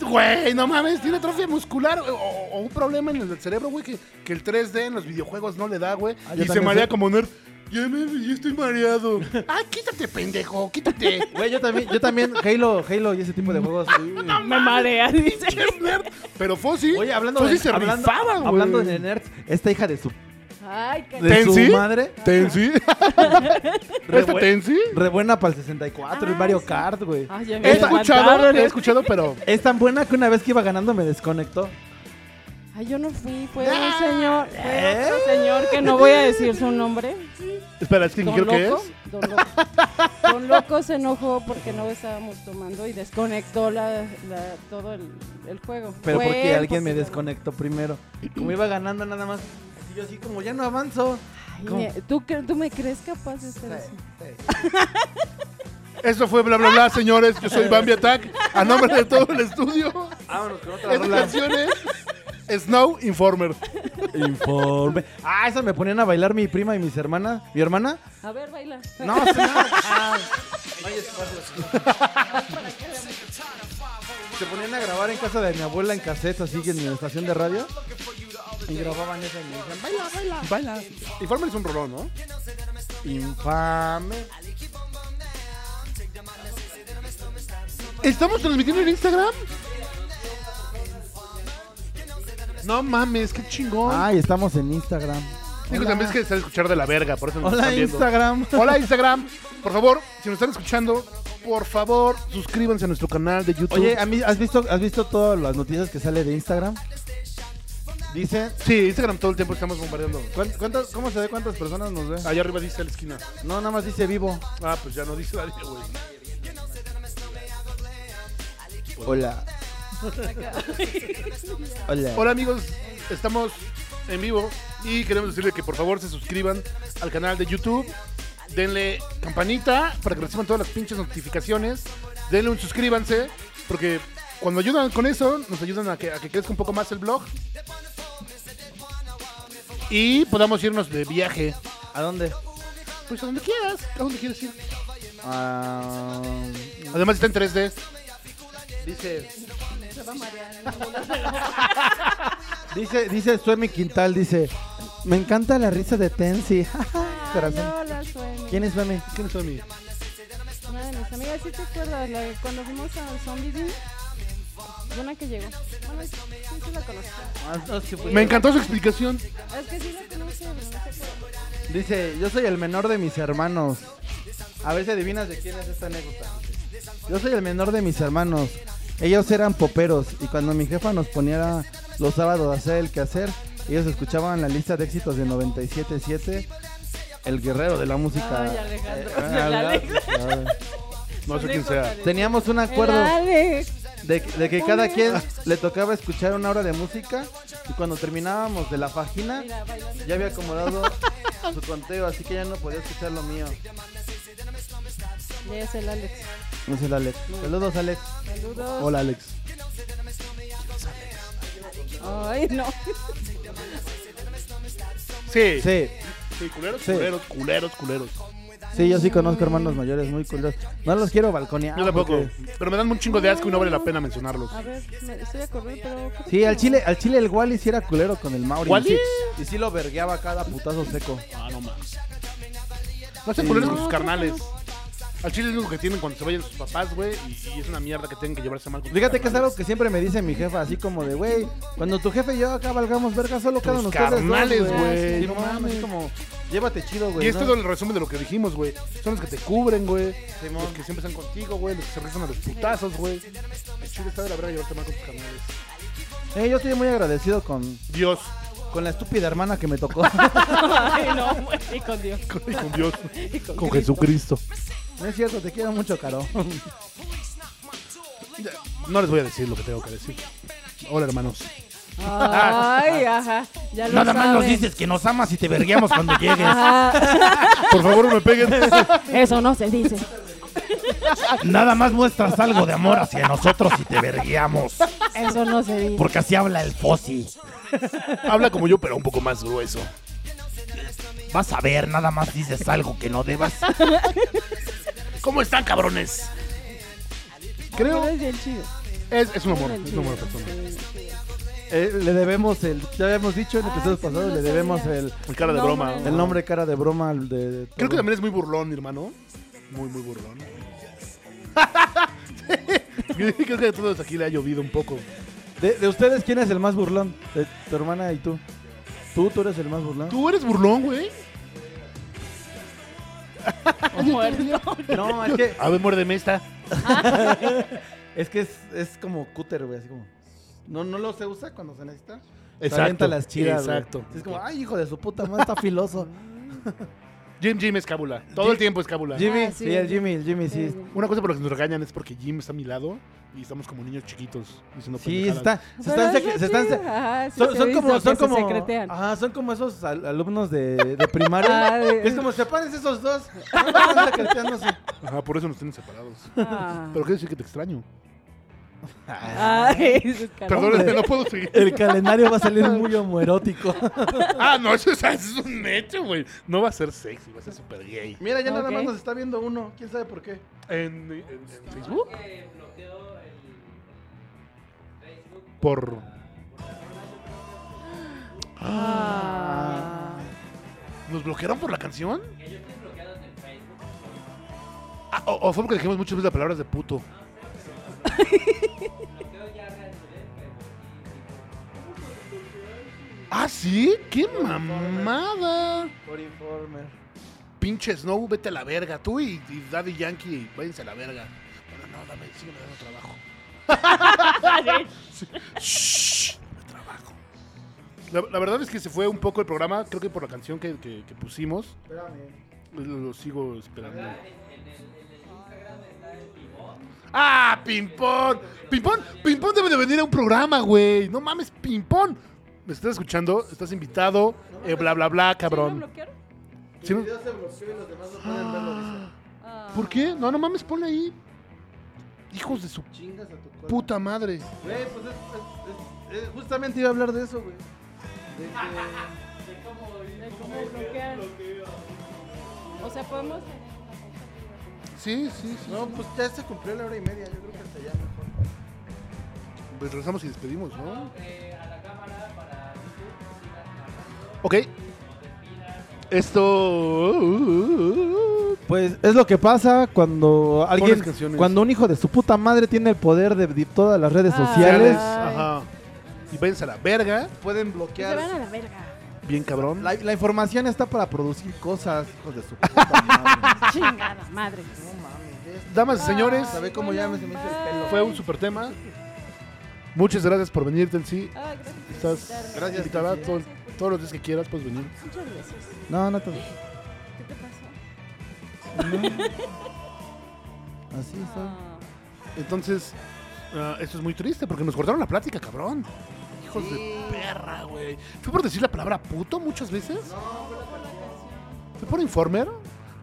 Speaker 1: güey, no mames, tiene atrofia muscular o, o un problema en el cerebro, güey, que, que el 3D en los videojuegos no le da, güey,
Speaker 5: Ah, yo
Speaker 1: y se
Speaker 5: también
Speaker 1: marea
Speaker 5: sé.
Speaker 1: como nerd. Ya, me, ya estoy mareado. ah, quítate, pendejo, quítate.
Speaker 5: Güey, yo también, yo también, Halo, Halo y ese tipo de juegos. Uy.
Speaker 8: Me marea, dice.
Speaker 1: Pinche nerd. Pero Fossi,
Speaker 5: Oye, hablando
Speaker 1: Fossi
Speaker 5: de,
Speaker 1: se
Speaker 5: hablando,
Speaker 1: rifaba, güey.
Speaker 5: hablando de nerds, esta hija de su,
Speaker 4: Ay, qué
Speaker 5: de su
Speaker 1: ¿Tensi?
Speaker 5: madre,
Speaker 1: Tensi. ¿Este
Speaker 5: Revuel-
Speaker 1: Tensi?
Speaker 5: re buena para el 64,
Speaker 1: Ah,
Speaker 5: el Mario Kart, güey.
Speaker 4: Ay, ya me
Speaker 1: He escuchado,
Speaker 4: levantaron.
Speaker 1: he escuchado, pero...
Speaker 5: Es tan buena que una vez que iba ganando me desconectó.
Speaker 1: ¿Eh?
Speaker 4: Ay, yo no fui, fue un señor, fue otro señor que no voy a decir su nombre.
Speaker 1: Espera, es que creo que es.
Speaker 4: Don Loco, Don Loco se enojó porque no estábamos tomando y desconectó la, la- todo el, el juego.
Speaker 5: Pero
Speaker 4: Fue
Speaker 5: porque alguien me
Speaker 4: imposible.
Speaker 5: desconectó primero. Como iba ganando nada más. Y yo así como ya no avanzo.
Speaker 4: Ay,
Speaker 5: ¿Cómo?
Speaker 4: me- ¿tú, cre- ¿Tú me crees capaz de hacer eso?
Speaker 1: Eso fue bla bla bla, señores. Yo soy Bambi Attack. A nombre de todo el estudio.
Speaker 5: Vámonos con otra
Speaker 1: Esta
Speaker 5: rola.
Speaker 1: canción es Snow Informer.
Speaker 5: Informe. Ah, esa me ponían a bailar mi prima y mis hermanas. ¿Mi hermana?
Speaker 4: A ver, baila.
Speaker 5: No, señora. Se ponían a grabar en casa de mi abuela en cassette, así que en mi estación de radio. Y grababan esa y me decían, baila, baila, baila.
Speaker 1: Informer es un rolón, ¿no?
Speaker 5: Infame.
Speaker 1: ¿Estamos transmitiendo en Instagram? No mames, qué chingón.
Speaker 5: Ay, estamos en Instagram.
Speaker 1: Digo, también es que se va a escuchar de la verga, por eso nos
Speaker 5: Hola
Speaker 1: están viendo.
Speaker 5: Instagram.
Speaker 1: Hola Instagram. Por favor, si nos están escuchando, por favor, suscríbanse a nuestro canal de YouTube.
Speaker 5: Oye, ¿a mí- ¿has visto, ¿has visto todas las noticias que sale de Instagram? Dice,
Speaker 1: sí, Instagram todo el tiempo estamos bombardeando.
Speaker 5: ¿cuán- cuántas- ¿cómo se ve cuántas personas nos ven?
Speaker 1: Allá arriba dice a la esquina.
Speaker 5: No, nada más dice vivo.
Speaker 1: Ah, pues ya no dice nadie, güey.
Speaker 5: Hola. Hola.
Speaker 1: Hola amigos, estamos en vivo y queremos decirle que por favor se suscriban al canal de YouTube. Denle campanita para que reciban todas las pinches notificaciones. Denle un suscríbanse porque cuando ayudan con eso nos ayudan a que, a que crezca un poco más el blog. Y podamos irnos de viaje.
Speaker 5: ¿A dónde?
Speaker 1: Pues a donde quieras, a donde quieras ir.
Speaker 5: Ah,
Speaker 1: Además está en 3D. Dice,
Speaker 5: dice, dice Suemi Quintal, dice, me encanta la risa de Tensi. Corazón.
Speaker 4: Ay, hola, Suemi.
Speaker 5: ¿Quién es Suemi?
Speaker 1: ¿quién es tu amigo?
Speaker 4: Una de mis amigas, ¿sí te acuerdas? La, que- cuando fuimos al Zombie Zoo, Una que llegó. Bueno, sí, sí la conozco.
Speaker 5: Ah,
Speaker 1: Me encantó su explicación.
Speaker 4: Es que sí la conoce, pero no sé qué.
Speaker 5: Dice, yo soy el menor de mis hermanos. A ver si adivinas de quién es esta anécdota. Yo soy el menor de mis hermanos. Ellos eran poperos y cuando mi jefa nos ponía los sábados a hacer el quehacer, ellos escuchaban la lista de éxitos de 97.7, el guerrero de la música.
Speaker 4: Ay, Alejandro,
Speaker 5: Eh,
Speaker 4: de la
Speaker 5: eh,
Speaker 1: No sé quién sea.
Speaker 5: Teníamos un
Speaker 4: El
Speaker 5: acuerdo
Speaker 4: Alex.
Speaker 5: de, de que cada quien le tocaba escuchar una hora de música y cuando terminábamos de la página
Speaker 4: Mira, bailando.
Speaker 5: ya había acomodado su conteo, así que ya no podía escuchar lo mío.
Speaker 4: Ya es el Alex.
Speaker 5: No sé, Alex. Saludos, Alex.
Speaker 4: Saludos.
Speaker 5: Hola, Alex.
Speaker 4: Ay, no.
Speaker 1: Sí.
Speaker 5: Sí,
Speaker 1: Sí, culeros,
Speaker 5: Sí.
Speaker 1: culeros, culeros, culeros.
Speaker 5: sí, yo sí conozco hermanos mayores muy culos. No los quiero balconear.
Speaker 1: Yo tampoco.
Speaker 5: porque-
Speaker 1: Pero me dan un chingo de asco y no vale la pena mencionarlos.
Speaker 4: A ver, me, estoy acordando, pero. creo
Speaker 5: Sí,
Speaker 4: que
Speaker 5: al
Speaker 4: no.
Speaker 5: chile, al chile el Wally sí era culero con el Mauri.
Speaker 1: ¿Wally?
Speaker 5: Y sí- Y sí lo vergueaba cada putazo seco.
Speaker 1: Ah, no más. No sean culeros con sus carnales. Al chile es lo único que tienen cuando se vayan sus papás, güey. Y, y es una mierda que tienen que llevarse mal con sus
Speaker 5: Fíjate que es algo
Speaker 1: carnales.
Speaker 5: que siempre me dice mi jefa, así como de, güey, cuando tu jefe y yo acá valgamos verga, solo quedan
Speaker 1: Tus
Speaker 5: ustedes dos,
Speaker 1: carnales, güey.
Speaker 5: güey. Y no mames, es como, llévate chido, güey.
Speaker 1: Y este
Speaker 5: ¿no?
Speaker 1: es el resumen de lo que dijimos, güey. Son los que te cubren, güey.
Speaker 5: Simón.
Speaker 1: Los que siempre están contigo, güey. Los que se rezan a los putazos, güey. El chile está de la verdad llevarte mal con tus carnales.
Speaker 5: Eh, yo estoy muy agradecido con,
Speaker 1: Dios.
Speaker 5: con la estúpida hermana que me tocó.
Speaker 10: Ay, no, güey, y con Dios.
Speaker 1: Con, con Dios.
Speaker 10: y con
Speaker 1: con
Speaker 10: Cristo.
Speaker 1: Jesucristo.
Speaker 5: no es cierto, te quiero mucho, Caro.
Speaker 1: Ya, No les voy a decir lo que tengo que decir. Hola, hermanos.
Speaker 4: Ay,
Speaker 5: Ah.
Speaker 4: ajá. Ya lo saben.
Speaker 5: que nos amas y te verguemos cuando llegues.
Speaker 4: Ajá.
Speaker 1: Por favor, no me peguen.
Speaker 4: Eso no se dice.
Speaker 11: Nada más muestras algo de amor hacia nosotros y te vergueamos.
Speaker 4: Eso no se dice.
Speaker 11: Porque así habla el Fossi.
Speaker 1: Habla como yo, pero un poco más grueso.
Speaker 11: Vas a ver, nada más dices algo que no debas.
Speaker 1: ¿Cómo están, cabrones?
Speaker 4: Pero
Speaker 1: Creo
Speaker 4: es bien chido.
Speaker 1: es, es un amor,
Speaker 4: Bien
Speaker 1: es un amor de
Speaker 4: chido. este,
Speaker 1: persona.
Speaker 5: Eh, le debemos el, ya habíamos dicho en
Speaker 4: Ah,
Speaker 5: episodios
Speaker 4: sí,
Speaker 5: pasados,
Speaker 4: no
Speaker 5: le
Speaker 4: sabía.
Speaker 5: debemos el,
Speaker 1: Mi cara de
Speaker 4: No,
Speaker 1: broma.
Speaker 4: hombre,
Speaker 5: el nombre cara de broma al de, de
Speaker 1: Creo que
Speaker 5: todo.
Speaker 1: también es muy burlón, mi hermano. Muy, muy burlón. Creo que a todos aquí le ha llovido un poco.
Speaker 5: de, de ustedes quién es el más burlón, de tu hermana y tú. Tú, tú eres el más burlón.
Speaker 1: ¿Tú eres burlón, güey?
Speaker 5: No, es que
Speaker 1: A ver, muérdeme esta.
Speaker 5: es que es, es como cúter, güey, así como. No, no lo se usa cuando se necesita.
Speaker 1: Exacto,
Speaker 5: Calienta las chidas. güey. ah.
Speaker 1: exacto.
Speaker 5: Sí, Es como, ay, hijo de su puta madre, está filoso.
Speaker 1: Jim Jim es cábula. Todo el tiempo es cábula.
Speaker 5: Jimmy,
Speaker 4: Ah, sí.
Speaker 5: sí. el Jimmy, el Jimmy, sí.
Speaker 4: Sí,
Speaker 1: Una cosa por la que nos regañan es porque Jim está a mi lado y estamos como niños chiquitos diciendo
Speaker 5: Sí,
Speaker 1: pendejadas.
Speaker 5: está, se están,
Speaker 4: Pero es
Speaker 5: se están-
Speaker 4: chido. Ajá, sí
Speaker 5: son,
Speaker 4: se
Speaker 5: son
Speaker 4: he
Speaker 5: como,
Speaker 4: visto
Speaker 5: son
Speaker 4: que se
Speaker 5: como,
Speaker 4: secretean.
Speaker 5: ajá, son como esos al- alumnos de, de primaria.
Speaker 4: Ah, de-
Speaker 5: es como, se ponen esos dos, Están secreteándose.
Speaker 1: Ajá, por eso nos tienen separados.
Speaker 4: Ah.
Speaker 1: Pero quiero decir que te extraño.
Speaker 4: Ay, esos
Speaker 1: Perdón,
Speaker 4: cabrones.
Speaker 1: no puedo seguir.
Speaker 6: El calendario va a salir muy homoerótico.
Speaker 1: Ah, no, eso, es- eso es un hecho, güey. No va a ser sexy, va a ser súper gay.
Speaker 5: Mira, ya nada
Speaker 4: Ok.
Speaker 5: más nos está viendo uno, quién sabe por qué.
Speaker 1: ¿En, en- en Facebook? Por.
Speaker 4: Ah.
Speaker 1: ¿Nos bloquearon por la canción? Ah, o, o fue porque dijimos muchas veces las palabras de puto. ah, sí, qué mamada.
Speaker 5: Por informer.
Speaker 1: Pinche Snow, vete a la verga. Tú y, y Daddy Yankee, váyanse a la verga. Bueno, no, dame, sígueme dando trabajo. Shh, dame trabajo. La, la verdad es que se fue un poco el programa, creo que por la canción que, que- que pusimos. Lo, lo sigo esperando. ¡Ah, Pimpón! ¡Pimpón! ¡Pimpón debe de venir a un programa, güey! ¡No mames, Pimpón! ¿Me estás escuchando? ¿Estás invitado? Eh, bla, bla, bla,
Speaker 4: ¿Sí lo
Speaker 1: cabrón.
Speaker 4: bloquearon?
Speaker 1: ¿Sí me-
Speaker 5: se bloqueó y los demás no pueden verlo, dice.
Speaker 4: Ah.
Speaker 1: ¿Por qué? No, no mames, ponle ahí. Hijos de su
Speaker 5: Chingas a tu cuerpo.
Speaker 1: puta madre.
Speaker 5: Güey, pues es, es- es- es- justamente iba a hablar de eso, güey. De que-
Speaker 4: ¿Cómo bloquear? O sea, podemos.
Speaker 1: Sí, sí, sí.
Speaker 5: no, pues ya se cumplió la hora y media, yo creo que hasta ya mejor.
Speaker 1: Pues regresamos y despedimos, ¿no? Ok. uh, Esto.
Speaker 5: Pues es lo que pasa cuando alguien,
Speaker 1: las canciones.
Speaker 5: cuando un hijo de su puta madre tiene el poder de, de todas las redes
Speaker 4: Ah.
Speaker 5: sociales.
Speaker 4: Ay.
Speaker 1: Ajá. Y váyanse a la verga.
Speaker 5: Pueden
Speaker 4: Que Pues se van a
Speaker 5: bloquear.
Speaker 4: la verga.
Speaker 1: Bien cabrón.
Speaker 5: La, la información está para producir cosas, hijos de su puta madre.
Speaker 4: Chingada madre.
Speaker 5: No mames, ve esto.
Speaker 1: Damas y señores,
Speaker 5: ¿Sabe cómo ya me se me hizo el pelo?
Speaker 1: fue un super tema. Muchas gracias por venir, Tensi.
Speaker 4: Ah, gracias. por
Speaker 1: Estás
Speaker 4: invitarme.
Speaker 5: Gracias,
Speaker 1: invitada
Speaker 5: Tensi.
Speaker 1: todo- todos los días que quieras, puedes venir.
Speaker 4: Muchas gracias.
Speaker 5: No, no te
Speaker 4: ¿Qué te pasó?
Speaker 5: Así soy.
Speaker 4: Ah.
Speaker 1: Entonces, ah, esto es muy triste porque nos cortaron la plática, cabrón. Hijos de perra, güey. ¿Fue por decir la palabra puto muchas veces? ¿Fue por informer?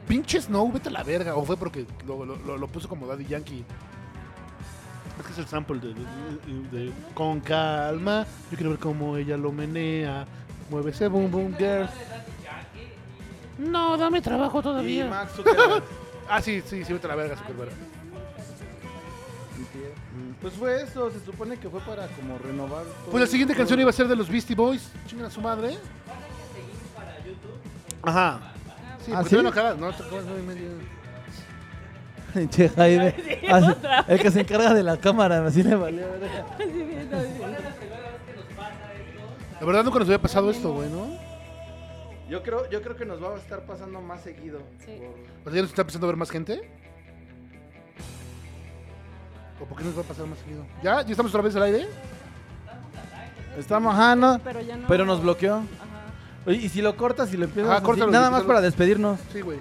Speaker 1: Pinche Snow, vete a la verga. ¿O fue porque lo, lo- lo- lo puso como Daddy Yankee? Es que es el sample de, de- de- de- Con calma, yo quiero ver cómo ella lo menea. Mueve ese boom boom girl. No, dame trabajo
Speaker 5: Y
Speaker 1: todavía.
Speaker 5: Max Zuckerberg.
Speaker 1: Ah, sí, sí, sí, vete a la verga, Zuckerberg.
Speaker 5: Pues fue eso, se supone que fue para como renovar. todo
Speaker 1: Pues la
Speaker 5: el-
Speaker 1: siguiente
Speaker 5: todo
Speaker 1: canción
Speaker 5: el-
Speaker 1: iba a ser de los Beastie Boys. Chingan a su madre. Ajá. Sí,
Speaker 5: ¿Ah,
Speaker 1: porque
Speaker 5: sí?
Speaker 1: todavía no acabas, no, te acabas nueve y media.
Speaker 6: Che, Jaime. Así- el que se encarga de la cámara, así le valió.
Speaker 1: La verdad nunca nos había pasado esto, güey, ¿no?
Speaker 5: Yo creo, yo creo que nos va a estar pasando más seguido.
Speaker 4: Sí.
Speaker 5: por-
Speaker 1: ¿Pero ya nos está empezando a ver más gente? ¿O por qué nos va a pasar más seguido? ¿Ya? ¿Ya estamos otra vez al aire?
Speaker 5: Estamos, ajá, no.
Speaker 4: Pero ya no.
Speaker 5: Pero nos bloqueó.
Speaker 4: Ajá.
Speaker 5: Oye, Y si lo cortas y lo empiezas
Speaker 1: Ajá,
Speaker 5: así,
Speaker 1: córtalo,
Speaker 5: nada más
Speaker 1: quítalo.
Speaker 5: para despedirnos.
Speaker 1: Sí, güey.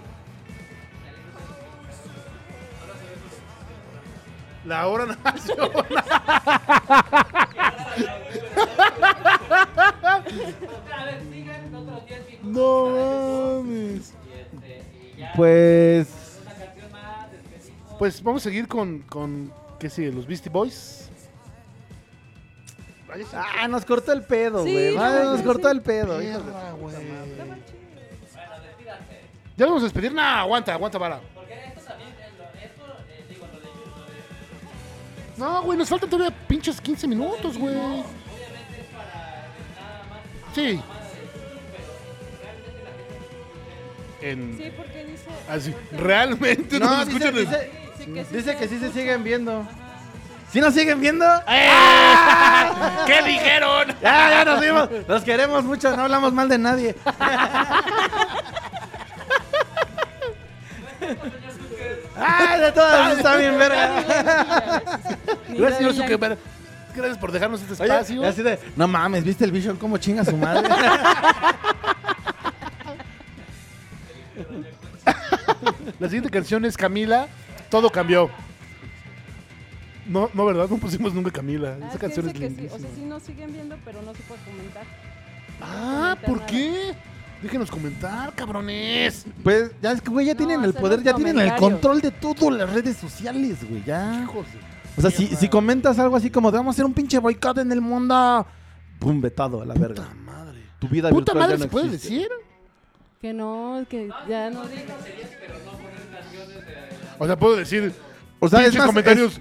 Speaker 1: La hora nacional.
Speaker 5: No mames. Pues
Speaker 1: Pues vamos a seguir con, con ¿qué sigue? ¿Los Beastie Boys? Ay, esa
Speaker 5: ah, nos cortó el pedo,
Speaker 4: Sí,
Speaker 5: güey.
Speaker 4: no
Speaker 5: Madre, nos
Speaker 4: mames,
Speaker 5: cortó
Speaker 4: sí.
Speaker 5: el pedo.
Speaker 1: perra,
Speaker 5: hijos de-
Speaker 1: güey. ¿Ya nos vamos a despedir? Nah, aguanta, aguanta, para. No, güey, nos faltan todavía pinches 15 minutos, güey. Sí. En...
Speaker 4: Sí, porque dice.
Speaker 1: Así. Realmente no,
Speaker 5: No,
Speaker 1: nos
Speaker 5: dice,
Speaker 1: escuchan. en-
Speaker 5: dice,
Speaker 4: Sí, que sí
Speaker 5: dice
Speaker 4: se
Speaker 5: que sí se
Speaker 4: escucha.
Speaker 5: siguen viendo. ¿Sí nos siguen viendo?
Speaker 1: ¡Ah! ¿Qué dijeron?
Speaker 5: Ya, ya nos vimos. Los queremos mucho, no hablamos mal de nadie. ¡Ah, de todas! Está bien, verga.
Speaker 4: Ni
Speaker 1: Gracias, señor
Speaker 4: Daddy
Speaker 1: Zuckerberg. Gracias por dejarnos este
Speaker 5: Oye,
Speaker 1: espacio.
Speaker 5: y así de, no mames, ¿viste el Vision cómo chinga su madre?
Speaker 1: La siguiente canción es Camila, Todo Cambió. No, no, ¿verdad? No pusimos nunca Camila.
Speaker 4: Ah,
Speaker 1: Esa canción es
Speaker 4: fíjense que sí,
Speaker 1: lindísima.
Speaker 4: O sea, sí nos siguen viendo, pero no se puede comentar.
Speaker 1: Ah,
Speaker 4: comentar
Speaker 1: ¿por
Speaker 4: nada.
Speaker 1: qué? Déjenos comentar, cabrones.
Speaker 5: Pues, ya es que, güey, ya tienen el
Speaker 4: hacer
Speaker 5: poder,
Speaker 4: los
Speaker 5: ya tienen el
Speaker 4: comentarios.
Speaker 5: control de todas las redes sociales, güey, ya.
Speaker 1: Hijos de-
Speaker 5: O sea, si, si comentas algo así como, vamos a hacer un pinche boicot en el mundo, pum, vetado a la verga.
Speaker 1: Puta madre.
Speaker 5: Tu vida
Speaker 1: Puta
Speaker 5: virtual
Speaker 1: madre,
Speaker 5: ya no
Speaker 1: ¿se puede
Speaker 5: existe.
Speaker 1: decir?
Speaker 4: Que no, que ya no.
Speaker 1: O sea, puedo decir
Speaker 5: O sea, es
Speaker 1: pinches
Speaker 5: más,
Speaker 1: comentarios.
Speaker 5: es,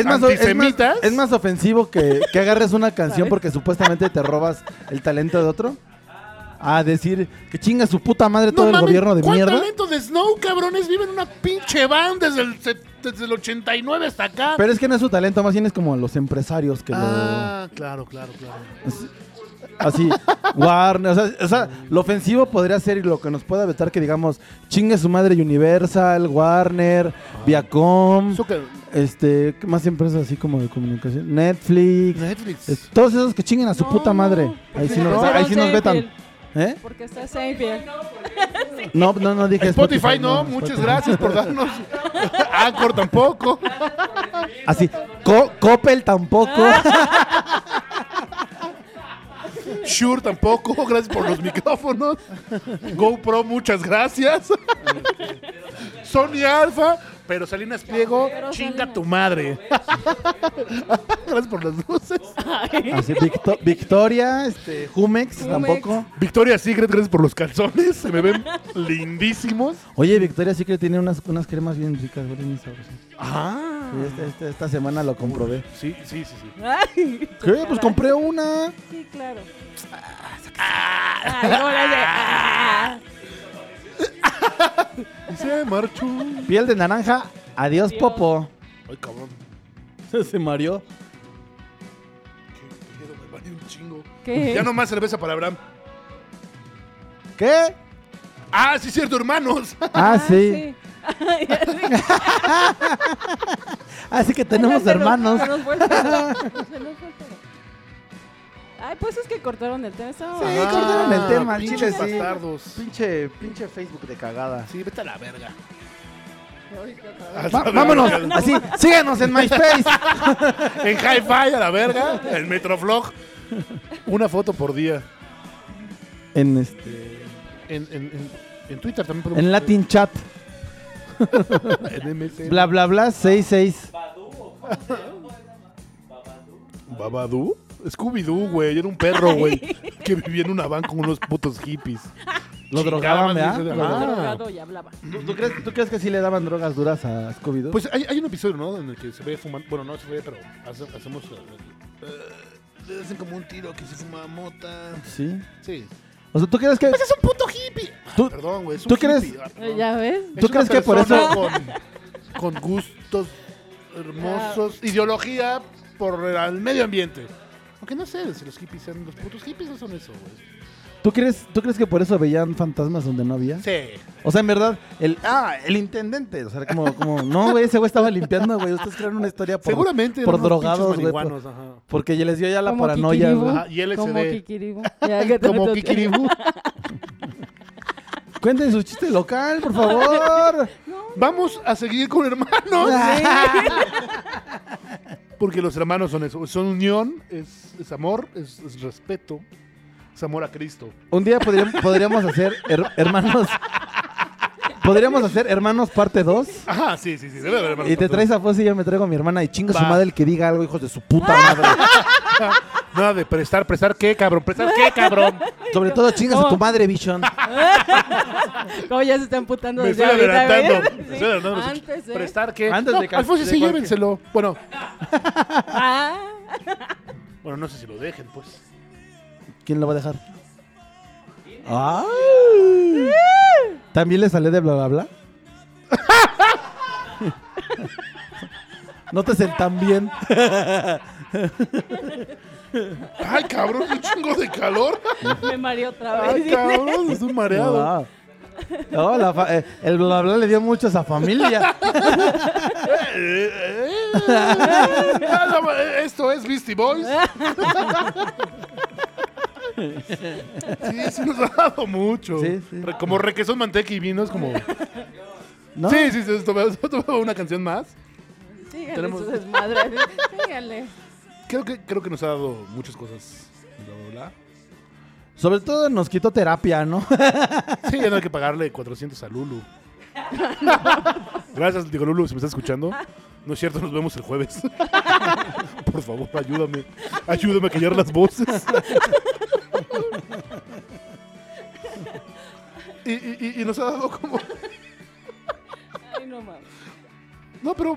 Speaker 5: es más, es, más,
Speaker 1: antisemitas.
Speaker 5: es más ofensivo que, que agarres una canción porque supuestamente te robas el talento de otro. A decir que chinga su puta madre todo el
Speaker 1: mames,
Speaker 5: gobierno de
Speaker 1: ¿cuál
Speaker 5: mierda.
Speaker 1: talento de Snow, cabrones? Vive en una pinche van desde el, set- desde el 89 hasta acá.
Speaker 5: Pero es que no es su talento, más bien es como los empresarios que
Speaker 1: ah, claro, claro, claro.
Speaker 5: lo. Así, Warner. O sea, o sea, lo ofensivo podría ser y lo que nos pueda vetar que digamos, chinga su madre Universal, Warner, Viacom.
Speaker 1: Eso que
Speaker 5: Este, ¿qué más empresas así como de comunicación? Netflix.
Speaker 1: Netflix.
Speaker 5: Es- Todos esos que chinguen a su
Speaker 4: No,
Speaker 5: puta madre.
Speaker 4: no,
Speaker 5: Ahí
Speaker 4: porque
Speaker 5: sí nos,
Speaker 4: no.
Speaker 5: ahí sí nos vetan. ¿Eh?
Speaker 4: Porque está Seinfeld.
Speaker 5: No, no, no dije
Speaker 1: Spotify, no, muchas
Speaker 5: Spotify.
Speaker 1: gracias por darnos. Anchor tampoco.
Speaker 5: Así, Co- Coppel tampoco.
Speaker 1: Shure tampoco. Gracias por los micrófonos. GoPro, muchas gracias. Sony Alpha, pero Salinas Pliego,
Speaker 4: Pero
Speaker 1: chinga
Speaker 4: Salinas.
Speaker 1: tu madre. gracias por las luces.
Speaker 5: Así, Victo- Victoria, este, Jumex,
Speaker 4: Jumex.
Speaker 5: tampoco.
Speaker 1: Victoria Secret, gracias por los calzones. Se me ven lindísimos.
Speaker 5: Oye, Victoria sí que tiene unas, unas cremas bien ricas, güey, bien sabrosas.
Speaker 1: Ah.
Speaker 5: Sí, esta, esta- esta semana lo comprobé.
Speaker 1: Sí, sí, sí. sí.
Speaker 4: Ay,
Speaker 5: ¿Qué? Pues compré una.
Speaker 4: Sí, claro. Ay, ahora Ah. ya.
Speaker 1: Y se marchó.
Speaker 5: Piel de naranja, adiós,
Speaker 4: Adiós.
Speaker 5: Popo.
Speaker 1: Ay, cabrón.
Speaker 5: Se mareó.
Speaker 1: Qué miedo, me mareé un chingo.
Speaker 4: ¿Qué?
Speaker 1: Ya no más cerveza para Abraham.
Speaker 5: ¿Qué?
Speaker 1: Ah, sí, cierto, hermanos.
Speaker 5: Ah, sí.
Speaker 4: Ay,
Speaker 5: Así Ah, que
Speaker 4: ya
Speaker 5: tenemos
Speaker 4: se nos-
Speaker 5: hermanos.
Speaker 4: se nos fue el pedo. Se nos fue el pedo. Ay, pues es que cortaron el tema. estaba-
Speaker 5: Sí, cortaron el tema, al
Speaker 1: Ah, pinches
Speaker 5: chile, sí.
Speaker 1: bastardos.
Speaker 5: Pinche, pinche Facebook de cagada.
Speaker 1: Sí, vete a la verga.
Speaker 5: Va- vámonos, así, síganos en MySpace.
Speaker 1: En Hi-Fi a la verga. En Metroflog. Una foto por día.
Speaker 5: En, este,
Speaker 1: En, en, en, en Twitter también podemos.
Speaker 5: en Latin Chat,
Speaker 1: En MSN.
Speaker 5: bla bla bla 66.
Speaker 1: ¿Babadú? Scooby-Doo, güey. Era un perro, güey. que vivía en una van con unos putos hippies.
Speaker 5: Lo
Speaker 1: Chingada
Speaker 5: drogaban,
Speaker 1: madre,
Speaker 5: ¿verdad?
Speaker 1: ese de-
Speaker 5: Lo
Speaker 1: Ah.
Speaker 4: Estaba drogado y hablaba.
Speaker 5: ¿Tú, tú crees, tú crees que sí le daban drogas duras a Scooby-Doo?
Speaker 1: Pues hay, hay un episodio, ¿no? En el que se ve fumando. Bueno, no se ve, pero hace- hacemos. eh, le hacen como un tiro que se fuma mota.
Speaker 5: sí.
Speaker 1: Sí.
Speaker 5: O sea, ¿tú crees que
Speaker 1: Es un puto hippie.
Speaker 5: Tú-
Speaker 1: Perdón, güey. es un
Speaker 5: ¿tú crees-
Speaker 1: hippie. Ah,
Speaker 4: Eh,
Speaker 1: perdón.
Speaker 4: ¿Ya ves?
Speaker 1: Es
Speaker 5: ¿Tú
Speaker 1: una
Speaker 5: crees que por
Speaker 1: persona Con, con gustos hermosos, ideología por el medio ambiente. Aunque no sé si los hippies sean los putos hippies, no son eso, güey.
Speaker 5: tú crees tú crees que por eso veían fantasmas donde no había?
Speaker 1: Sí.
Speaker 5: O sea, en verdad, el ah, el intendente, o sea, como como no, güey, ese güey estaba limpiando, güey. Ustedes crearon una historia por
Speaker 1: Seguramente.
Speaker 5: por
Speaker 1: eran unos pinches
Speaker 5: drogados, güey. por-
Speaker 1: marihuanos, ajá.
Speaker 5: porque ya les dio ya la
Speaker 4: Como
Speaker 5: paranoia.
Speaker 4: Kikiribú.
Speaker 5: güey.
Speaker 1: Ajá, y LSD.
Speaker 4: Como Kikiribú. Ya, que te-
Speaker 1: Como
Speaker 4: te-
Speaker 1: Kikiribú.
Speaker 5: Cuenten su chiste local, por favor.
Speaker 1: Vamos a seguir con hermanos.
Speaker 5: Ah.
Speaker 1: Porque los hermanos son eso. Son unión, es, es amor, es, es respeto, es amor a Cristo.
Speaker 5: Un día podríamos, podríamos hacer her- hermanos. Podríamos hacer hermanos parte 2.
Speaker 1: Ajá, sí, sí, sí. Debe haber hermanos
Speaker 5: Y te
Speaker 1: para
Speaker 5: traes a Fossi y yo me traigo a mi hermana. Y chinga su
Speaker 1: Va.
Speaker 5: madre el que diga algo, hijos de su puta madre.
Speaker 1: todos. Nada de prestar, prestar qué, cabrón, prestar qué, cabrón.
Speaker 5: Sobre todo chingas a tu
Speaker 4: No.
Speaker 5: madre, Vision.
Speaker 4: Como ya se está emputando
Speaker 1: Me
Speaker 4: desde
Speaker 1: estoy
Speaker 4: ahorita,
Speaker 1: adelantando.
Speaker 4: ¿ves?
Speaker 1: Me estoy adelantando. los
Speaker 4: Sí, Antes,
Speaker 1: hechos.
Speaker 4: ¿eh?
Speaker 1: Prestar qué.
Speaker 5: Antes
Speaker 1: No,
Speaker 5: de ca-
Speaker 1: Alfonso,
Speaker 5: de
Speaker 1: sí,
Speaker 5: cualquier-
Speaker 1: llévenselo. Bueno,
Speaker 4: Ah,
Speaker 1: bueno, no sé si lo dejen, pues.
Speaker 5: ¿Quién lo va a dejar? Ay. ¿También le sale de bla bla bla? No te sentan bien.
Speaker 1: Ay, cabrón, un chingo de calor.
Speaker 4: me mareé otra
Speaker 1: Ay,
Speaker 4: vez.
Speaker 1: cabrón, estoy mareado.
Speaker 5: Ah. No, la fa- eh, el bla bla le dio mucho a esa familia.
Speaker 1: Eh, eh, eh. Ah, no, eh, Esto es Beastie Boys. Sí, sí nos ha dado mucho.
Speaker 5: Sí, sí.
Speaker 1: Re- como requesón, manteca y vino es como...
Speaker 5: ¿No?
Speaker 1: Sí, sí, sí. tomé- tomé una canción más.
Speaker 4: Síganle
Speaker 1: Tenemos-
Speaker 4: su desmadre. Síganle.
Speaker 1: Creo que, creo que nos ha dado muchas cosas. Bla, bla,
Speaker 5: Sobre todo nos quitó terapia, ¿no?
Speaker 1: bla. Sí, ya no hay que pagarle 400 a Lulu. Gracias, digo Lulu, si me estás escuchando. No es cierto, nos vemos el jueves. Por favor, ayúdame. Ayúdame a callar las voces. Y, y- y- y nos ha dado como...
Speaker 4: Ay, no mames.
Speaker 1: No, pero...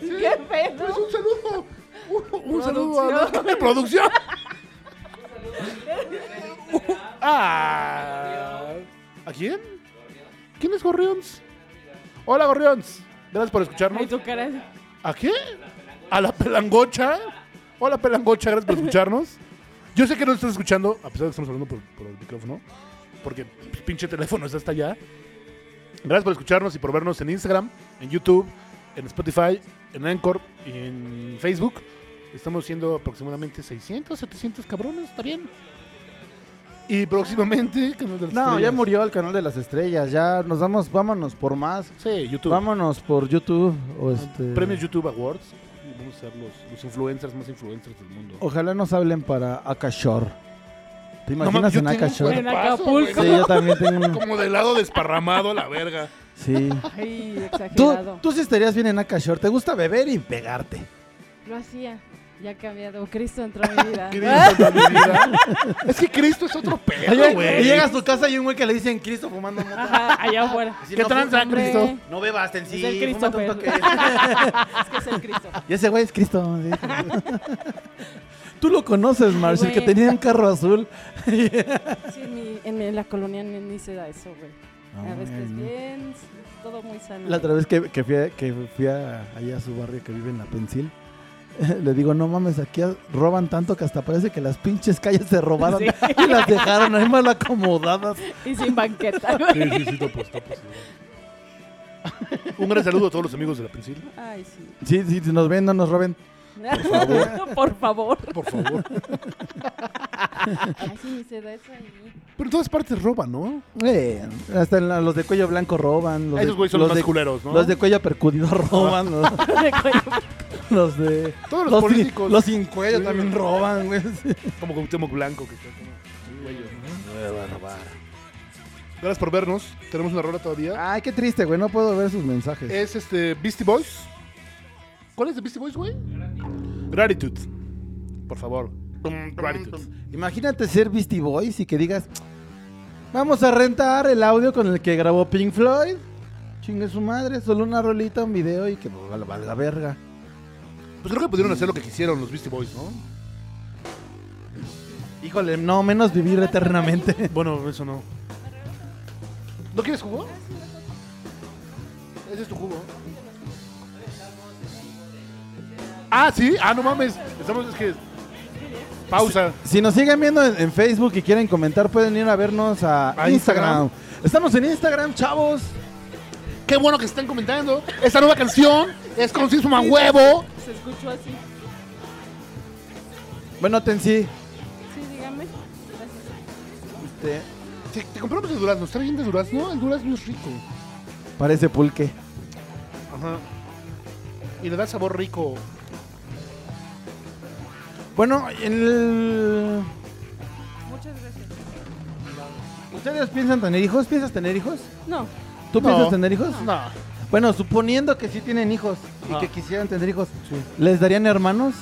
Speaker 4: Qué pedo.
Speaker 1: Pues Un saludo. Un, un saludo
Speaker 4: Producción.
Speaker 1: a la producción. Ah. ¿A quién? ¿Quién es Gorrions? Hola, Gorrions. Gracias por
Speaker 4: Ay,
Speaker 1: escucharnos.
Speaker 4: tu cara. así.
Speaker 1: ¿A qué? ¿A la pelangocha? Hola, pelangocha. Gracias por escucharnos. Yo sé que nos estás escuchando, a pesar de que estamos hablando por, por el micrófono, porque pues, pinche teléfono está hasta allá. Gracias por escucharnos y por vernos en Instagram, en YouTube, en Spotify, en Anchor y en Facebook. Estamos siendo aproximadamente 600, 700 cabrones, ¿está bien? Y próximamente, Canal de las
Speaker 5: No, ya
Speaker 1: Estrellas.
Speaker 5: murió el canal de las estrellas. Ya nos vamos, vámonos por más.
Speaker 1: Sí, YouTube.
Speaker 5: Vámonos por YouTube. O este,
Speaker 1: Premios YouTube Awards. Y Vamos a ser los, los influencers más influencers del mundo.
Speaker 5: Ojalá nos hablen para Akashore. ¿Te
Speaker 1: No
Speaker 5: imaginas
Speaker 1: mames, yo
Speaker 5: en
Speaker 1: tengo un
Speaker 5: Akashore?
Speaker 1: cuerpazo,
Speaker 4: Acapulco.
Speaker 1: güey, no
Speaker 5: Sí, yo también tengo un-
Speaker 1: Como de lado desparramado a la verga.
Speaker 5: Sí.
Speaker 4: Ay,
Speaker 5: Tú,
Speaker 4: exagerado.
Speaker 5: tú sí estarías bien en Akashore. Te gusta beber y pegarte.
Speaker 4: Lo hacía. Ya ha cambiado. Cristo entró en mi vida.
Speaker 1: Cristo, mi vida. es que Cristo es otro pedo,
Speaker 5: Oye, y
Speaker 1: güey.
Speaker 5: llega a su casa y hay un güey que le dicen Cristo fumando mota.
Speaker 4: Ajá, allá afuera.
Speaker 5: Así,
Speaker 1: ¿Qué
Speaker 5: no,
Speaker 1: tranza,
Speaker 4: Hombre,
Speaker 1: Cristo?
Speaker 5: No bebas, ten sí.
Speaker 4: Es el
Speaker 5: fúmate un
Speaker 4: Christopher.
Speaker 5: toque.
Speaker 4: Es que es el Cristo.
Speaker 5: Y ese güey es Cristo. sí. Tú lo conoces, Marsh, el que
Speaker 4: Güey.
Speaker 5: tenía un carro azul.
Speaker 4: Sí, en, mi- en mi- en la colonia ni, ni se da eso, güey. A veces
Speaker 5: Ay, no.
Speaker 4: bien, s- todo muy sano.
Speaker 5: La otra vez que, que fui, a, que fui a- allá a su barrio que vive en la Pensil, le digo, no mames, aquí a- roban tanto que hasta parece que las pinches calles se robaron
Speaker 4: Sí.
Speaker 5: y las dejaron ahí mal acomodadas.
Speaker 4: Y sin banqueta, güey.
Speaker 1: Sí, sí, sí, topos, topos. Un gran saludo a todos los amigos de la Pensil,
Speaker 4: Ay, sí.
Speaker 5: Sí, sí, si nos ven, no nos roben.
Speaker 4: Por favor.
Speaker 1: por favor.
Speaker 4: Ay, sí, ni se da eso ahí.
Speaker 1: Pero en todas partes roban, ¿no?
Speaker 5: Eh, hasta en la- los de cuello blanco roban. Los
Speaker 1: Esos
Speaker 5: de,
Speaker 1: güeyes son los
Speaker 5: los,
Speaker 1: más
Speaker 5: de,
Speaker 1: culeros, ¿no?
Speaker 5: los de cuello percudido roban. Los,
Speaker 4: De cuello.
Speaker 5: los de...
Speaker 1: Todos los,
Speaker 5: los sin-
Speaker 1: políticos.
Speaker 5: los sin cuello
Speaker 1: Sí. Eh,
Speaker 5: también roban, güey. sí.
Speaker 1: Como con Temo Blanco. Que está como... cuello, ¿no? Gracias por vernos. Tenemos una rola todavía.
Speaker 5: Ay, qué triste, güey, no puedo ver sus mensajes.
Speaker 1: Es este Beastie Boys. ¿Cuál es de Beastie Boys, güey? Gratitude. Por favor. Gratitude.
Speaker 5: Imagínate ser Beastie Boys y que digas, vamos a rentar el audio con el que grabó Pink Floyd. Chingue su madre, solo una rolita, un video y que pues, valga, valga verga.
Speaker 1: Pues creo que pudieron hacer lo que quisieron los Beastie Boys, ¿no?
Speaker 5: Híjole, no, menos vivir eternamente.
Speaker 1: Bueno, eso no. ¿No quieres jugo? Ese es tu jugo. Ah, sí. Ah, no mames. Estamos, es que. Pausa.
Speaker 5: Si nos siguen viendo en, en Facebook y quieren comentar, pueden ir a vernos a,
Speaker 1: ¿A
Speaker 5: Instagram. Estamos en Instagram, chavos.
Speaker 1: Qué bueno que están comentando. Esta nueva canción es con Sisma Huevo.
Speaker 4: pues, Se escuchó así.
Speaker 5: Bueno, Tensi,
Speaker 4: Sí, dígame. Gracias.
Speaker 5: este,
Speaker 1: Te, te compramos el durazno. ¿Está bien de durazno? El durazno es rico.
Speaker 5: parece pulque.
Speaker 1: Ajá. Y le da sabor rico.
Speaker 5: Bueno, el-
Speaker 4: Muchas gracias.
Speaker 5: ¿ustedes piensan tener hijos? ¿Piensas tener hijos?
Speaker 4: No,
Speaker 5: ¿Tú
Speaker 1: No.
Speaker 5: piensas tener hijos?
Speaker 1: No.
Speaker 5: Bueno, suponiendo que sí tienen hijos y que quisieran tener hijos, ¿les darían hermanos?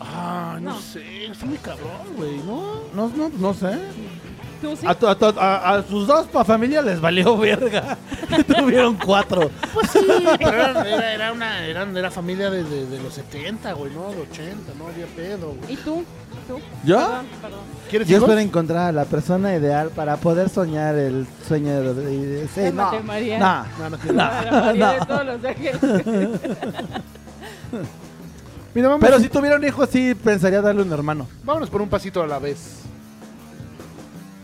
Speaker 1: Ah, no,
Speaker 4: No.
Speaker 1: sé. Está muy cabrón, güey, ¿no?
Speaker 5: No, no, no sé.
Speaker 4: tú sí.
Speaker 5: A, tu- a tu- a- a sus dos pa familia les valió verga. Tuvieron cuatro.
Speaker 1: Pero eran- era, era una eran, era familia de, de- de los 70, güey, ¿no? De 80, no había pedo, güey.
Speaker 4: ¿Y tú? ¿Tú?
Speaker 5: ¿Yo?
Speaker 4: Perdón, perdón.
Speaker 1: ¿Quieres
Speaker 5: Yo
Speaker 1: hijos?
Speaker 5: espero encontrar a la persona ideal para poder soñar el sueño de... de- sí, no.
Speaker 4: Cálmate, María.
Speaker 5: No.
Speaker 1: No, no
Speaker 4: Para María de
Speaker 5: no.
Speaker 4: todos los ángeles.
Speaker 1: Mira, vamos,
Speaker 5: Pero si tuvieron hijos, sí pensaría darle un hermano.
Speaker 1: vámonos por un pasito a la vez.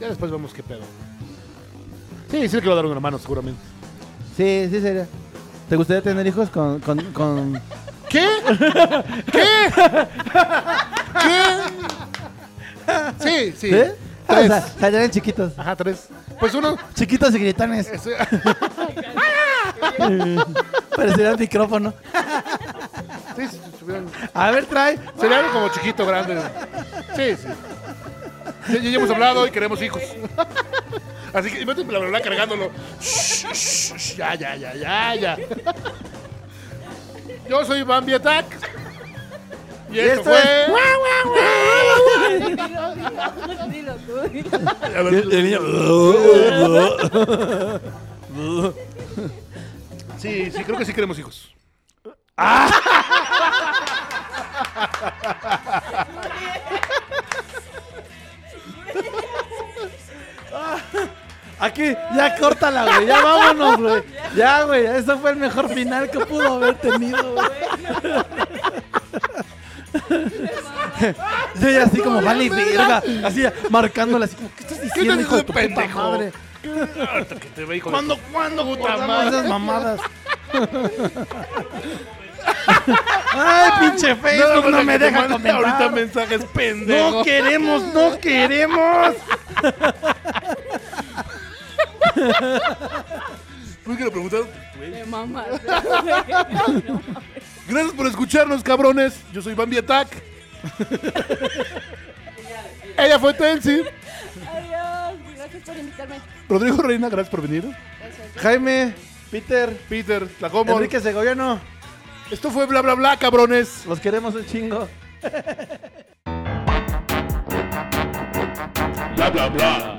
Speaker 1: Ya después vemos qué pedo. Sí, sí le quiero dar un hermano, seguramente.
Speaker 5: Sí, sí sería. ¿Te gustaría tener hijos con... con, con...
Speaker 1: ¿Qué? ¿Qué? ¿Qué? Sí, sí.
Speaker 5: ¿Eh?
Speaker 1: Tres.
Speaker 5: O sea, salían chiquitos.
Speaker 1: Ajá, tres. Pues uno.
Speaker 5: Chiquitos y gritanes.
Speaker 1: ese-
Speaker 5: Pareciera el micrófono.
Speaker 1: Sí, sí, subieron.
Speaker 5: A ver, trae.
Speaker 1: Sería algo como chiquito, grande. Sí, sí. Ya, ya hemos hablado y queremos hijos. Así que mete bla bla bla cargándolo. Shh, shh, shh, Ya, ya, ya, ya, ya. Yo soy Bambi Attack. Y, esto,
Speaker 5: esto
Speaker 1: fue.
Speaker 5: es-
Speaker 4: Dilo, dilo tú, dilo.
Speaker 1: A ver, sí, sí, creo que sí queremos hijos.
Speaker 5: Aquí, ya córtala, güey. Ya vámonos, güey. Ya, güey. Eso fue el mejor final que pudo haber tenido, güey. Yo ya así como, vale, verga. Así, marcándola, así como, ¿qué estás
Speaker 1: ¿Qué
Speaker 5: diciendo,
Speaker 1: te
Speaker 5: hijo
Speaker 1: dijo de
Speaker 5: de tu puta
Speaker 1: pendejo?
Speaker 5: madre?
Speaker 1: Ahorita que te ve, hijo de
Speaker 5: ¿Cuándo, cuándo, puta
Speaker 1: madre?
Speaker 5: Esas mamadas. Ay, pinche Facebook, no,
Speaker 1: ahorita
Speaker 5: me
Speaker 1: que te
Speaker 5: deja
Speaker 1: manda
Speaker 5: comentar.
Speaker 1: Ahorita mensajes pendejo.
Speaker 5: No queremos, no queremos.
Speaker 1: Pues que le preguntaron,
Speaker 4: Te mamas.
Speaker 1: Gracias por escucharnos, cabrones. Yo soy Bambi Attack. Ella fue Tensi.
Speaker 4: Adiós, gracias por invitarme.
Speaker 1: Rodrigo Reina, gracias por venir.
Speaker 5: Jaime, Peter,
Speaker 1: Peter, Tlacomol.
Speaker 5: Enrique Segoviano,
Speaker 1: Esto fue bla bla bla, cabrones.
Speaker 5: los queremos un chingo.
Speaker 2: Bla bla bla.